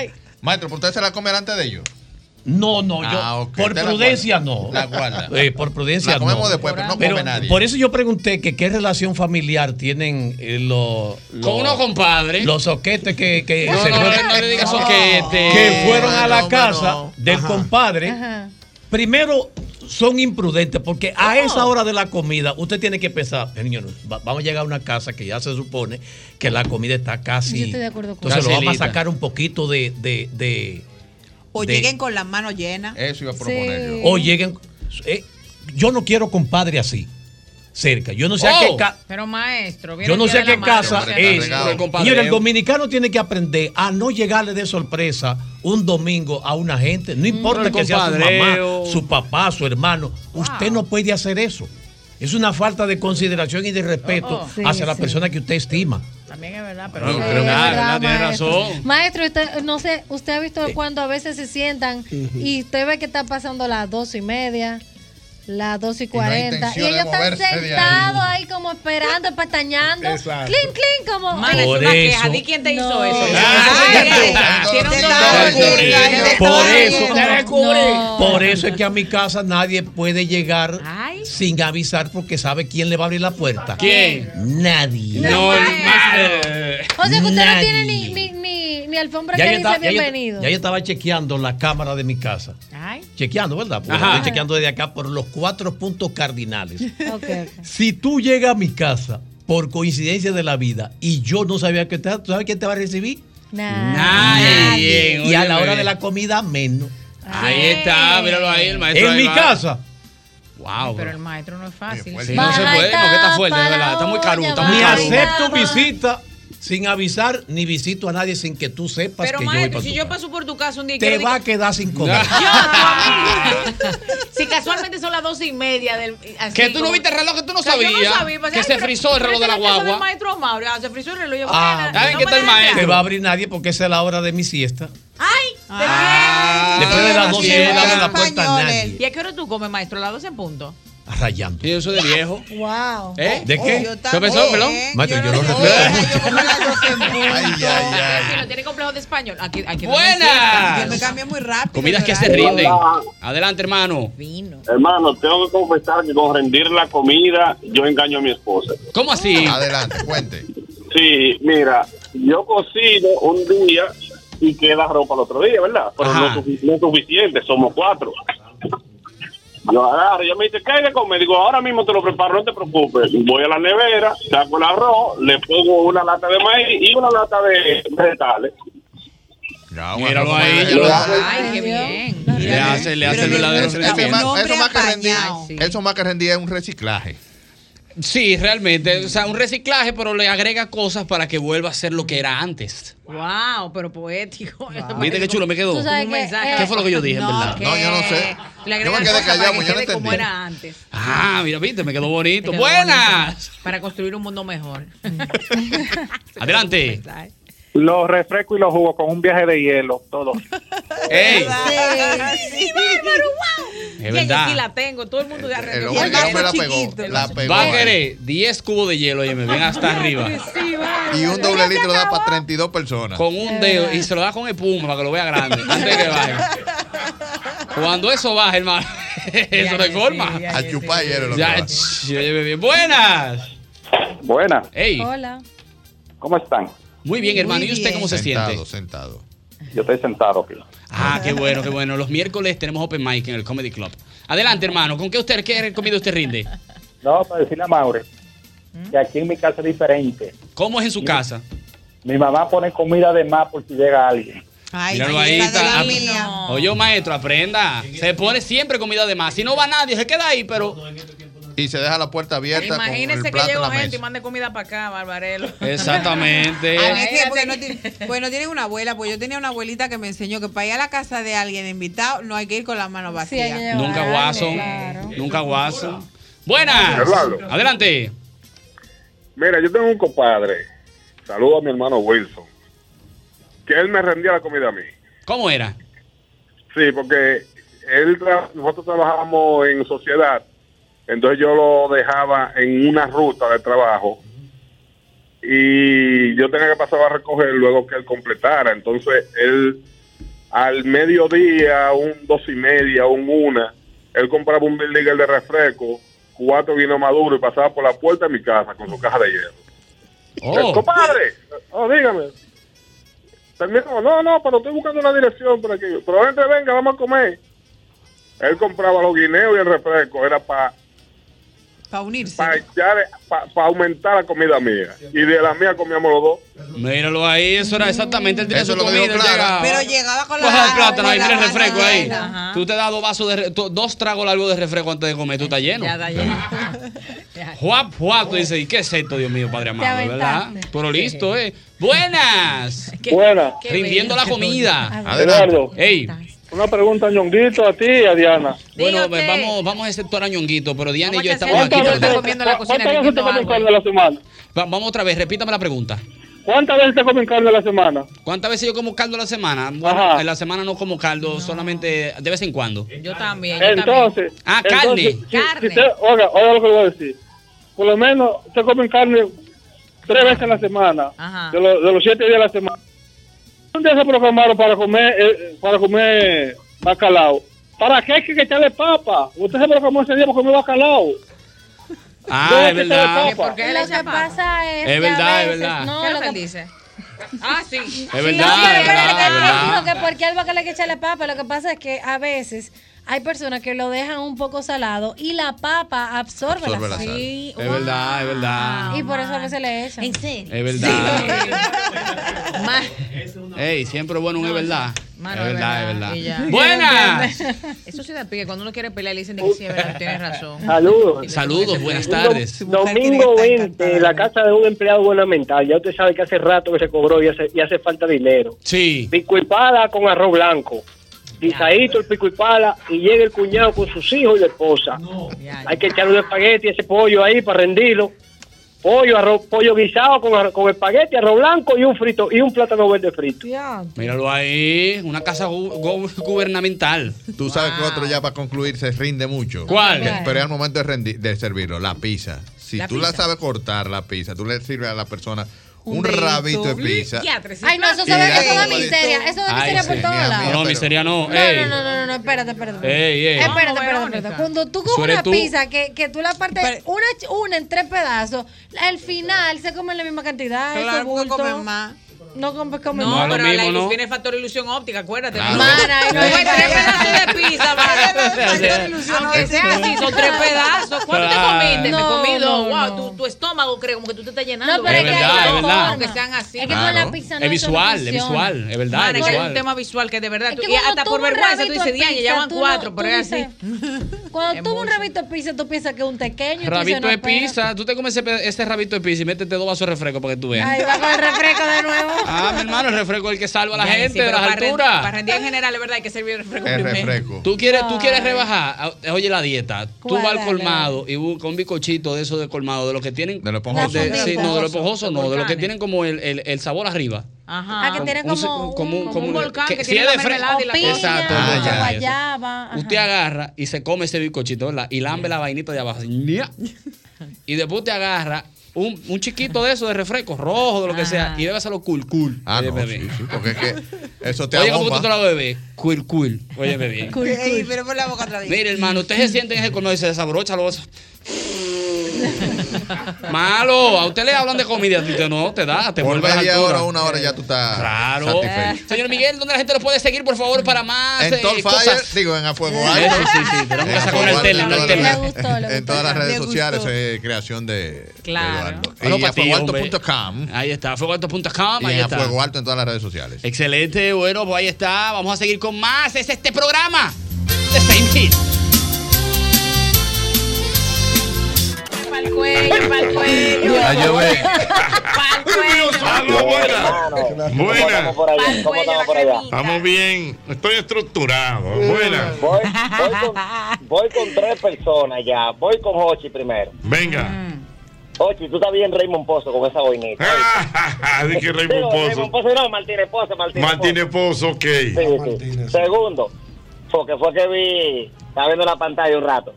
Maestro, ¿pero usted se la come delante de ellos? No, no, yo Ah, ok, por te la prudencia guarda. no. La guarda. Eh, por prudencia La comemos no. después, pero no come nadie. Por eso yo pregunté que qué relación familiar tienen eh, los, los- Con unos compadres. Los soquetes que, que No, se no, fueron, no le digas No. soquete. que fueron a la No, casa no. del compadre. Primero son imprudentes porque a esa hora de la comida usted tiene que pensar, "Eh, señor, va- vamos a llegar a una casa que ya se supone que la comida está casi. Yo estoy de acuerdo con Entonces usted. lo vamos a Facilita. sacar un poquito de- de- de O de- lleguen con las manos llenas. Eso iba a proponer Oh, o lleguen. eh, yo no quiero compadre así, cerca. Yo no sé a Oh. qué, ca- Pero maestro, viene yo no el sé a día de qué la madre, casa o sea, es. el compadre. Mira, el dominicano tiene que aprender a no llegarle de sorpresa un domingo a una gente. No importa el que sea su mamá, compadreo. su papá, su hermano. Usted no puede hacer eso. Es una falta de consideración y de respeto Oh, sí, hacia la sí. persona que usted estima. También es verdad, pero- No, pero nada, nada, tiene razón. Maestro, usted- no sé, usted ha visto cuando a veces se sientan y usted ve que está pasando las dos y media, las dos y cuarenta, y, intención de ellos están moverse de ahí. sentados ahí como esperando, pestañando, Exacto. clean, clean, como... Ah, Mana, es Por una queja. eso- Di quién te hizo eso. Ah, Por eso, No. por eso es que a mi casa nadie puede llegar sin avisar porque sabe quién le va a abrir la puerta. ¿Quién? Nadie. Normal. eh. O sea que usted no Nadie. tiene ni, ni, ni, ni alfombra Ya que yo, dice estaba, ya yo- bienvenido. ya yo estaba chequeando la cámara de mi casa. Ay. Chequeando, ¿verdad? Porque Ajá. estoy chequeando desde acá por los cuatro puntos cardinales. Ok. Si tú llegas a mi casa por coincidencia de la vida y yo no sabía que te, ¿tú ¿sabes quién te va a recibir? Nadie. Y a la Óyeme. hora de la comida, menos. Ahí está, míralo ahí, el maestro. En ahí mi va. casa. Wow. Pero el maestro no es fácil. Sí, no se puede, no, que está fuerte, de verdad. Está muy caro, está muy Ni caro. acepto visita sin avisar, ni visito a nadie sin que tú sepas Pero que yo voy maestro, para si tu yo paso por tu casa un día y Te quiero va a di- quedar sin comer. Si casualmente son las doce y media del. eh, así Que tú no como- viste el reloj que tú no Que yo sabías, pues, que ay, se pero- frizó el pero reloj de la esa es casa del guagua. maestro Amable, ah, se frizó el reloj. yo, Ah, bueno, no me dejan. Te va a abrir nadie porque esa es la hora de mi siesta. Ay, ¿de Después de las 12 qué? no le abren la puerta a nadie. ¿Y a qué hora tú comes, maestro? ¿A las 12 en punto? Rayando. ¿Y eso de viejo? Wow. ¿Eh? ¿De qué? Oh, pensaba, perdón? Maestro, yo lo Ay, ay, ay. Si no tiene complejo de español. Aquí, aquí Buenas. Me cambia muy rápido. Comidas que se ¿verdad? rinden. Adelante, hermano. Hermano, tengo que confesar que con rendir la comida yo engaño a mi esposa. ¿Cómo así? Ah, Adelante, cuente. Sí, mira, yo cocino un día y queda ropa el otro día, ¿verdad? Pero no, sufi- no es suficiente, somos cuatro. Yo agarro, ella me dice, ¿qué hay de comer? Digo, ahora mismo te lo preparo, no te preocupes. Voy a la nevera, saco el arroz, le pongo una lata de maíz y una lata de vegetales. Míralo ahí, ya lo Ay, qué bien. Le hace, le hace el verdadero Eso, eso rendimiento. más, eso más que rendir, eso más que rendir es un reciclaje. Sí, realmente. O sea, un reciclaje, pero le agrega cosas para que vuelva a ser lo que era antes. Wow, pero poético. ¿Viste qué chulo me quedó? Ah, Tú sabes que, eh, ¿Qué fue lo que yo dije, en verdad? que Le agregan quedé cosas callado, para pues que yo no quede como entendí. era antes. Ah, mira, viste, me quedó bonito. Te quedó Buenas. bonito. Para construir un mundo mejor. Adelante. Los refrescos y los jugos con un viaje de hielo, todo. Ey, Sí, bárbaro, wow. Y es verdad. aquí la tengo, todo el mundo de El alrededor. hombre, el hombre la pegó. Chiquito. La pegó. Va a querer 10 cubos de hielo, oye, me ven hasta arriba. Y un doble litro da para 32 personas. Con un dedo y se lo da con espuma para que lo vea grande. Antes de que baje. Cuando eso baje, hermano, eso no hay forma. Al chupar hielo lo que Ya, va. ch, oye, bien. Buenas. Buenas. Ey. Hola. ¿Cómo están? Muy bien, hermano. ¿Y usted cómo se Sentado, siente? sentado. Yo estoy sentado aquí. Ah, qué bueno, qué bueno. Los miércoles tenemos open mic en el Comedy Club. Adelante, hermano. ¿Con qué usted qué comida usted rinde? No, para decirle a Maure que aquí en mi casa es diferente. ¿Cómo es en su casa? Mi mamá pone comida de más por si llega alguien. Míralo ahí. está- ah, Oye, maestro, aprenda. Se pone siempre comida de más. Si no va nadie, se queda ahí, pero. Y se deja la puerta abierta con el Imagínense que plato en llegó la gente y mesa. mande comida para acá, Barbarelo. Exactamente. Ah, no, es que porque no tiene- pues no tienen una abuela, pues yo tenía una abuelita que me enseñó que para ir a la casa de alguien invitado no hay que ir con la mano vacía. Nunca guaso. Nunca guaso. Buenas. Claro. Adelante. Mira, yo tengo un compadre. Saludo a mi hermano Wilson. Que él me rendía la comida a mí. ¿Cómo era? Sí, porque él tra- nosotros trabajábamos en sociedad, entonces yo lo dejaba en una ruta de trabajo y yo tenía que pasar a recoger luego que él completara. Entonces él al mediodía, un dos y media, un una, él compraba un Bill de refresco, cuatro vinos maduros y pasaba por la puerta de mi casa con su caja de hielo. Oh. Eh, compadre, oh, dígame. Termino, no, no, pero estoy buscando una dirección por aquí. Pero gente, venga, vamos a comer. Él compraba los guineos y el refresco, era para Para unirse. para aumentar la comida mía. Y de la mía comíamos los dos. Míralo ahí. Eso era exactamente el tenía Eso su lo que dijo comida. Clara. llegaba. Pero llegaba con la Coja el mano plátano ahí, vacía. mira el refresco ahí. Ajá. Tú te das dos vasos de re- to- dos tragos largos de refresco antes de comer, tú estás lleno. Ya, da ya. Juap, juap, tú dices, ¿y qué es esto, Dios mío, Padre amado? de ¿Verdad? aventaste. Pero listo, ¿eh? Buenas. Qué- Buenas. qué Rindiendo bello. la comida. Eduardo, Ey. una pregunta a Ñonguito, a ti y a Diana. Bueno, pues, vamos, vamos a exceptuar a Ñonguito, pero Diana y yo estamos ¿Cuántas aquí. veces pero- cuántas veces te comen carne a la semana? Va- vamos otra vez, repítame la pregunta. ¿Cuántas veces te comen carne a la semana? ¿Cuántas veces yo como caldo a la semana? Bueno, en la semana no como caldo, solamente de vez en cuando. Yo también. Yo Entonces, Ah, entonces, carne. si- si usted- oiga, oiga lo que le voy a decir. Por lo menos se comen carne tres veces a la semana, Ah. Ajá. de, lo- de los siete días a la semana. Un día se programaron para comer eh, para comer bacalao. ¿Para qué hay que echarle papa? Usted se programó ese día para comer bacalao. Ah, Debe es que Ah, verdad. sea papa. Lo que pasa es, Es que a verdad, es veces- verdad. No, ¿Qué es lo lo que que él dice? Ah, sí. Es verdad, pero es verdad, es verdad. No, que porque al bacalao hay que echarle papa. Lo que pasa es que a veces hay personas que lo dejan un poco salado y la papa absorbe, Absorbe la la sal. sal. Sí, Es verdad, es verdad. Y por eso a veces le echan. ¿En serio? Es verdad. Ey, siempre bueno un es verdad. Mano, es verdad, es verdad. y ya. Buenas. Eso sí da pique. Cuando uno quiere pelear, le dicen de que sí, es verdad, tienes razón. Saludos. Saludos, buenas tardes. Domingo 20, la casa de un empleado gubernamental. Ya usted sabe que hace rato que se cobró y hace, y hace falta dinero. Sí. Pico y pala con arroz blanco. Guisadito el pico y pala y llega el cuñado con sus hijos y la esposa. Hay que echarle un espagueti a ese pollo ahí para rendirlo. Pollo, arroz, pollo guisado con, arroz- con espagueti, arroz blanco y un frito y un plátano verde frito. Míralo ahí, una casa gu- gu- gubernamental. Tú sabes que otro ya para concluir se rinde mucho. ¿Cuál? Que- Pero es el momento de, rendi- de servirlo, la pizza. Si La tú la pizza. sabes cortar, la pizza, tú le sirves a la persona un, Un dedito. rabito de pizza. Ay, no, eso Y le sabe, das eso da como de- miseria. Eso da miseria por sí, todos mía, lados. mía, No, pero- miseria no. No, Ey. no, no, no, no, no, espérate, espérate. Eh, Ey, ey. Espérate, espérate, espérate. Cuando tú coges Pero una tú- pizza que, que tú la partes una, ch- una en tres pedazos, al final se come la misma cantidad. Claro, eso porque bulto. comen más. No comes come No, más. pero la mismo, ilus- ¿no? tiene factor ilusión óptica, acuérdate. Claro. Mara, y no no- fue tres pedazos de pizza, Mara. O sea, Aunque sea así, son tres pedazos. ¿Cuánto te Claro. comiste? Me comí No, dos. no, Wow, tu, tu estómago creo como que tú te estás llenando. No, pero Es es que verdad, hay es otra verdad. Aunque forma. sean así. Es que con la pizza no, Es eso no visual, es funciona. visual, es verdad, Mara, es que es visual. un tema visual que de verdad. Es tú- que y cuando hasta tú por un vergüenza tú rabito de dices, Diana, pizza, ya van tú no- cuatro, tú pero es así. dices, Cuando tú un rabito de pizza, tú piensas que es un pequeño. y tú dices, Rabito no, de espérate. pizza. Tú te comes ese, ese rabito de pizza y métete dos vasos de refresco para que tú veas. Ahí va con el refresco de nuevo. Ah, mi hermano, el refresco es el que salva a la Ya, sí, gente de pero las para ren- Para alturas. rendir en general, es verdad, hay que servir el refresco El primero. refresco. Tú quieres, tú quieres Ay. rebajar. Ah, Oye, la dieta. Tú ¿Cuál? vas al Dale, colmado y buscas un bizcochito de esos de colmado, de los que tienen. De los esponjosos. De, Las sí, no, de los esponjosos, esponjosos no, de los que volcanes. tienen como el, el, el sabor arriba. Ajá. Ah, que tiene Un- como un, como un- como un- volcán que si tiene es de la fre- mermelada y la cosa. Exacto, Ah, ya, ya, eso. guayaba. ajá. Usted agarra y se come ese bizcochito, ¿verdad? Y lambe la vainita de abajo. así, ña. Y después te agarra un, un chiquito de eso, de refresco, rojo, de lo que sea, y bebes a lo cool, cool. Ah, no, Óyeme bien. Porque es que eso te Oye, ¿cómo abomba. tú te lo bebes? Cool, cool. Óyeme bien. Ey, pero por la boca otra vez. Mire, hermano, usted se siente en el colmado y se desabrocha los... Malo, a usted le hablan de comida, a ti te no, te da, te Por vuelve a media la hora, altura. una hora ya tú estás Claro. satisfecho. Oh. Señor Miguel, ¿dónde la gente lo puede seguir, por favor, para más En eh, Tall Fire, cosas? digo, en Afuego Sí, Alto. sí, sí, tenemos que En sacar una Afuego alterna, Alto, en una todas alterna. las- Le gustó, le En gustó. todas las redes Le sociales gustó. es creación de Claro. de Eduardo. Aló, Y pa' ti, afuegoalto.com Ahí está, fuegoalto.com, y ahí en está. Afuego Alto en todas las redes sociales. Excelente, bueno, pues ahí está. Vamos a seguir con más. Es este programa de Saint Hit. Pa'l cuello, pa'l cuello. A llover. Pa'l cuello. Buenas. Buenas. por allá? ¿Cómo estamos por allá? Estamos bien. Estoy estructurado. Buenas. Voy, voy con, voy con tres personas ya. Voy con Hochi primero. Venga. Ochi, tú estás bien Raymond Pozo con esa boinita. Ah, Eh, Di que Raymond Digo, Pozo. Raymond Pozo Pues no, Martínez Pozo, Martínez Martínez Pozo, ok. Pozo. Sí, sí. Segundo, porque fue que vi, estaba viendo la pantalla un rato,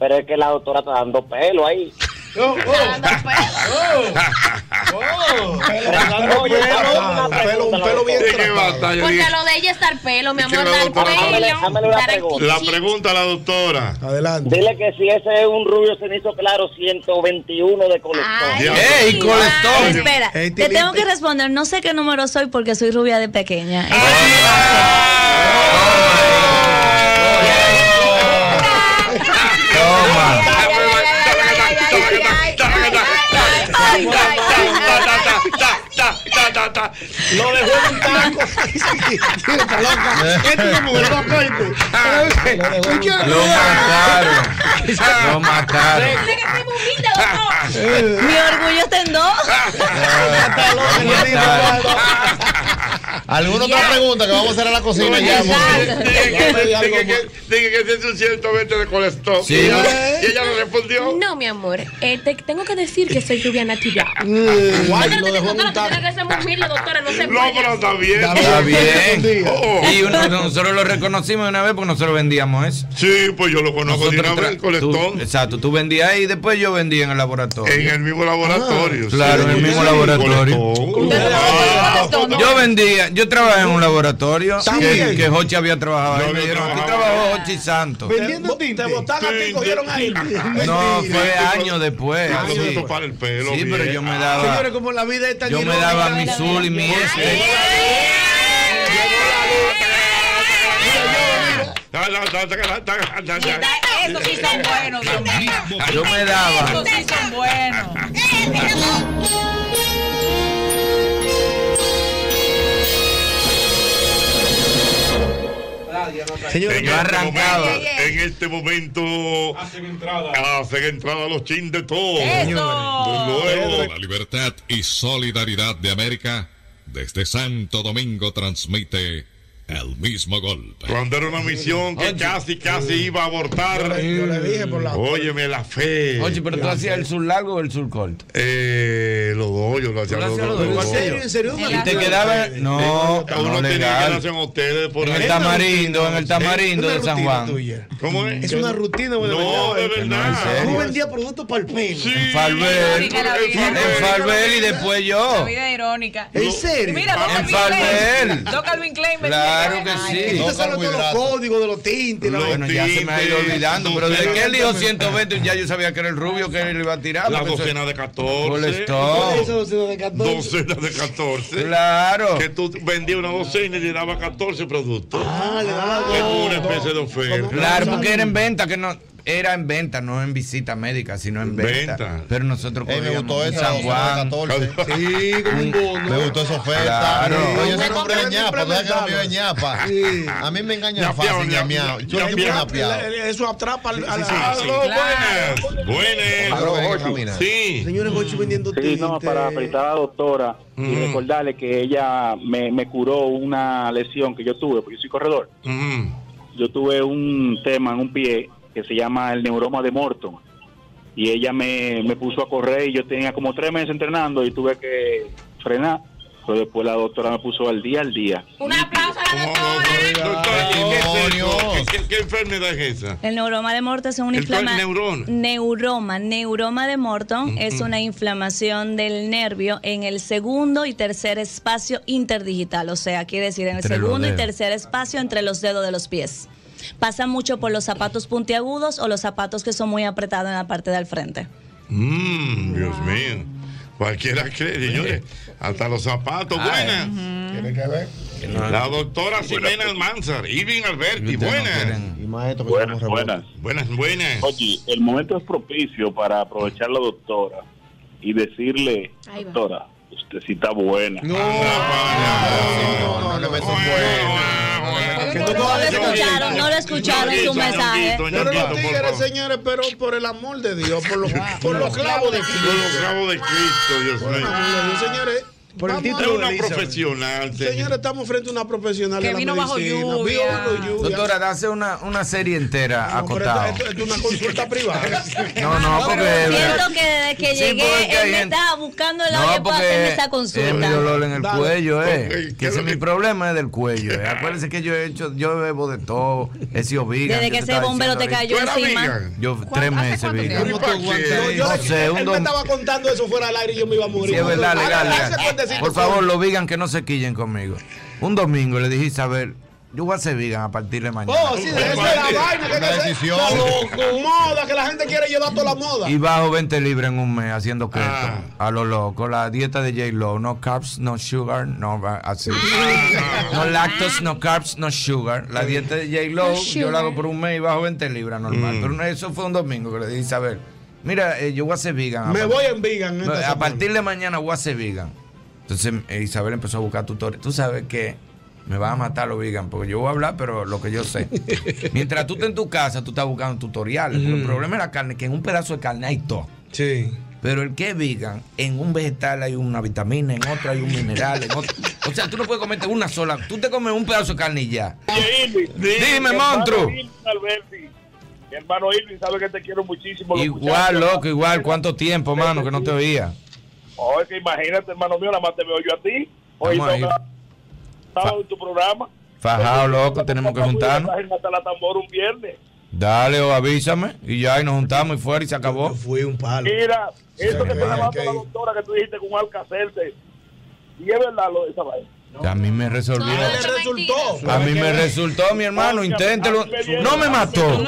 pero es que la doctora está dando pelo ahí. Oh, Oye, una Pelo, un pelo bien batalla? Porque Dije, lo de ella está el pelo, mi Es que amor, la da el doctora- cuello. Dámele una dar el pregunta. La pregunta a la doctora. Adelante. Dile que si ese es un rubio cenizo claro, 121 de colección. ¡Ey, Espera, te tengo que responder. No sé qué número soy porque soy rubia de pequeña. Lo dejó en un taco. Está Eh. loca. Esto es como los cortes. ¿Tú quieres? Lo mataron. Lo mataron. Este, Mi orgullo está en dos. ¿Alguna otra pregunta que vamos a hacer a la cocina ya, Dije que- dije que- dije que tiene un 120 de colesterol. Y ella y ella le respondió. No, mi amor, eh, te tengo que decir que soy rubia natural. Guay, Doctora, Eh. lo dejó en un doctora, taco. tiene que ser muy humilde, doctora, no se No, pero está bien. Está bien. Oh. Y uno- nosotros lo reconocimos de una vez porque nosotros vendíamos eso. Sí, pues yo lo conozco de una vez, el colectón. Exacto, tú vendías ahí y después yo vendía en el laboratorio. En Ah. el mismo laboratorio. Claro, en el mismo laboratorio. Ah, Colectón. Yo vendía, yo trabajé en un laboratorio También. que, que Hochi había trabajado ahí. Yo Me dijeron, aquí trabajaba. trabajó Hochi Santos. Te, te botaron a ti, cogieron ahí. No, Mentira. fue años después. Ah, sí. Sí, pero yo me daba. Señores, como la vida está Yo me irónica. ¿eh? daba mi sur y mi este. Ah, Eso sí son buenos, Dios mío. Yo me daba. sí son buenos. Señores, en, este yo arrancaba. momento, en este momento hacen entrada, los chin de todo. Luego, La libertad y solidaridad de América desde Santo Domingo transmite el mismo golpe. cuando era una misión que casi, casi iba a abortar. Yo le dije por la- Óyeme la fe. Oye, pero tú hacías el sur largo o el sur corto. Eh, los dos, yo lo hacía los dos. los dos. Y te quedaba. No, Uno no tenía que legal. hacer ustedes por En ahí. el tamarindo, en el tamarindo Una de San rutina Juan. ¿Cómo es? Es una rutina, güey. No, de verdad. Tú vendías productos para el pelo. En Falbel. Irónica la vida. En Falbel y después La yo. vida irónica. ¿En serio? Mira, En Don Falbel. Calvin Klein. Don Calvin Klein. me Claro tiene que ganas. sí. Usted sabe todos los códigos de los tintes. la Bueno, ya se me ha ido tintes, olvidando, pero desde docena que él dijo de- 120, ya yo sabía que era el rubio que él iba a tirar. La porque eso- docena de 14. Full ¿Cuál es stop. esa docena de 14? Docena de 14. Claro. Que tú vendías una docena y le dabas 14 productos. Ah, le daba Es dos, como una especie de oferta. Claro, porque era en venta, que no era en venta, no en visita médica, sino en venta. Venta. Pero nosotros Ey, me cogíamos gustó en esa San Juan. 14. Sí, como un bono. Me gustó esa oferta. Claro. Pues, Oye, Voy ese a nombre de comprar ñapa, ¿verdad que no me iba implementado. ñapa? A mí me engañan Ñapeado, fácil, ñap- ñapeado. Yo ñapeado. siempre me he ñapeado. Eso atrapa al. al- sí, al- sí. al- Buenas. Buenas. Aló, Buenas. Jochi. Caminar. Eh, Sí. Señores, Jochi vendiendo Sí, no, tintes. para felicitar a la doctora y Mm. recordarle que ella me, me curó una lesión que yo tuve, porque yo soy corredor. Mm. Yo tuve un tema en un pie que se llama el neuroma de Morton. Y ella me, me puso a correr y yo tenía como tres meses entrenando y tuve que frenar. Pero después la doctora me puso al día al día. Un aplauso a la doctora. Doctora, ¿qué- qué es eso? ¿Qué- qué- ¿Qué enfermedad es esa? El neuroma de Morton es una ¿El cuál? inflamación. Neurona. Neuroma. Neuroma de Morton es Ujú. una inflamación del nervio en el segundo y tercer espacio interdigital. O sea, quiere decir en el Entre los segundo y dedos. tercer espacio entre los dedos de los pies. Pasa mucho por los zapatos puntiagudos o los zapatos que son muy apretados en la parte del frente. Mmm, Dios mío. Cualquiera cree, señores. Hasta los zapatos. Buenas. Tiene que ver. La doctora Ximena Almanzar, Irving Alberti, buenas. Buenas, buenas. Buenas, buenas. Oye, el momento es propicio para aprovechar la doctora y decirle, doctora, usted sí está buena. No, No lo escucharon, no lo escucharon su mensaje. Pero los tigres, señores, pero por el amor de Dios, por los, por los clavos de Cristo. Por los clavos de Cristo, Dios Por el mío. amor de Dios, señores. Por el vamos título a- de una Elizabeth. profesional, señor. Señores, estamos frente a una profesional Que de la vino bajo medicina. lluvia. Vino bajo lluvia. Doctora, dase una, una serie entera Pero esto- acotada. esto, esto es una consulta privada. No, no, porque. Siento que desde que Sí, llegué, porque hay él me gente- estaba buscando el audio No, para hacerme porque esa consulta. es mi dolor en el Dale. cuello, eh. Que ese es mi problema es del cuello. eh. Acuérdense que yo he hecho, yo bebo de todo, he sido vegan. Desde yo que estaba ese bombero diciendo te cayó ahorita. ¿Tú eras encima. vegan? Yo tres meses vegan. ¿Cómo tú aguantas? No, No, yo- sé, un él me dom- estaba contando eso fuera al aire y yo me iba a morir. Sí, es verdad, Ahora, legal, ese legal. cuentecito Por fue- favor, los vegan que no se quillen conmigo. Un domingo le dije a Isabel, yo voy a ser vegan a partir de mañana. Oh, sí, esa es la vaina. Que Una que se- decisión. la loco- moda, que la gente quiere llevar toda la moda. Y bajo 20 libras en un mes haciendo keto. A lo loco. La dieta de J-Lo. No carbs, no sugar, no va- así. Ah, No lactos, no carbs, no sugar. La dieta de J-Lo No yo sugar. la hago por un mes y bajo 20 libras normal. Mm. Pero no, eso fue un domingo que le dije a Isabel. Mira, eh, yo voy a ser vegan. Me A voy partir- en vegan. no, esta a semana. partir de mañana voy a ser vegan. Entonces eh, Isabel empezó a buscar tutores. Tú sabes que me van a matar los vegan, porque yo voy a hablar, pero lo que yo sé. Mientras tú estás en tu casa, tú estás buscando tutoriales. porque El problema de la carne es que en un pedazo de carne hay todo. Sí. Pero el que es vegan, en un vegetal hay una vitamina, en otro hay un mineral, en otro. O sea, tú no puedes comerte una sola. Tú te comes un pedazo de carne y ya. Dime, monstruo. Mi hermano Irving sabe que te quiero muchísimo. lo Igual, muchacho. loco, igual. ¿Cuánto tiempo, mano, que no te oía? Oye, Oh, que imagínate, hermano mío, nada más te veo yo a ti. Hoy Vamos a ir. estaba en tu programa. Fajado, loco, tenemos que juntarnos. Estás en Hasta la tambor un viernes. Dale o avísame y ya y nos juntamos y fuera y se acabó. Fue un palo. Mira, eso Ah, que Ay, está ay, hablando la doctora que tú dijiste con Alcacelce. Y es verdad lo de esa vaina. A mí me resolvieron. resultó. A mí me resultó, mi hermano, inténtelo. No me mató.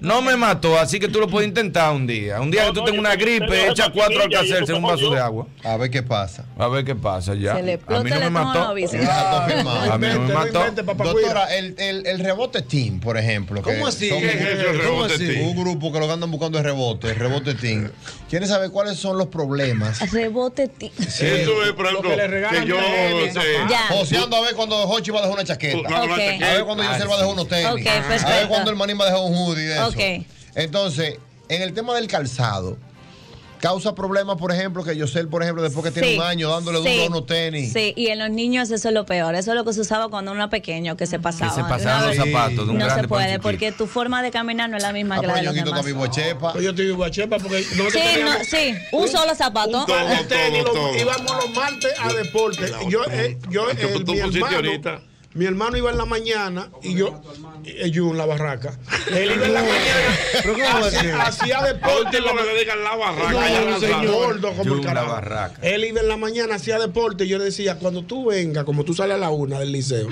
No me mató, así que tú lo puedes intentar un día. Un día que tú tengas una gripe, echa cuatro alcacerse en un vaso de agua. A ver qué pasa. A ver qué pasa ya. Se le A mí explota no me el mató. coronavirus. A mí no me mató. Doctora, el, el, el rebote team, por ejemplo. que ¿Cómo así? son- ¿Qué es eso, el ¿Cómo rebote así? team? Un grupo que lo que andan buscando es rebote, el rebote team. ¿Quieren saber cuáles son los problemas? Rebote ti. Eso es, por ejemplo, que, yo. sé- Ya. Joseando Ah, a ver cuando Hochi va a dejar una chaqueta. No, no, Ok. A ver cuando Yusel va a dejar unos tenis. Ok, a ver perfecto. cuando el manín va a dejar un hoodie. De eso. Ok. Entonces, en el tema del calzado, causa problemas, por ejemplo, que Yosel, por ejemplo, después que tiene Sí, un año dándole sí, duro a unos tenis. Sí, y en los niños eso es lo peor. Eso es lo que se usaba cuando uno era pequeño, que se pasaba. se pasaban los zapatos de un No grande se para un puede, chiquito. porque tu forma de caminar no es la misma Ah, que la pero de los Ñonguito demás. está vivo a chepa. Pues Yo estoy vivo a chepa porque no Sí, no, sí, un solo zapato. Con tenis, lo- íbamos los martes a deporte. Yo, eh, yo, Yo eh, tomo mi un sitio hermano, ahorita. mi hermano iba en la mañana y yo, eh, yo en la barraca. Él iba en la mañana, hacía- hacía deporte. Último que le digan la barraca, No, ya lo señor, saben. gordo como el Yo, la carajo. barraca. Él iba en la mañana, hacía deporte y yo le decía, cuando tú vengas, como tú sales a la una del liceo,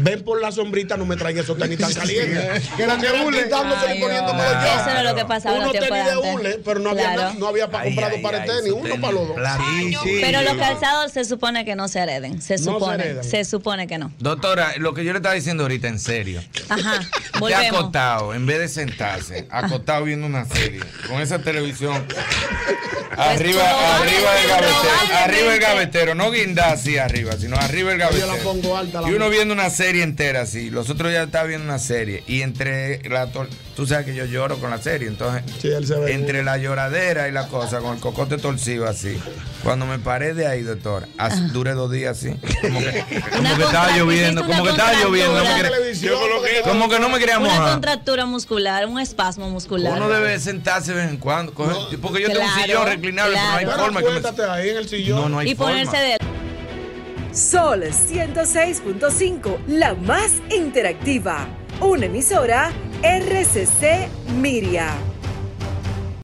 ven por la sombrita, no me traigas esos tenis tan calientes. Que la que hule. quitándoselo y poniéndome los Eso era yo. lo que pasaba Unos los tiempos tenis de de antes. hule, pero no había, Claro. na- no había pa- comprado para el tenis, uno para los dos. Pero los calzados se supone que no se hereden. Se No supone. se heredan. se supone que no. Doctora, lo que yo le estaba diciendo ahorita, en serio. Ajá. Usted Volvemos. acotado, en vez de sentarse, acotado viendo una serie, con esa televisión arriba, arriba del gavetero, arriba del gavetero, no guindar así arriba, sino arriba del Yo la gavetero. pongo alta. La Y uno viendo una serie entera así, los otros ya estaba viendo una serie y entre la tor- tú sabes que yo lloro con la serie, entonces entre la lloradera y la cosa con el cocote torcido así. Cuando me paré de ahí, doctora, así, duré dos días así, como que, como que estaba lloviendo, como que estaba lloviendo, no me quería- como que no me quería Una mojar. contractura muscular, un espasmo muscular. Uno debe sentarse de vez en cuando. coger- porque yo tengo un Claro, sillón reclinable, pero claro. no hay forma que me- Acuéstate ahí en el sillón. No, no hay Y forma. ponerse de- Sol 106.5, la más interactiva. Una emisora RCC Miria.